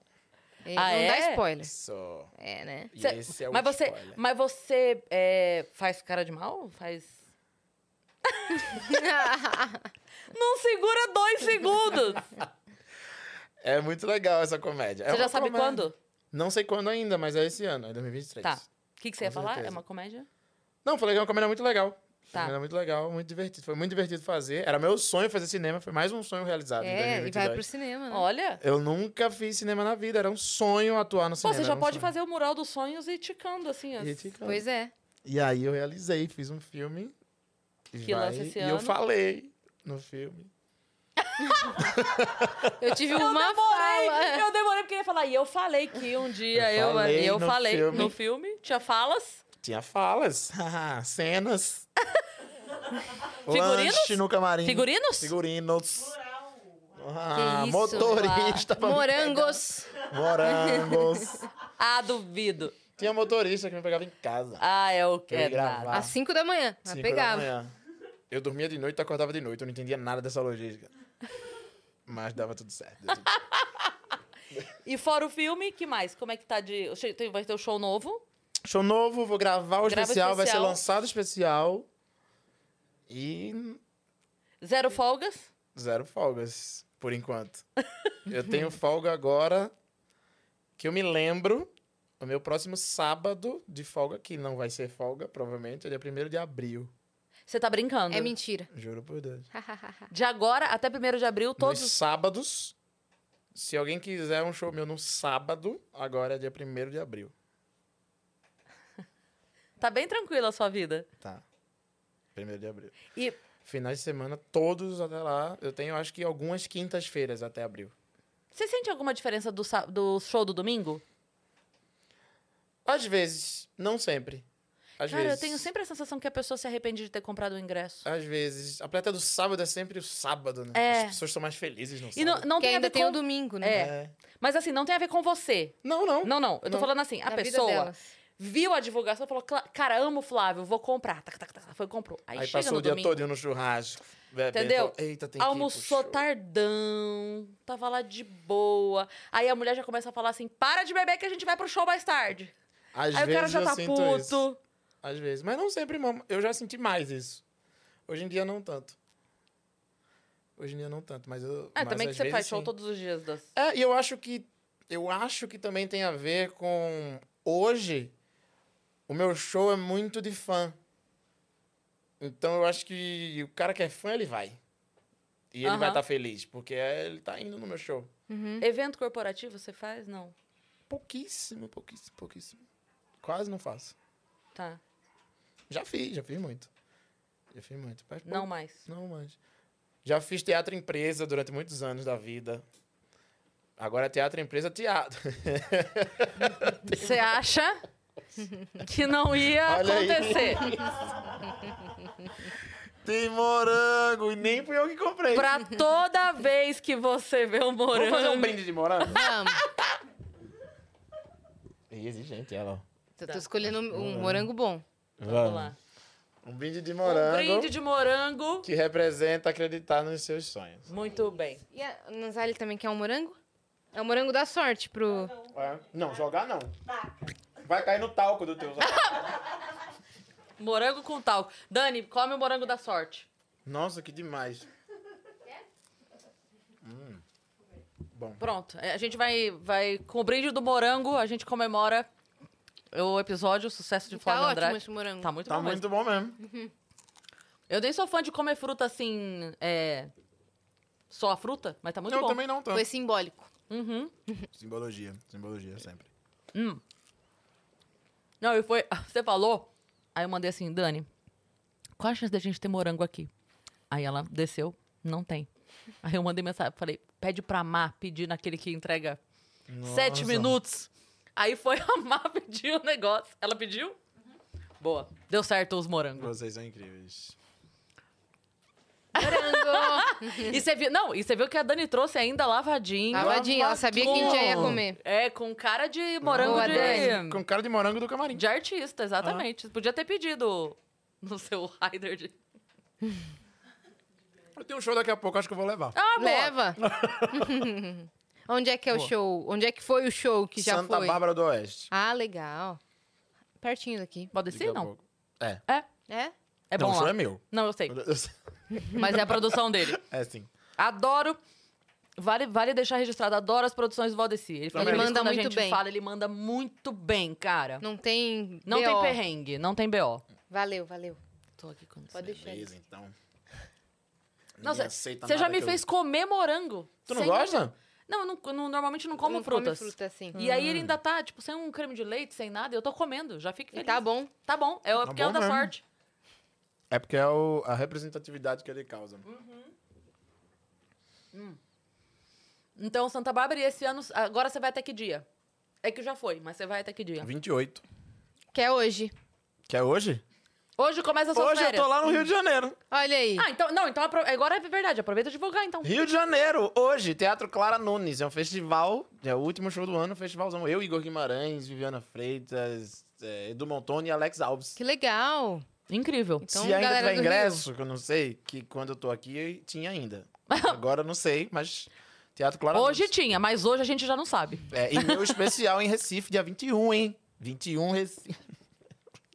[SPEAKER 2] É,
[SPEAKER 1] Ah,
[SPEAKER 2] não dá
[SPEAKER 1] é?
[SPEAKER 2] spoiler.
[SPEAKER 3] Sou.
[SPEAKER 2] É, né?
[SPEAKER 3] (laughs) E
[SPEAKER 1] Cê-
[SPEAKER 3] esse é o
[SPEAKER 1] mas você,
[SPEAKER 3] spoiler.
[SPEAKER 1] mas você é, faz cara de mal? Faz. Não segura dois (laughs) segundos.
[SPEAKER 3] É muito legal essa comédia. É
[SPEAKER 1] você já
[SPEAKER 3] uma
[SPEAKER 1] sabe
[SPEAKER 3] comédia.
[SPEAKER 1] quando?
[SPEAKER 3] Não sei quando ainda, mas é esse ano, é 2023.
[SPEAKER 1] Tá. O que, que você
[SPEAKER 3] Com
[SPEAKER 1] ia falar? É
[SPEAKER 3] certeza.
[SPEAKER 1] uma comédia?
[SPEAKER 3] Não, falei que é uma comédia muito legal.
[SPEAKER 1] Tá.
[SPEAKER 3] Era muito legal, muito divertido. Foi muito divertido fazer. Era meu sonho fazer cinema, foi mais um sonho realizado em
[SPEAKER 2] É, e
[SPEAKER 3] 2022.
[SPEAKER 2] vai pro cinema, né?
[SPEAKER 1] Olha.
[SPEAKER 3] Eu nunca fiz cinema na vida, era um sonho atuar no
[SPEAKER 1] Pô,
[SPEAKER 3] cinema.
[SPEAKER 1] você já
[SPEAKER 3] era um
[SPEAKER 1] pode
[SPEAKER 3] sonho.
[SPEAKER 1] fazer o mural dos sonhos e ir ticando, assim. as-
[SPEAKER 3] E, fica-
[SPEAKER 2] Pois é.
[SPEAKER 3] e aí eu realizei, fiz um filme. E,
[SPEAKER 1] Que
[SPEAKER 3] vai-
[SPEAKER 1] lança esse
[SPEAKER 3] e
[SPEAKER 1] ano.
[SPEAKER 3] eu falei no filme.
[SPEAKER 2] Eu tive uma
[SPEAKER 1] Demorei, (laughs)
[SPEAKER 2] fala.
[SPEAKER 1] eu demorei porque eu ia falar. E eu falei que um dia
[SPEAKER 3] Eu
[SPEAKER 1] eu, eu falei,
[SPEAKER 3] falei no filme.
[SPEAKER 1] no filme, tinha falas.
[SPEAKER 3] Tinha falas, (laughs)
[SPEAKER 1] (laughs)
[SPEAKER 3] cenas.
[SPEAKER 1] Figurinos?
[SPEAKER 3] Lanche no camarim.
[SPEAKER 1] Figurinos?
[SPEAKER 3] Figurinos.
[SPEAKER 4] Plural.
[SPEAKER 3] Ah,
[SPEAKER 2] Que isso,
[SPEAKER 3] motorista. pra me
[SPEAKER 2] Morangos.
[SPEAKER 3] pegar. (laughs) Morangos.
[SPEAKER 1] Ah, duvido.
[SPEAKER 3] Tinha motorista que me pegava em casa.
[SPEAKER 1] Ah, é o que?
[SPEAKER 3] Eu ia
[SPEAKER 1] É
[SPEAKER 3] gravar.
[SPEAKER 1] nada.
[SPEAKER 2] Às 5 da manhã. Mas
[SPEAKER 3] Cinco da
[SPEAKER 2] pegava.
[SPEAKER 3] manhã. Eu dormia de noite e acordava de noite. Eu não entendia nada dessa logística. Mas dava tudo certo. deu tudo certo.
[SPEAKER 1] E fora o filme, que mais? Como é que tá de. tem- Vai ter o show novo?
[SPEAKER 3] Show novo, vou gravar
[SPEAKER 1] Grava
[SPEAKER 3] o especial, Vai ser
[SPEAKER 1] especial.
[SPEAKER 3] lançado especial. E
[SPEAKER 1] Zero folgas.
[SPEAKER 3] zero folgas,
[SPEAKER 1] (laughs)
[SPEAKER 3] por enquanto. eu tenho folga agora que eu me lembro. O meu próximo sábado de folga, que não vai ser folga, provavelmente, é dia 1 de abril.
[SPEAKER 1] Você tá brincando?
[SPEAKER 2] É mentira.
[SPEAKER 3] Juro por Deus.
[SPEAKER 1] De agora até 1 de abril, todos.
[SPEAKER 3] Nos sábados. Se alguém quiser um show meu no sábado, agora é dia 1 de abril.
[SPEAKER 1] Tá bem tranquila a sua vida.
[SPEAKER 3] Tá. 1 de abril.
[SPEAKER 1] E
[SPEAKER 3] Finais de semana, todos até lá. Eu tenho, acho que, algumas quintas-feiras até abril.
[SPEAKER 1] você sente alguma diferença do, sá- do show do domingo?
[SPEAKER 3] Às vezes, não sempre. Às
[SPEAKER 1] Cara,
[SPEAKER 3] vezes.
[SPEAKER 1] eu tenho sempre a sensação que a pessoa se arrepende de ter comprado o ingresso.
[SPEAKER 3] Às vezes. A plateia do sábado é sempre o sábado, né?
[SPEAKER 1] É.
[SPEAKER 3] As pessoas estão mais felizes no
[SPEAKER 1] E não,
[SPEAKER 3] sábado.
[SPEAKER 1] não
[SPEAKER 2] Porque
[SPEAKER 1] tem a
[SPEAKER 2] ainda
[SPEAKER 1] ver
[SPEAKER 2] tem o
[SPEAKER 1] com...
[SPEAKER 2] domingo, né?
[SPEAKER 1] É. Mas assim, não tem a ver com você.
[SPEAKER 3] Não, não.
[SPEAKER 1] Não, não. Eu tô
[SPEAKER 3] Não.
[SPEAKER 1] falando assim, a
[SPEAKER 2] Da vida
[SPEAKER 1] pessoa
[SPEAKER 2] delas.
[SPEAKER 1] viu a divulgação e falou, "Cla- cara, amo o Flávio, vou comprar. Tac, tac, tac, foi e comprou. Aí,
[SPEAKER 3] Aí,
[SPEAKER 1] chega
[SPEAKER 3] passou
[SPEAKER 1] no
[SPEAKER 3] o dia
[SPEAKER 1] domingo.
[SPEAKER 3] todo no churrasco. É, bem,
[SPEAKER 1] Entendeu?
[SPEAKER 3] falou, Eita, tem que ir pro
[SPEAKER 1] Almoçou tá.
[SPEAKER 3] show."
[SPEAKER 1] tardão, tava lá de boa. Aí a mulher já começa a falar assim: para de beber que a gente vai pro show mais tarde.
[SPEAKER 3] Às
[SPEAKER 1] Aí o cara
[SPEAKER 3] vezes
[SPEAKER 1] já
[SPEAKER 3] eu
[SPEAKER 1] tá
[SPEAKER 3] sinto
[SPEAKER 1] puto.
[SPEAKER 3] isso. Às vezes. Mas não sempre, mama. Eu já senti mais isso. Hoje em dia, não tanto. Hoje em dia, não tanto. Mas eu.
[SPEAKER 1] É,
[SPEAKER 3] mas
[SPEAKER 1] também que
[SPEAKER 3] às
[SPEAKER 1] você
[SPEAKER 3] vezes,
[SPEAKER 1] faz show
[SPEAKER 3] sim.
[SPEAKER 1] todos os dias das.
[SPEAKER 3] É, e eu acho que. Eu acho que também tem a ver com. Hoje, o meu show é muito de fã. Então eu acho que o cara que é fã, ele vai. E ele vai
[SPEAKER 1] Aham.
[SPEAKER 3] estar feliz, porque ele tá indo no meu show.
[SPEAKER 1] Evento corporativo você faz? Não.
[SPEAKER 3] Pouquíssimo, pouquíssimo, pouquíssimo. Quase não faço.
[SPEAKER 1] Tá.
[SPEAKER 3] Já fiz, já fiz muito. Já fiz muito. Mas
[SPEAKER 1] Não mais.
[SPEAKER 3] Não, mas. Já fiz teatro empresa durante muitos anos da vida. Agora é teatro empresa teatro. Hum?
[SPEAKER 1] Você acha que não ia
[SPEAKER 3] Olha aí.
[SPEAKER 1] acontecer?
[SPEAKER 3] Tem morango e nem fui eu que comprei.
[SPEAKER 1] Pra toda vez que você vê o
[SPEAKER 3] Vamos
[SPEAKER 1] morango.
[SPEAKER 3] fazer um brinde de morango?
[SPEAKER 2] (laughs) Vamos.
[SPEAKER 3] (laughs) Ih, exigente ela. ó.
[SPEAKER 2] Eu tô escolhendo um- um morango bom.
[SPEAKER 1] Vamos lá.
[SPEAKER 3] Um brinde de
[SPEAKER 1] Um
[SPEAKER 3] morango
[SPEAKER 1] brinde de morango.
[SPEAKER 3] que representa acreditar nos seus sonhos.
[SPEAKER 1] Muito bem.
[SPEAKER 2] E a Nazali também quer um morango? É o morango da sorte pro.
[SPEAKER 3] É. Não, jogar não. Vai cair no talco
[SPEAKER 1] (laughs)
[SPEAKER 3] do teu.
[SPEAKER 1] Morango com talco. Dani, come o morango da sorte.
[SPEAKER 3] Nossa, que demais. Hum.
[SPEAKER 1] Pronto. É, A gente vai, vai com o brinde do morango, a gente comemora o episódio, o sucesso de
[SPEAKER 2] Tá
[SPEAKER 1] Flávio
[SPEAKER 2] ótimo
[SPEAKER 1] Andrade.
[SPEAKER 2] esse morango.
[SPEAKER 1] Tá muito
[SPEAKER 3] Tá
[SPEAKER 1] bom mesmo.
[SPEAKER 3] muito bom mesmo.
[SPEAKER 1] Eu nem sou fã de comer fruta assim, é... Só a fruta, mas tá muito
[SPEAKER 3] eu
[SPEAKER 1] bom.
[SPEAKER 3] também não tanto.
[SPEAKER 2] Foi simbólico.
[SPEAKER 1] Uhum.
[SPEAKER 3] Simbologia, simbologia sempre.
[SPEAKER 1] Não, e foi... (laughs) Você falou, aí eu mandei assim, Dani, qual a chance da gente ter morango aqui? Aí ela desceu, não tem. Aí eu mandei mensagem, falei, pede pra Má pedir naquele que entrega sete
[SPEAKER 3] Nossa.
[SPEAKER 1] minutos. Aí foi a (laughs) Má pedir o negócio. Ela pediu?
[SPEAKER 2] Uhum.
[SPEAKER 1] Boa. Deu certo os morangos.
[SPEAKER 3] Vocês são incríveis.
[SPEAKER 2] Morango! (laughs)
[SPEAKER 1] E você viu, não, e você viu que a Dani trouxe ainda lavadinho.
[SPEAKER 2] Lavadinho, ela sabia que a gente já ia comer.
[SPEAKER 1] É, com cara de morango
[SPEAKER 2] Boa,
[SPEAKER 1] de,
[SPEAKER 3] Com cara de morango do camarim.
[SPEAKER 1] de artista,
[SPEAKER 2] Ah.
[SPEAKER 1] exatamente. Podia ter pedido no seu rider de.
[SPEAKER 3] Eu tenho um show daqui a pouco, acho que eu vou levar.
[SPEAKER 2] Tá
[SPEAKER 1] Ah, boa.
[SPEAKER 2] (laughs) Leva! Onde é que é o
[SPEAKER 1] Boa.
[SPEAKER 2] show? Onde é que foi o show que já
[SPEAKER 3] Santa
[SPEAKER 2] foi?
[SPEAKER 3] Bárbara do Oeste.
[SPEAKER 2] Ah, legal. Pertinho daqui.
[SPEAKER 1] Pode
[SPEAKER 3] Daqui
[SPEAKER 1] descer,
[SPEAKER 3] a
[SPEAKER 1] não?
[SPEAKER 3] pouco. É.
[SPEAKER 1] É,
[SPEAKER 2] É?
[SPEAKER 1] é
[SPEAKER 3] não,
[SPEAKER 1] bom
[SPEAKER 3] o show
[SPEAKER 1] lá.
[SPEAKER 3] é meu.
[SPEAKER 1] Não, eu sei. Mas é a produção dele.
[SPEAKER 3] É sim.
[SPEAKER 1] Adoro. Vale, vale deixar registrado, adoro as produções do Valdeci. Ele, fica
[SPEAKER 3] Ele
[SPEAKER 1] feliz
[SPEAKER 2] manda
[SPEAKER 1] quando a
[SPEAKER 2] muito
[SPEAKER 1] gente
[SPEAKER 2] bem.
[SPEAKER 1] fala, ele manda muito bem, cara.
[SPEAKER 2] Não tem.
[SPEAKER 1] Não,
[SPEAKER 2] BO.
[SPEAKER 1] tem perrengue, não tem BO.
[SPEAKER 2] Valeu, valeu.
[SPEAKER 1] Tô aqui com
[SPEAKER 2] Pode deixar.
[SPEAKER 3] Beleza, então.
[SPEAKER 1] Nossa,
[SPEAKER 3] Ninguém aceita
[SPEAKER 1] você já
[SPEAKER 3] nada
[SPEAKER 1] me
[SPEAKER 3] que eu-
[SPEAKER 1] fez comer morango.
[SPEAKER 3] Tu não
[SPEAKER 1] sem-
[SPEAKER 3] gosta?
[SPEAKER 1] Não, eu não, eu não- normalmente não como
[SPEAKER 2] Não Hum, come
[SPEAKER 1] frutas.
[SPEAKER 2] fruta assim.
[SPEAKER 1] E aí ele
[SPEAKER 3] Hum.
[SPEAKER 1] ainda tá, tipo, sem um creme de leite, sem nada, eu tô comendo, já fico
[SPEAKER 2] E
[SPEAKER 1] feliz.
[SPEAKER 2] tá bom.
[SPEAKER 1] Tá bom, é o- porque é o
[SPEAKER 3] bom
[SPEAKER 1] da
[SPEAKER 3] mesmo.
[SPEAKER 1] sorte.
[SPEAKER 3] É porque é o- a representatividade que ele causa.
[SPEAKER 1] Hum. Então, Santa Bárbara, e esse ano, agora você vai até que dia? É que já foi, mas você vai até que dia?
[SPEAKER 3] 28.
[SPEAKER 2] Que é hoje.
[SPEAKER 3] Que é hoje?
[SPEAKER 1] Hoje começa a sua
[SPEAKER 3] hoje
[SPEAKER 1] férias.
[SPEAKER 3] eu tô lá no Rio de Janeiro.
[SPEAKER 2] Olha aí.
[SPEAKER 1] Ah, então, não, então apro- agora é verdade, aproveita e divulgar, então.
[SPEAKER 3] Rio de Janeiro, hoje, Teatro Clara Nunes. É um festival, é o último show do ano, festivalzão. Eu, Igor Guimarães, Viviana Freitas, é, Edu Montoni e Alex Alves.
[SPEAKER 2] Que legal.
[SPEAKER 1] Incrível.
[SPEAKER 2] Então,
[SPEAKER 3] Se ainda
[SPEAKER 2] galera do
[SPEAKER 3] tiver
[SPEAKER 2] Rio.
[SPEAKER 3] ingresso, que eu não sei, que quando eu tô aqui tinha
[SPEAKER 2] (laughs)
[SPEAKER 3] ainda. Agora eu não sei, mas Teatro Clara
[SPEAKER 1] Hoje
[SPEAKER 3] Nunes.
[SPEAKER 1] tinha, mas hoje a gente já não sabe.
[SPEAKER 3] É, e meu especial em Recife, dia 21, hein? 21 Recife.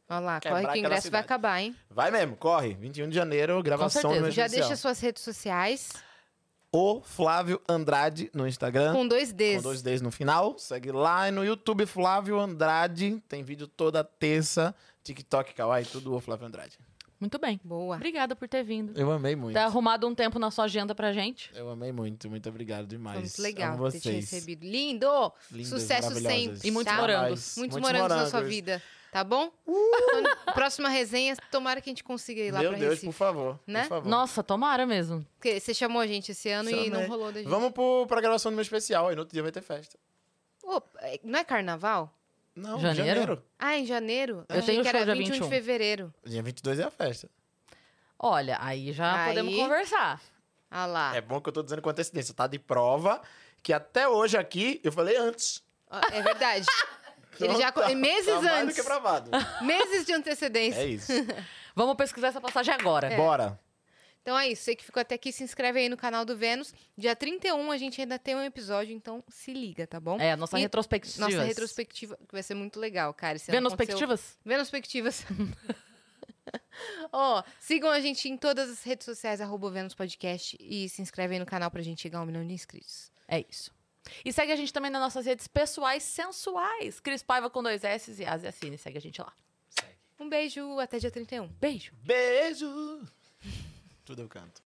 [SPEAKER 2] Olha lá, corre
[SPEAKER 3] Quebrar
[SPEAKER 2] que o
[SPEAKER 3] aquela
[SPEAKER 2] ingresso vai
[SPEAKER 3] cidade.
[SPEAKER 2] acabar, hein?
[SPEAKER 3] Vai mesmo, corre. 21 de janeiro, gravação
[SPEAKER 1] certeza.
[SPEAKER 3] do meu
[SPEAKER 2] Já
[SPEAKER 3] especial.
[SPEAKER 2] deixa suas redes sociais
[SPEAKER 3] O Flávio Andrade no Instagram.
[SPEAKER 2] com dois Ds.
[SPEAKER 3] Com dois Ds no final. Segue lá e no YouTube, Flávio Andrade. Tem vídeo toda terça. TikTok, Kawaii, tudo o Flávio Andrade.
[SPEAKER 1] Muito bem.
[SPEAKER 2] Boa.
[SPEAKER 1] Obrigada por ter vindo.
[SPEAKER 3] Eu amei muito.
[SPEAKER 1] Tá arrumado um tempo na sua agenda pra gente.
[SPEAKER 3] Eu amei muito. Muito obrigado demais.
[SPEAKER 2] Foi muito legal
[SPEAKER 3] Amo
[SPEAKER 2] ter te
[SPEAKER 3] vocês.
[SPEAKER 2] recebido. Lindo!
[SPEAKER 3] Lindas,
[SPEAKER 2] Sucesso
[SPEAKER 3] maravilhosas.
[SPEAKER 2] sempre.
[SPEAKER 1] E muitos
[SPEAKER 2] tá?
[SPEAKER 1] morangos.
[SPEAKER 2] Muitos, morangos, na sua vida, tá bom? Então, próxima resenha, tomara que a gente consiga ir lá
[SPEAKER 3] Uh! Meu
[SPEAKER 2] pra
[SPEAKER 3] Deus, por
[SPEAKER 2] Recife.
[SPEAKER 3] favor.
[SPEAKER 2] Né?
[SPEAKER 3] Por favor.
[SPEAKER 1] Nossa, tomara mesmo.
[SPEAKER 2] Porque você chamou a gente esse ano e
[SPEAKER 3] Chamei.
[SPEAKER 2] não rolou da gente.
[SPEAKER 3] Vamos pro, pra gravação do meu especial. Aí no outro dia vai ter festa.
[SPEAKER 2] Ô, é- não é carnaval?
[SPEAKER 3] Não,
[SPEAKER 1] Janeiro?
[SPEAKER 3] janeiro.
[SPEAKER 2] Ah, em janeiro?
[SPEAKER 1] Eu
[SPEAKER 2] Achei
[SPEAKER 1] tenho
[SPEAKER 2] que
[SPEAKER 1] show
[SPEAKER 3] é
[SPEAKER 2] era
[SPEAKER 1] dia
[SPEAKER 2] 21 de
[SPEAKER 1] 21.
[SPEAKER 2] fevereiro.
[SPEAKER 3] Dia 22 é a festa.
[SPEAKER 1] Olha, aí já
[SPEAKER 2] Aí-
[SPEAKER 1] podemos conversar.
[SPEAKER 2] Ah lá.
[SPEAKER 3] É bom que eu tô dizendo com antecedência. Tá de prova que até hoje aqui eu falei antes.
[SPEAKER 2] Ó, É,
[SPEAKER 3] (laughs)
[SPEAKER 2] verdade. Ele
[SPEAKER 3] Então
[SPEAKER 2] já co-
[SPEAKER 3] tá-
[SPEAKER 2] meses
[SPEAKER 3] tá Mais do
[SPEAKER 2] antes. (laughs)
[SPEAKER 3] que provado.
[SPEAKER 2] Meses de
[SPEAKER 3] É
[SPEAKER 2] antecedência.
[SPEAKER 3] isso.
[SPEAKER 2] É.
[SPEAKER 1] Vamos pesquisar essa passagem agora.
[SPEAKER 3] Bora.
[SPEAKER 2] Então é isso. Você que ficou até aqui, se inscreve aí no canal do Vênus. Dia 31 a gente ainda tem um episódio, então se liga, tá bom?
[SPEAKER 1] É, a nossa
[SPEAKER 2] E-
[SPEAKER 1] retrospectiva.
[SPEAKER 2] Nossa retrospectiva, que vai ser muito legal, cara. Esse ano aconteceu-
[SPEAKER 1] Venospectivas?
[SPEAKER 2] Venospectivas. (laughs) Ó, sigam a gente em todas as redes sociais, arroba Vênus Podcast, e se inscreve aí no canal pra gente chegar a um milhão de inscritos.
[SPEAKER 1] É isso. E segue a gente também nas nossas redes pessoais sensuais. Cris Paiva com dois S e Asia Cine. Segue a gente lá.
[SPEAKER 2] Um beijo, até dia 31.
[SPEAKER 1] Beijo.
[SPEAKER 3] Beijo! Tudo eu canto.